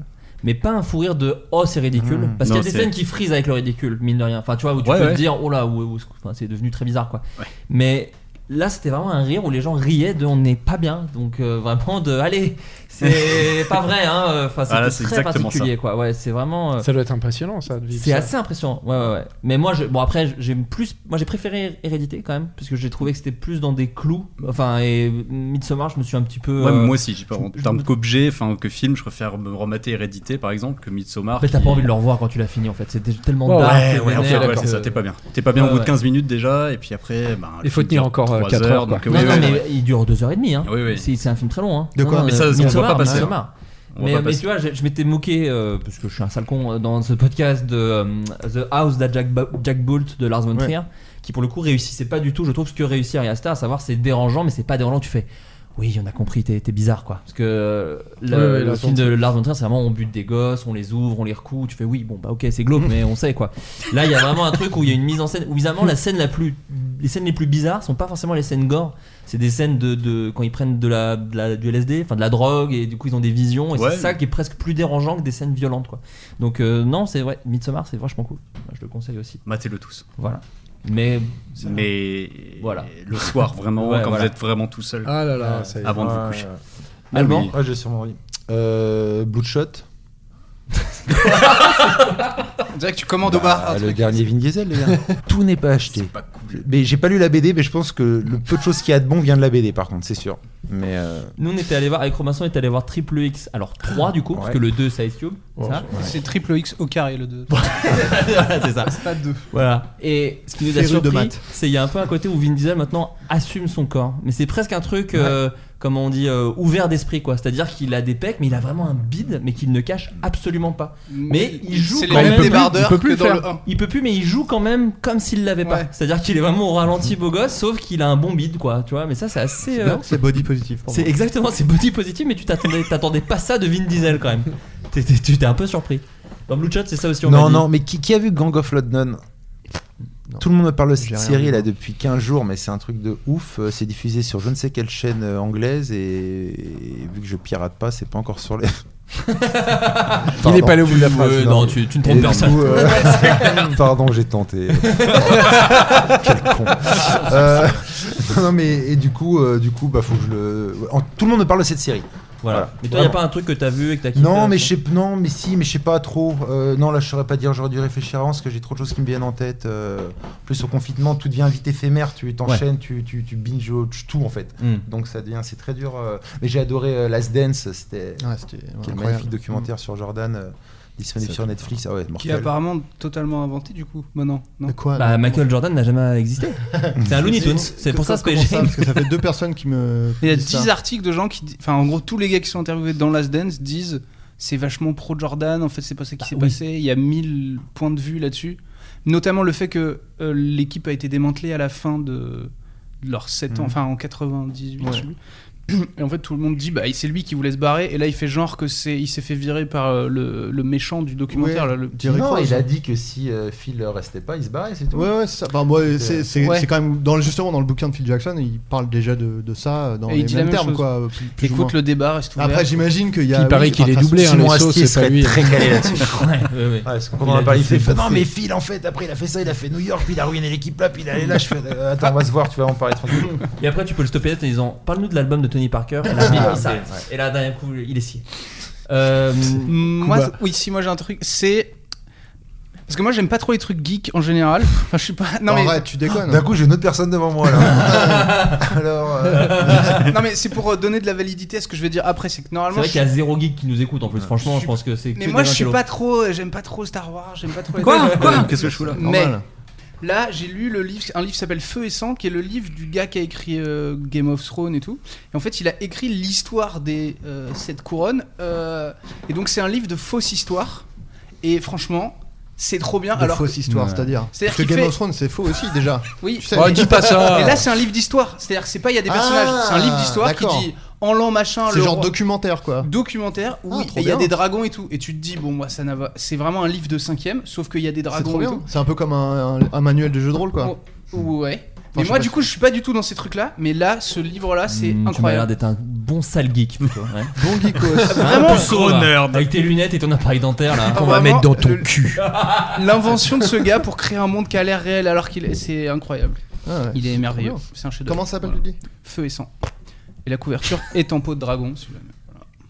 A: Mais pas un fou rire de oh c'est ridicule
J: Mmh.
A: parce qu'il y a
J: Non,
A: des
J: c'est-
A: scènes qui frisent avec le ridicule mine de rien. Enfin tu vois où tu
J: Ouais,
A: peux
J: ouais.
A: te dire oh là où- où- enfin, c'est devenu très bizarre quoi. Mais là c'était vraiment un rire où les gens riaient de on n'est pas bien donc euh, vraiment de allez c'est pas vrai hein enfin
J: Ah, là,
A: c'était
J: c'est
A: très
J: exactement
A: particulier
J: ça.
A: quoi ouais c'est vraiment euh,
I: Ça doit être impressionnant, ça. de vivre
A: c'est
I: ça.
A: assez impressionnant, ouais, ouais, ouais. Mais moi, je, bon après, j'aime plus, moi j'ai préféré Hérédité quand même, parce que j'ai trouvé que c'était plus dans des clous. Enfin, et Midsommar, je me suis un petit peu.
J: Ouais,
A: euh,
J: moi aussi, j'ai pas en
A: je- je
J: termes
A: me-
J: qu'objet, enfin que film, je préfère me remater Hérédité par exemple que Midsommar.
A: Après, t'as
J: qui-
A: pas envie de le revoir quand tu l'as fini en fait, c'est déjà tellement
J: Ouais,
A: dark.
J: ouais, euh,
A: et
J: ouais, en fait,
A: vénère
J: ouais,
A: que-
J: c'est ça, t'es pas bien. T'es pas bien
A: Ouais,
J: au bout
A: ouais.
J: de 15 minutes déjà, et puis après, ben.
I: Il faut tenir encore
J: trois
A: euh, quatre
J: heures,
A: heures, quoi.
J: donc, euh,
A: Non,
J: oui,
A: non,
J: oui,
A: mais
J: oui.
A: il dure 2h30. Hein.
J: Oui, oui.
A: C'est, c'est un film très long. Hein.
J: De quoi
A: Non,
J: Mais
A: non,
J: ça, on va
A: Midsommar,
J: pas passer.
A: Midsommar.
J: On va
A: Mais,
J: pas
A: mais
J: passer.
A: tu vois, je, je m'étais moqué, euh, parce que je suis un sale con, euh, dans ce podcast de euh, The House d'A Jack, Ba- Jack Bolt de Lars von
M: Ouais.
A: Trier, qui pour le coup réussissait pas du tout, je trouve, ce que réussit Ariasta, à savoir c'est dérangeant, mais c'est pas dérangeant, tu fais. Oui, on a compris, t'es t'es bizarre quoi. Parce que euh, le,
M: Ouais, ouais,
A: le
M: Lars
A: film
M: von
A: de
M: Trier.
A: Lars von Trier, c'est vraiment on bute des gosses, on les ouvre, on les recoue. Tu fais oui, bon bah ok, c'est glauque, mais on sait quoi. Là, il y a vraiment un truc où il y a une mise en scène où bizarrement la scène la plus, les scènes les plus bizarres sont pas forcément les scènes gore. C'est des scènes de, de- quand ils prennent de la, de la- du LSD, enfin de la drogue et du coup ils ont des visions et
J: Ouais.
A: c'est ça qui est presque plus dérangeant que des scènes violentes quoi. Donc euh, non, c'est vrai, Midsommar c'est vachement cool. Moi, Je le conseille aussi.
J: Matez-le tous.
A: Voilà. Mais
J: mais
A: voilà.
J: le soir vraiment
A: Ouais,
J: quand
A: voilà.
J: vous êtes vraiment tout seul.
L: Ah là là, ça y est.
J: avant de
L: Ouais,
J: vous coucher.
L: ouais.
A: Alban
L: Ah, j'ai sûrement envie. Euh, Bloodshot.
K: On dirait que tu commandes au bar.
L: Ah,
K: un
L: le
K: truc.
L: dernier Vin Diesel, les gars. Tout n'est pas acheté. Mais j'ai pas lu la BD, mais je pense que le peu de choses qu'il y a de bon vient de la BD, par contre, c'est sûr. Mais euh,
A: Nous on était allé voir avec Robinson, on était allé voir Triple X. Alors 3 du coup, parce
L: Ouais.
A: que le 2 c'est Ice Cube. c'est ça
K: C'est triple X au carré le 2.
A: Voilà, c'est ça.
K: C'est pas deux.
A: Voilà. Et ce qui nous a
K: Féru de
A: surpris,
K: maths.
A: c'est il y a un peu un côté où Vin Diesel maintenant assume son corps. Mais c'est presque un truc, euh, comment on dit, euh, ouvert d'esprit quoi. C'est-à-dire qu'il a des pecs, mais il a vraiment un bide, mais qu'il ne cache absolument pas. Mais il joue
K: C'est les
A: quand
K: mêmes
A: même.
K: débardeurs Il peut plus que le dans
A: faire.
K: faire. le un.
A: Il peut plus, mais il joue quand même comme s'il l'avait pas. C'est-à-dire qu'il est vraiment au ralenti beau gosse, sauf qu'il a un bon bide quoi. Tu vois. Mais ça, c'est assez.
H: C'est
A: euh,
H: bien, c'est body positif. pour
A: c'est
H: moi.
A: exactement, c'est body positif, mais tu t'attendais, t'attendais pas ça de Vin Diesel quand même. T'es- t'es- Tu t'es un peu surpris. Dans Blue Chat, c'est ça aussi. On m'a
L: non,
A: dit.
L: non, mais qui, qui a vu Gang of London Tout le monde me parle de
H: J'ai
L: cette
H: rien
L: série
H: vu,
L: là
H: moi.
L: depuis 15 jours, mais c'est un truc de ouf. Euh, C'est diffusé sur je ne sais quelle chaîne euh, anglaise et, et vu que je pirate pas, c'est pas encore sur les. Pardon.
A: est pas allé au bout de la
L: Tu-
A: phrase,
L: euh,
A: non, tu- tu ne
L: Et
A: trompes
L: du
A: personne.
L: coup, euh,
A: Ouais, c'est clair.
L: Pardon, j'ai tenté. Quel con. Euh, non, non, mais et du coup, euh, du coup, bah faut que je le. en- tout le monde me parle de cette série.
A: Voilà. Mais toi, y a pas un truc que t'as vu et que t'as kiffé euh,
L: Non, mais
A: là-dessus
L: je sais, non, mais si, mais je sais pas trop. Euh, non, là, je saurais pas dire. J'aurais dû réfléchir avant parce que j'ai trop de choses qui me viennent en tête. Euh, en plus au confinement, tout devient vite éphémère. Tu t'enchaînes, tu, tu, tu binge watch tout en fait.
K: Hmm.
A: Mm.
L: Donc ça devient, c'est très dur. euh. mais j'ai adoré euh, Last Dance. C'était
H: Ouais, c'était, ouais,
L: quel
H: incroyable. Hmm.
L: magnifique documentaire sur Jordan euh, disponible
H: C'est
L: sur Netflix. Ah ouais,
K: Qui
L: mortel.
K: est apparemment totalement inventé du coup maintenant. Non.
H: Quoi
A: Bah, Michael Jordan n'a jamais existé. C'est un Looney
H: Si, si.
A: Tunes. C'est pour ça ce que
H: comment
A: j'ai.
H: Parce que ça fait deux personnes qui me.
K: Il y a
H: disent
K: 10
H: ça.
K: articles de gens qui. di- Enfin, en gros, tous les gars qui sont interviewés dans Last Dance disent c'est vachement pro Jordan, en fait, c'est pas ça qui s'est
A: Bah oui.
K: passé. Il y a 1000 points de vue là-dessus. Notamment le fait que euh, l'équipe a été démantelée à la fin de de leurs 7 ans,
A: Mhm.
K: enfin en 98,
A: Ouais.
K: je sais plus. Et en fait, tout le monde dit bah c'est lui qui voulait se barrer, et là il fait genre que c'est il s'est fait virer par euh, le, le méchant du documentaire.
H: Ouais,
K: là, le
H: Jerry
L: Non,
H: Cross.
L: il a dit que si euh, Phil restait pas, il se barrait, c'est tout.
H: Ouais, ouais, c'est ça. Enfin, moi,
L: Donc,
H: c'est
L: euh,
H: c'est-
L: ouais.
H: c'est quand même. Dans, le- justement, dans le bouquin de Phil Jackson, il parle déjà de, de ça euh, dans
K: Et il
H: les
K: dit la
H: mêmes
K: même
H: termes,
K: chose.
H: quoi. euh, plus- plus ou
K: Écoute
H: moins.
K: le débat, reste ouvert.
H: Après, j'imagine qu'il y a.
I: Il paraît qu'il est doublé, hein,
L: Simon
I: les sauts,
L: Astier
I: c'est pas
L: serait
I: lui.
L: très calé là-dessus.
A: Ouais, ouais, ouais.
L: parce qu'on
A: Il
L: en a
A: a
L: parlé,
A: dû
L: il fait
A: se
L: non
A: bosser.
L: mais Phil en fait après il a fait ça, il a fait New York, puis il a ruiné l'équipe là, puis il est allé là, je fais euh, attends on va se voir, tu vas en parler tranquille.
A: Et après, tu peux le stopper net en disant Parle-nous de l'album de Tony Parker. Et là, il s'arrête. Et là, d'un coup, il est scié. Euh,
K: Moi,
A: Kuba.
K: c'est- oui, si moi j'ai un truc, c'est parce que moi j'aime pas trop les trucs geeks en général. Enfin, je suis pas. Non mais
H: Arrête, tu déconnes.
K: hein.
H: hein.
L: D'un coup j'ai une autre personne devant moi là. Alors euh,
K: non mais c'est pour euh, donner de la validité à ce que je vais dire après, c'est que
A: C'est
K: normalement.
A: vrai
K: je-
A: qu'il y a zéro geek qui nous écoute en plus. Franchement, je pense que c'est.
K: Mais
A: que
K: moi
A: des
K: je suis
A: intellos.
K: pas trop, j'aime pas trop Star Wars, j'aime pas trop. les-
A: Quoi Quoi
J: Qu'est-ce que je fous là
K: Mais
H: Normal.
K: là j'ai lu le livre, un livre qui s'appelle Feu et sang, qui est le livre du gars qui a écrit euh, Game of Thrones et tout. Et en fait il a écrit l'histoire des euh, sept couronnes. euh, et donc c'est un livre de fausse histoire. Et franchement. C'est trop bien.
H: De
K: alors
H: fausse
K: que-
H: histoire, c'est-à-dire. Parce
K: C'est-à-dire
H: que
K: qu'il
H: Game
K: fait-
H: of Thrones, c'est faux aussi déjà.
K: Oui,
H: Tu sais, Oh, dis pas ça.
K: Et là, c'est un livre d'histoire. C'est-à-dire que c'est pas il y a des
H: Ah,
K: personnages, c'est un livre d'histoire qui
H: d'accord.
K: dit en l'an machin.
H: C'est
K: le
H: genre
K: roi-
H: documentaire, quoi.
K: documentaire où
H: Ah,
K: oui,
H: trop
K: et il y a
H: bien.
K: des dragons et tout. Et tu te dis bon, moi ça n'a va- c'est vraiment un livre de cinquième, sauf qu'il y a des
H: C'est trop
K: dragons et
H: bien.
K: tout.
H: C'est un peu comme un, un- un manuel de jeu de rôle, quoi.
K: Oh, ouais.
H: je
K: Mais
H: sais
K: moi
H: pas
K: du
H: si- Hmm,
K: coup je suis pas du tout dans ces trucs là, mais là ce livre là c'est
A: Mmh, Tu m'as l'air
K: incroyable.
A: d'être un bon sale geek plutôt. ouais.
H: Bon geekos.
K: Vraiment
A: Plus gros nerd. Avec tes lunettes et ton appareil dentaire là.
K: Ah, vraiment, le-
I: cul.
K: L'invention de ce gars pour créer un monde qui a l'air réel alors qu'il est c'est incroyable.
H: Ah ouais,
K: Il est
H: c'est
K: merveilleux.
H: trop bien.
K: C'est un chef
H: Comment ça s'appelle, tu dis
K: Feu et sang. Et la couverture est en peau de dragon. celui-là.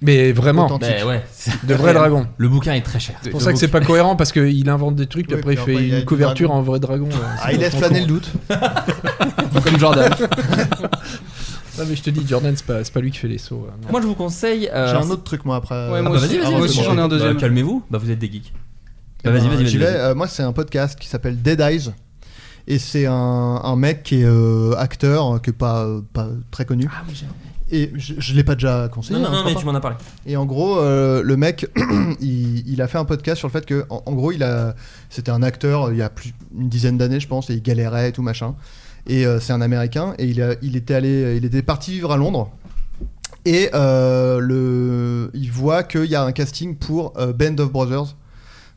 I: Mais vraiment,
H: Authentique.
A: Bah ouais.
I: de vrais dragons.
A: Le bouquin est très cher.
I: C'est pour ça que c'est pas cohérent parce qu'il invente des trucs puis
H: Oui,
I: après il
H: puis
I: fait
H: après, il y a
I: une
H: du
I: couverture
H: dragon.
I: en vrai dragon. euh,
H: Ah, il laisse planer le doute.
K: Comme Jordan.
I: Non mais je te dis Jordan c'est pas, c'est pas lui qui fait les sauts. euh, non.
A: Moi je vous conseille. euh,
H: J'ai un autre truc, moi, après.
K: Ouais, moi
A: Ah, bah,
K: aussi.
A: vas-y, vas-y,
K: Ah, moi
A: vas-y.
K: aussi, j'en ai un
A: Bah,
K: deuxième.
A: Calmez-vous. Bah vous êtes des geeks.
H: Eh
A: Bah
H: ben,
A: vas-y, vas-y,
H: j'y
A: vas-y.
H: vais.
A: vas-y.
H: Euh, moi, c'est un podcast qui s'appelle Dead Eyes Et c'est un, un mec qui est euh, acteur, qui est pas, euh, pas très connu. Et je, je l'ai pas déjà conseillé.
A: Non, non,
H: hein, je
A: non,
H: crois
A: mais
H: pas.
A: tu m'en as parlé.
H: Et en gros, euh, le mec, il, il a fait un podcast sur le fait que, en, en gros, il a, c'était un acteur euh, il y a plus une dizaine d'années, je pense, et il galérait et tout machin. Et euh, c'est un Américain, et il, a- il était allé, il était parti vivre à Londres. Et euh, le, il voit qu'il y a un casting pour euh, Band of Brothers,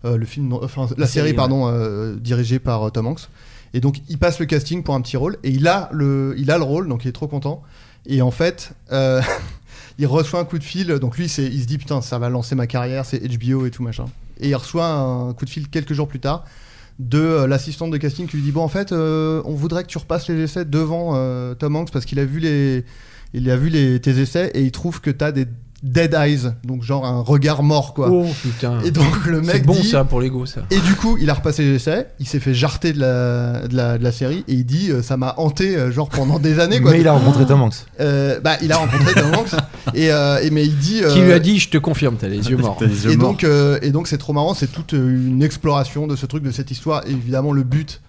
H: euh, le film, non- enfin, la,
L: La série,
H: série,
L: ouais.
H: pardon, euh, dirigée par euh, Tom Hanks. Et donc il passe le casting pour un petit rôle et il a le, il a le rôle, donc il est trop content. Et en fait, euh, il reçoit un coup de fil. Donc lui, c'est, il se dit putain, ça va lancer ma carrière, c'est HBO et tout machin. Et il reçoit un coup de fil quelques jours plus tard de euh, l'assistante de casting qui lui dit bon en fait, euh, on voudrait que tu repasses les essais devant euh, Tom Hanks parce qu'il a vu les, il a vu les tes essais et il trouve que t'as des dead eyes, donc genre un regard mort quoi.
I: Oh, putain.
H: Et donc le
I: C'est
H: mec
I: bon,
H: dit-
I: ça, pour l'ego, ça.
H: et du coup, il a repassé les essais, il s'est fait jarter de la, de la, de la série et il dit euh, ça m'a hanté euh, genre pendant des années quoi.
L: Mais il a rencontré Tom Hanks.
H: Euh, bah, il a rencontré Tom Hanks et, euh, et- mais il dit.
I: Qui lui
H: euh,
I: a dit, je te confirme, t'as les yeux morts.
H: et donc, euh, et donc c'est trop marrant, c'est toute euh, une exploration de ce truc, de cette histoire. Et évidemment, le but,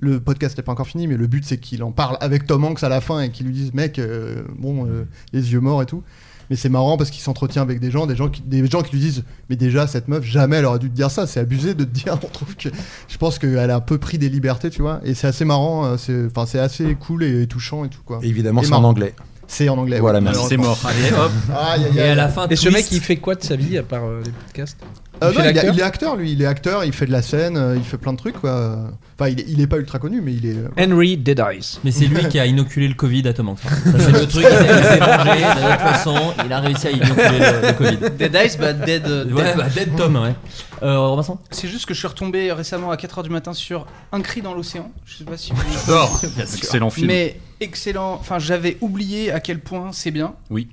H: le podcast n'est pas encore fini, mais le but c'est qu'il en parle avec Tom Hanks à la fin et qu'il lui dise, mec, euh, bon, euh, les yeux morts et tout. Mais c'est marrant parce qu'il s'entretient avec des gens, des gens, qui, des gens qui lui disent, mais déjà cette meuf jamais elle aurait dû te dire ça, c'est abusé de te dire. On trouve que je pense qu'elle a un peu pris des libertés, tu vois. Et c'est assez marrant, euh, c'est, enfin c'est assez cool et, touchant et tout quoi.
L: Et évidemment,
H: Et
L: c'est en
H: marrant.
L: anglais.
H: Ah, C'est en anglais.
L: Voilà,
H: oui,
L: merci. C'est mort.
H: malheureusement. Aïe,
L: Allez, hop.
H: aïe,
I: Et
H: aïe.
I: à la fin, Et ce twist. mec, il fait quoi de sa vie à part euh, les podcasts
H: Euh,
I: Il
H: non, il,
I: fait
H: a-
I: l'acteur
H: il est acteur, lui. Il est acteur, il fait de la scène, euh, il fait plein de trucs, quoi. Enfin, il est, il est pas ultra connu, mais il est. euh,
I: Henry Deadeyes.
A: Mais c'est lui qui a inoculé le Covid à Tom Hanks. Ça, c'est le truc, il s'est il s'est vengé, de toute façon, il a réussi à inoculer le, le Covid.
K: Dead Eyes, bah Dead. euh,
A: Ouais, bah, Dead Tom, ouais. Euh, Robinson
K: C'est juste que je suis retombé récemment à 4h du matin sur Un cri dans l'océan. Je sais pas si.
J: J'adore. Bien sûr. Oh, Excellent film.
K: Mais excellent. Enfin, j'avais oublié à quel point c'est bien.
J: Oui.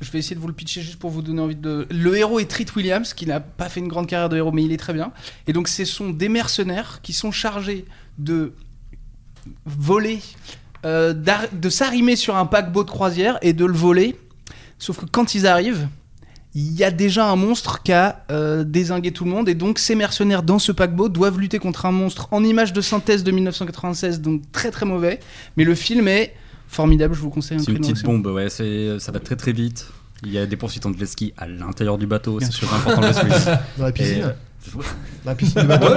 K: Je vais essayer de vous le pitcher juste pour vous donner envie de. Le héros est Treat Williams, qui n'a pas fait une grande carrière de héros, mais il est très bien. Et donc, ce sont des mercenaires qui sont chargés de voler, euh, d'ar- de s'arrimer sur un paquebot de croisière et de le voler. Sauf que quand ils arrivent, il y a déjà un monstre qui a euh, dézingué tout le monde. Et donc, ces mercenaires dans ce paquebot doivent lutter contre un monstre en image de synthèse de 1996, donc très très mauvais. Mais le film est formidable, je vous conseille un
J: C'est une
K: cri dans
J: petite
K: l'océan.
J: bombe, ouais, c'est- ça va très très vite. Il y a des poursuites en jet ski à l'intérieur du bateau,
K: Bien
J: c'est
K: sûr.
J: super important de le suivre.
H: Dans la piscine.
J: Et, euh,
H: Dans la piscine du bateau.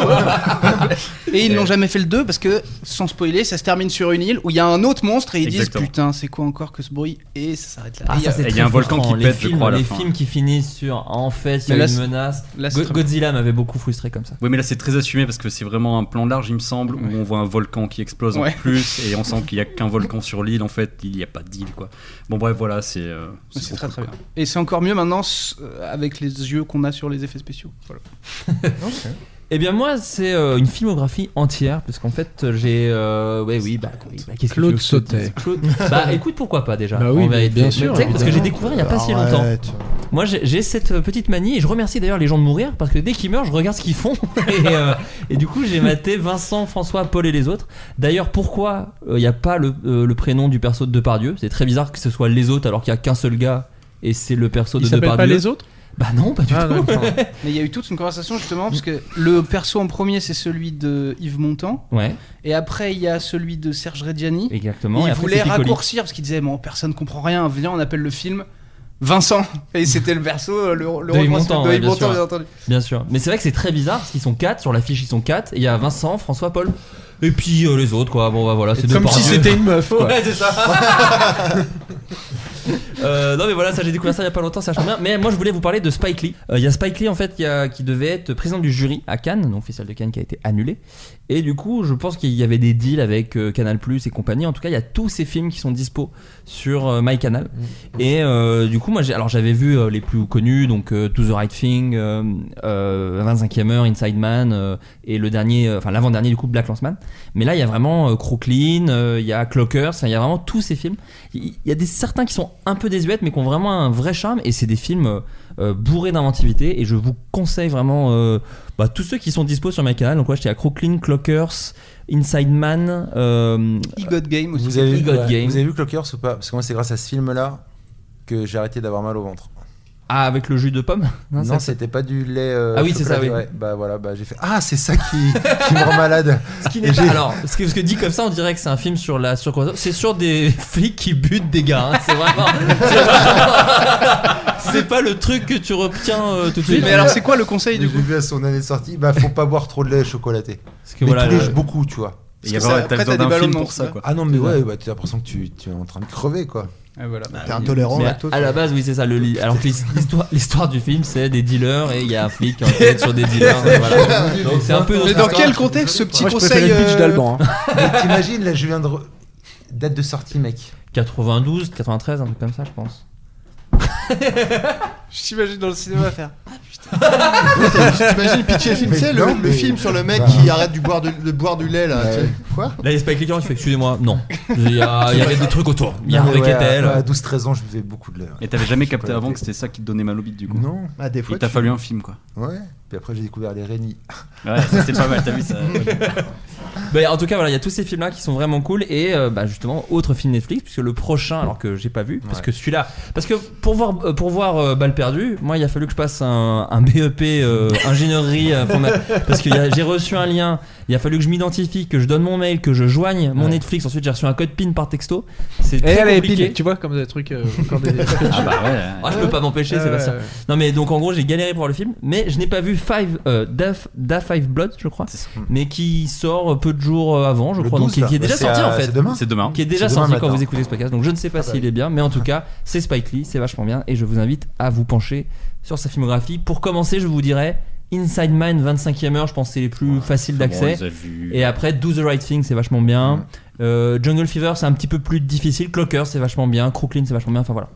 K: Et ils n'ont jamais fait le 2 parce que, sans spoiler, ça se termine sur une île où il y a un autre monstre et ils
J: Exactement.
K: disent putain, c'est quoi encore que ce bruit Et ça s'arrête là.
A: Ah,
K: Et il y a-
A: ça, c'est
J: et il y
A: très
J: a un volcan
A: frustrant.
J: qui
A: les
J: pète, je
A: films,
J: crois, à la
A: les
J: fin.
A: films qui finissent sur en fait, il y
J: Mais
A: a
J: là,
A: une
J: c'est-
A: menace.
J: là,
A: Go-
J: c'est-
A: Godzilla m'avait beaucoup frustré comme ça.
J: Oui, mais là c'est très assumé parce que c'est vraiment un plan large, il me semble, où on voit un volcan qui explose
K: Ouais.
J: en plus et on sent qu'il n'y a qu'un volcan sur l'île. En fait, il n'y a pas d'île, quoi. Bon, bref, voilà, c'est. euh,
K: C'est
J: trop
K: très
J: cool,
K: très
J: quoi.
K: bien. Et c'est encore mieux maintenant s- euh, avec les yeux qu'on a sur les effets spéciaux. Voilà.
A: Eh bien moi c'est euh, une filmographie entière parce qu'en fait euh, j'ai euh, ouais oui bah, oui, bah, qu'est-ce que
I: Claude
A: tu veux que je te dise
I: Sautet.
A: Claude bah écoute pourquoi pas déjà
I: Bah
A: en
I: oui, mais
A: vérité.
I: bien
A: Mais
I: sûr,
A: tu sais, parce que
I: évidemment.
A: j'ai découvert il y a pas si
H: Arrête.
A: longtemps moi j'ai j'ai cette euh, petite manie et je remercie d'ailleurs les gens de mourir parce que dès qu'ils meurent je regarde ce qu'ils font et, euh, et du coup j'ai maté Vincent François Paul et les autres d'ailleurs pourquoi euh, il n'y a pas le, euh, le prénom du perso de Depardieu c'est très bizarre que ce soit les autres alors qu'il y a qu'un seul gars et c'est le perso
I: Il
A: de
I: s'appelle
A: Depardieu
I: pas les autres
A: bah non pas du
I: Ah,
A: tout
I: d'accord.
K: Mais il y a eu toute une conversation justement parce que le perso en premier c'est celui de Yves Montand.
A: Ouais.
K: Et après il y a celui de Serge Reggiani.
A: Exactement,
K: Et
A: et
K: il
A: après,
K: voulait
A: c'est Piccoli.
K: raccourcir parce qu'il disait bon personne comprend rien. Viens on appelle le film Vincent. Et c'était le perso euh, le, le
A: De Yves
K: roman-
A: Montand,
K: de
A: ouais,
K: Yves
A: bien,
K: Montand,
A: sûr.
K: bien entendu.
A: Bien sûr. Mais c'est vrai que c'est très bizarre parce qu'ils sont 4, sur l'affiche ils sont 4, et il y a Vincent, François, Paul, et puis euh, les autres quoi. Bon bah voilà, c'est
I: Comme si
A: Depardieu.
I: c'était une meuf, quoi.
A: Ouais, c'est ça. Euh, non mais voilà, ça j'ai découvert ça il y a pas longtemps, ça change bien. Mais moi je voulais vous parler de Spike Lee. Euh, Il y a Spike Lee en fait qui, a- qui devait être président du jury à Cannes, donc festival de Cannes qui a été annulé. Et du coup, je pense qu'il y avait des deals avec euh, Canal Plus et compagnie. En tout cas, il y a tous ces films qui sont dispo sur euh, MyCanal. Et euh, du coup, moi j'ai- alors j'avais vu euh, les plus connus, donc euh, To the Right Thing, euh, euh, 25e Heure, Inside Man euh, et le dernier, euh, enfin l'avant-dernier du coup Black Lanceman. Mais là, il y a vraiment euh, Crooklyn, euh, il y a Clockers, enfin, il y a vraiment tous ces films. Il il y a des certains qui sont un peu désuètes, mais qui ont vraiment un vrai charme. Et c'est des films euh, euh, bourrés d'inventivité. Et je vous conseille vraiment euh, bah, tous ceux qui sont dispo sur ma canal. Donc, ouais, j'étais à Crooklyn, Clockers, Inside Man, euh,
K: E-God Game aussi.
L: Vous avez,
A: He Got
L: ouais.
A: Game.
L: vous avez vu Clockers ou pas Parce que moi, c'est grâce à ce film-là que j'ai arrêté d'avoir mal au ventre.
A: Ah, avec le jus de pomme
L: Non,
A: ça-
L: c'était pas du lait. euh,
A: Ah oui, c'est ça,
L: chocolaté,
A: oui.
L: ouais. Bah voilà, bah j'ai fait. Ah, c'est ça qui, qui me rend malade.
A: Ce qui
L: Et
A: n'est pas.
L: j'ai-
A: Alors, ce que, ce que dit comme ça, on dirait que c'est un film sur la sur quoi C'est sur des flics qui butent des gars. hein. C'est vraiment. c'est vraiment- C'est pas le truc que tu retiens euh, tout de suite.
L: quoi le conseil du coup J'ai vu à son année de sortie, bah faut pas boire trop de lait chocolaté. Parce
A: que voilà, le-
L: beaucoup, tu vois.
J: Et Parce y a que ça- vraiment- t'as après, besoin t'as des d'un film ballons pour ça, quoi.
L: Ah non, mais
J: C'est
L: ouais,
J: ça.
L: bah, t'as l'impression que tu, tu es en train de crever, quoi.
K: Ah, voilà.
L: T'es
A: Mais à-
L: lactose.
A: à la hein. base, oui, c'est ça le lit. Alors que l'his- l'histoire, l'histoire du film, c'est des dealers et il y a un flic qui enquête sur des dealers. et voilà. Donc c'est un peu.
K: Mais
A: notre
K: dans
A: histoire.
K: quel contexte ce petit
L: Moi, je
K: conseil
L: préférais le
K: euh,
L: pitch d'Alban, hein. Mais T'imagines, là, je viens de. re- Date de sortie, mec.
A: 92, 93, un truc comme ça, je pense.
K: Je t'imagine dans le cinéma faire. Ah putain.
H: T'imagines pitcher le film,
K: Mais
H: c'est
K: non,
H: le, le
K: mais- Bah
H: film sur le mec
A: Bah.
H: qui arrête de boire, du- de boire du lait là.
A: Ouais.
H: tu sais. Quoi
A: Là, il y a Spike Lee qui rentre, il fait Excusez-moi, non. Il y, a- il y avait des trucs autour. Il y a
L: Non, mais
A: Henri
L: ouais,
A: Kettel.
L: À 12-13 ans, je buvais beaucoup de lait.
J: Et t'avais jamais capté avant que c'était ça qui te donnait mal au bide du coup
L: Non.
H: Ah, des fois,
J: Il t'a
H: tu-
J: fallu un film quoi.
L: Ouais. Puis après, j'ai découvert les Rénis.
J: Ouais, ça, c'est pas mal, t'as vu ça
A: Bah, en tout cas, voilà, il y a tous ces films-là qui sont vraiment cool. Et euh, bah, justement, autre film Netflix, puisque le prochain, alors que j'ai pas vu, parce
L: Ouais.
A: que celui-là. Parce que pour voir, euh, pour voir euh, Balle perdue, moi, il a fallu que je passe un, un BEP euh, ingénierie. euh, pour ma- Parce que y a- j'ai reçu un lien, il a fallu que je m'identifie, que je donne mon mail, que je joigne mon
I: Ouais.
A: Netflix. Ensuite, j'ai reçu un code PIN par texto. C'est
I: Et
A: très
I: elle est
A: compliqué.
I: Eh, pile, tu vois, comme des trucs. euh, encore des-
A: Ah bah ouais. Ah, je peux pas m'empêcher,
I: Ouais,
A: Sébastien.
I: ouais, ouais.
A: Non mais donc en gros j'ai galéré pour voir le film, mais je n'ai pas vu Five euh, Da, Da Five Blood, je crois, mais qui sort euh, peu de jours euh, avant, je
L: Hmm. Le
A: crois, donc
L: 12,
A: qui, qui est
L: là. Bah,
A: déjà
L: C'est
A: sorti
L: à-
A: en fait.
L: c'est demain C'est demain.
A: Qui est déjà
L: C'est
A: sorti
L: demain
A: quand
L: matin.
A: vous écoutez ce podcast. Donc je ne sais pas
L: Ah bah
A: s'il est bien, mais en tout cas c'est Spike Lee, c'est vachement bien, et je vous invite à vous pencher sur sa filmographie. Pour commencer, je vous dirais. Inside Mind, 25e heure, je pense que c'est les plus faciles
J: bon, on
A: d'accès.
J: les a vus.
A: Et après, Do the Right Thing, c'est vachement bien. Euh, Jungle Fever, c'est un petit peu plus difficile. Clocker, c'est vachement bien. Crooklyn, c'est vachement bien. Enfin voilà.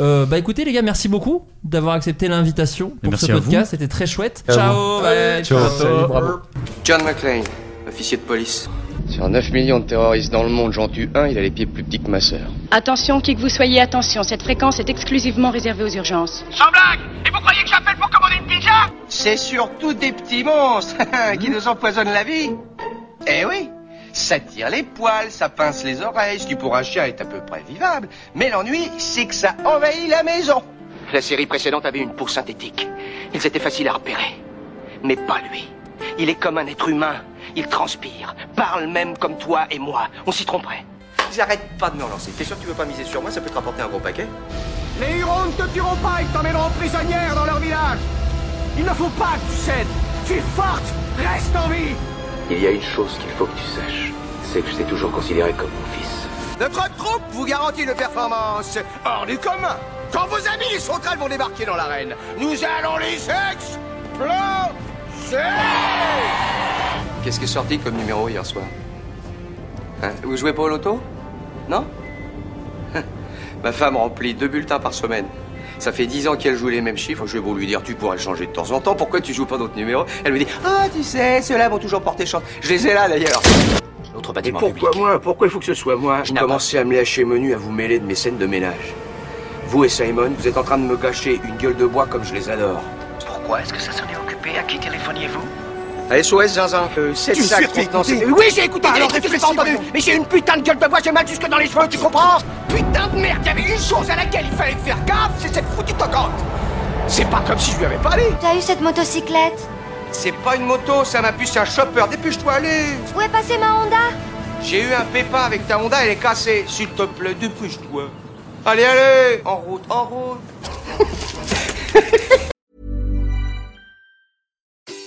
A: Euh, bah écoutez, les gars, merci beaucoup d'avoir accepté l'invitation
J: Et
A: pour
J: merci
A: ce
J: à
A: podcast.
J: vous.
A: C'était très chouette.
J: À
A: Ciao,
J: vous.
A: bye,
J: Ciao. Salut,
T: bravo. John McLean, officier de police. Sur 9 millions de terroristes dans le monde, j'en tue un, il a les pieds plus petits que ma sœur.
U: Attention, qui que vous soyez, attention, cette fréquence est exclusivement réservée aux urgences.
V: Sans blague Et vous croyez que j'appelle pour commander une pizza C'est surtout des petits monstres qui nous empoisonnent la vie. Eh oui ça tire les poils, ça pince les oreilles, ce qui pour un chien est à peu près vivable. Mais l'ennui, c'est que ça envahit la maison.
W: La série précédente avait une peau synthétique. Ils étaient faciles à repérer.
V: Mais pas lui. Il est comme un être humain. Il transpire, parle même comme toi et moi. On s'y tromperait.
W: J'arrête pas de me relancer. T'es sûr que tu veux pas miser sur moi Ça peut te rapporter un gros paquet
V: Les Hurons ne te tueront pas, ils t'emmèneront prisonnière dans leur village. Il ne faut pas que tu cèdes. Tu es forte, reste en vie.
N: Il y a une chose qu'il faut que tu saches, c'est que je t'ai toujours considéré comme mon fils.
V: Notre troupe vous garantit une performance hors du commun. Quand vos amis les sauterelles vont débarquer dans l'arène, nous allons les exploser
W: Qu'est-ce qui est sorti comme numéro hier soir Hein, Vous jouez pas au loto Non Ma femme remplit deux bulletins par semaine. Ça fait dix ans qu'elle joue les mêmes chiffres. Je vais vous lui dire, tu pourrais le changer de temps en temps. Pourquoi tu joues pas d'autres numéros Elle me dit, ah, tu sais, ceux-là vont toujours porter chance. Je les ai là d'ailleurs. L'autre bâtiment. Pourquoi moi Pourquoi il faut que ce soit moi Je commençais à me lâcher menu, à vous mêler de mes scènes de ménage. Vous et Simon, vous êtes en train de me gâcher une gueule de bois comme je les adore.
V: Pourquoi est-ce que ça s'en est occupé À qui téléphoniez-vous
W: SOS Zinzin, euh,
V: Tu
W: sept
V: me
W: sacs
V: suis fait
W: contenant-
V: écouter. Oui, j'ai écouté,
W: Parlons
V: j'ai écouté, j'ai pas entendu. Mais j'ai une putain de gueule de bois, j'ai mal jusque dans les cheveux, tu comprends Putain de merde, il y avait une chose à laquelle il fallait faire gaffe, c'est cette foutue tocante. C'est pas comme si je lui avais parlé.
W: T'as eu cette motocyclette C'est pas une moto, ça m'a pu, c'est un chopper. Dépêche-toi, allez Où est passée ma Honda J'ai eu un pépin avec ta Honda, elle est cassée. S'il te plaît, dépêche-toi. Allez, allez En route, en route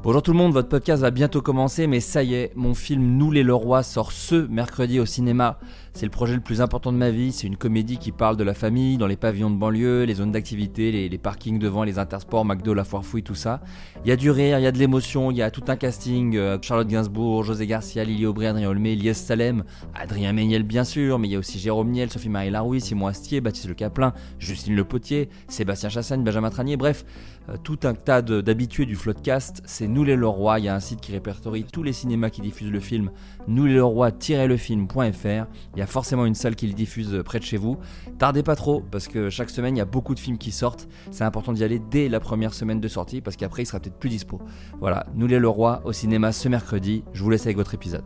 A: Bonjour tout le monde, votre podcast va bientôt commencer, mais ça y est, mon film Nous les Leroy sort ce mercredi au cinéma. C'est le projet le plus important de ma vie, c'est une comédie qui parle de la famille, dans les pavillons de banlieue, les zones d'activité, les, les parkings devant, les intersports, McDo, la foire fouille, tout ça. Il y a du rire, il y a de l'émotion, il y a tout un casting, euh, Charlotte Gainsbourg, José Garcia, Lily Aubry, Adrien Olmé, Lies Salem, Adrien Méniel bien sûr, mais il y a aussi Jérôme Niel, Sophie-Marie Larouille, Simon Astier, Baptiste Le Caplin, Justine Le Potier, Sébastien Chassagne, Benjamin Tranier, bref, euh, tout un tas de- d'habitués du Floodcast, c'est Nous les Leroy, il y a un site qui répertorie tous les cinémas qui diffusent le film, nousleroy-lefilm.fr, il y a forcément une salle qui le diffuse euh, près de chez vous. Tardez pas trop, parce que chaque semaine, il y a beaucoup de films qui sortent, c'est important d'y aller dès la première semaine de sortie, parce qu'après, il sera peut-être plus dispo. Voilà, Nous les Leroy au cinéma ce mercredi, je vous laisse avec votre épisode.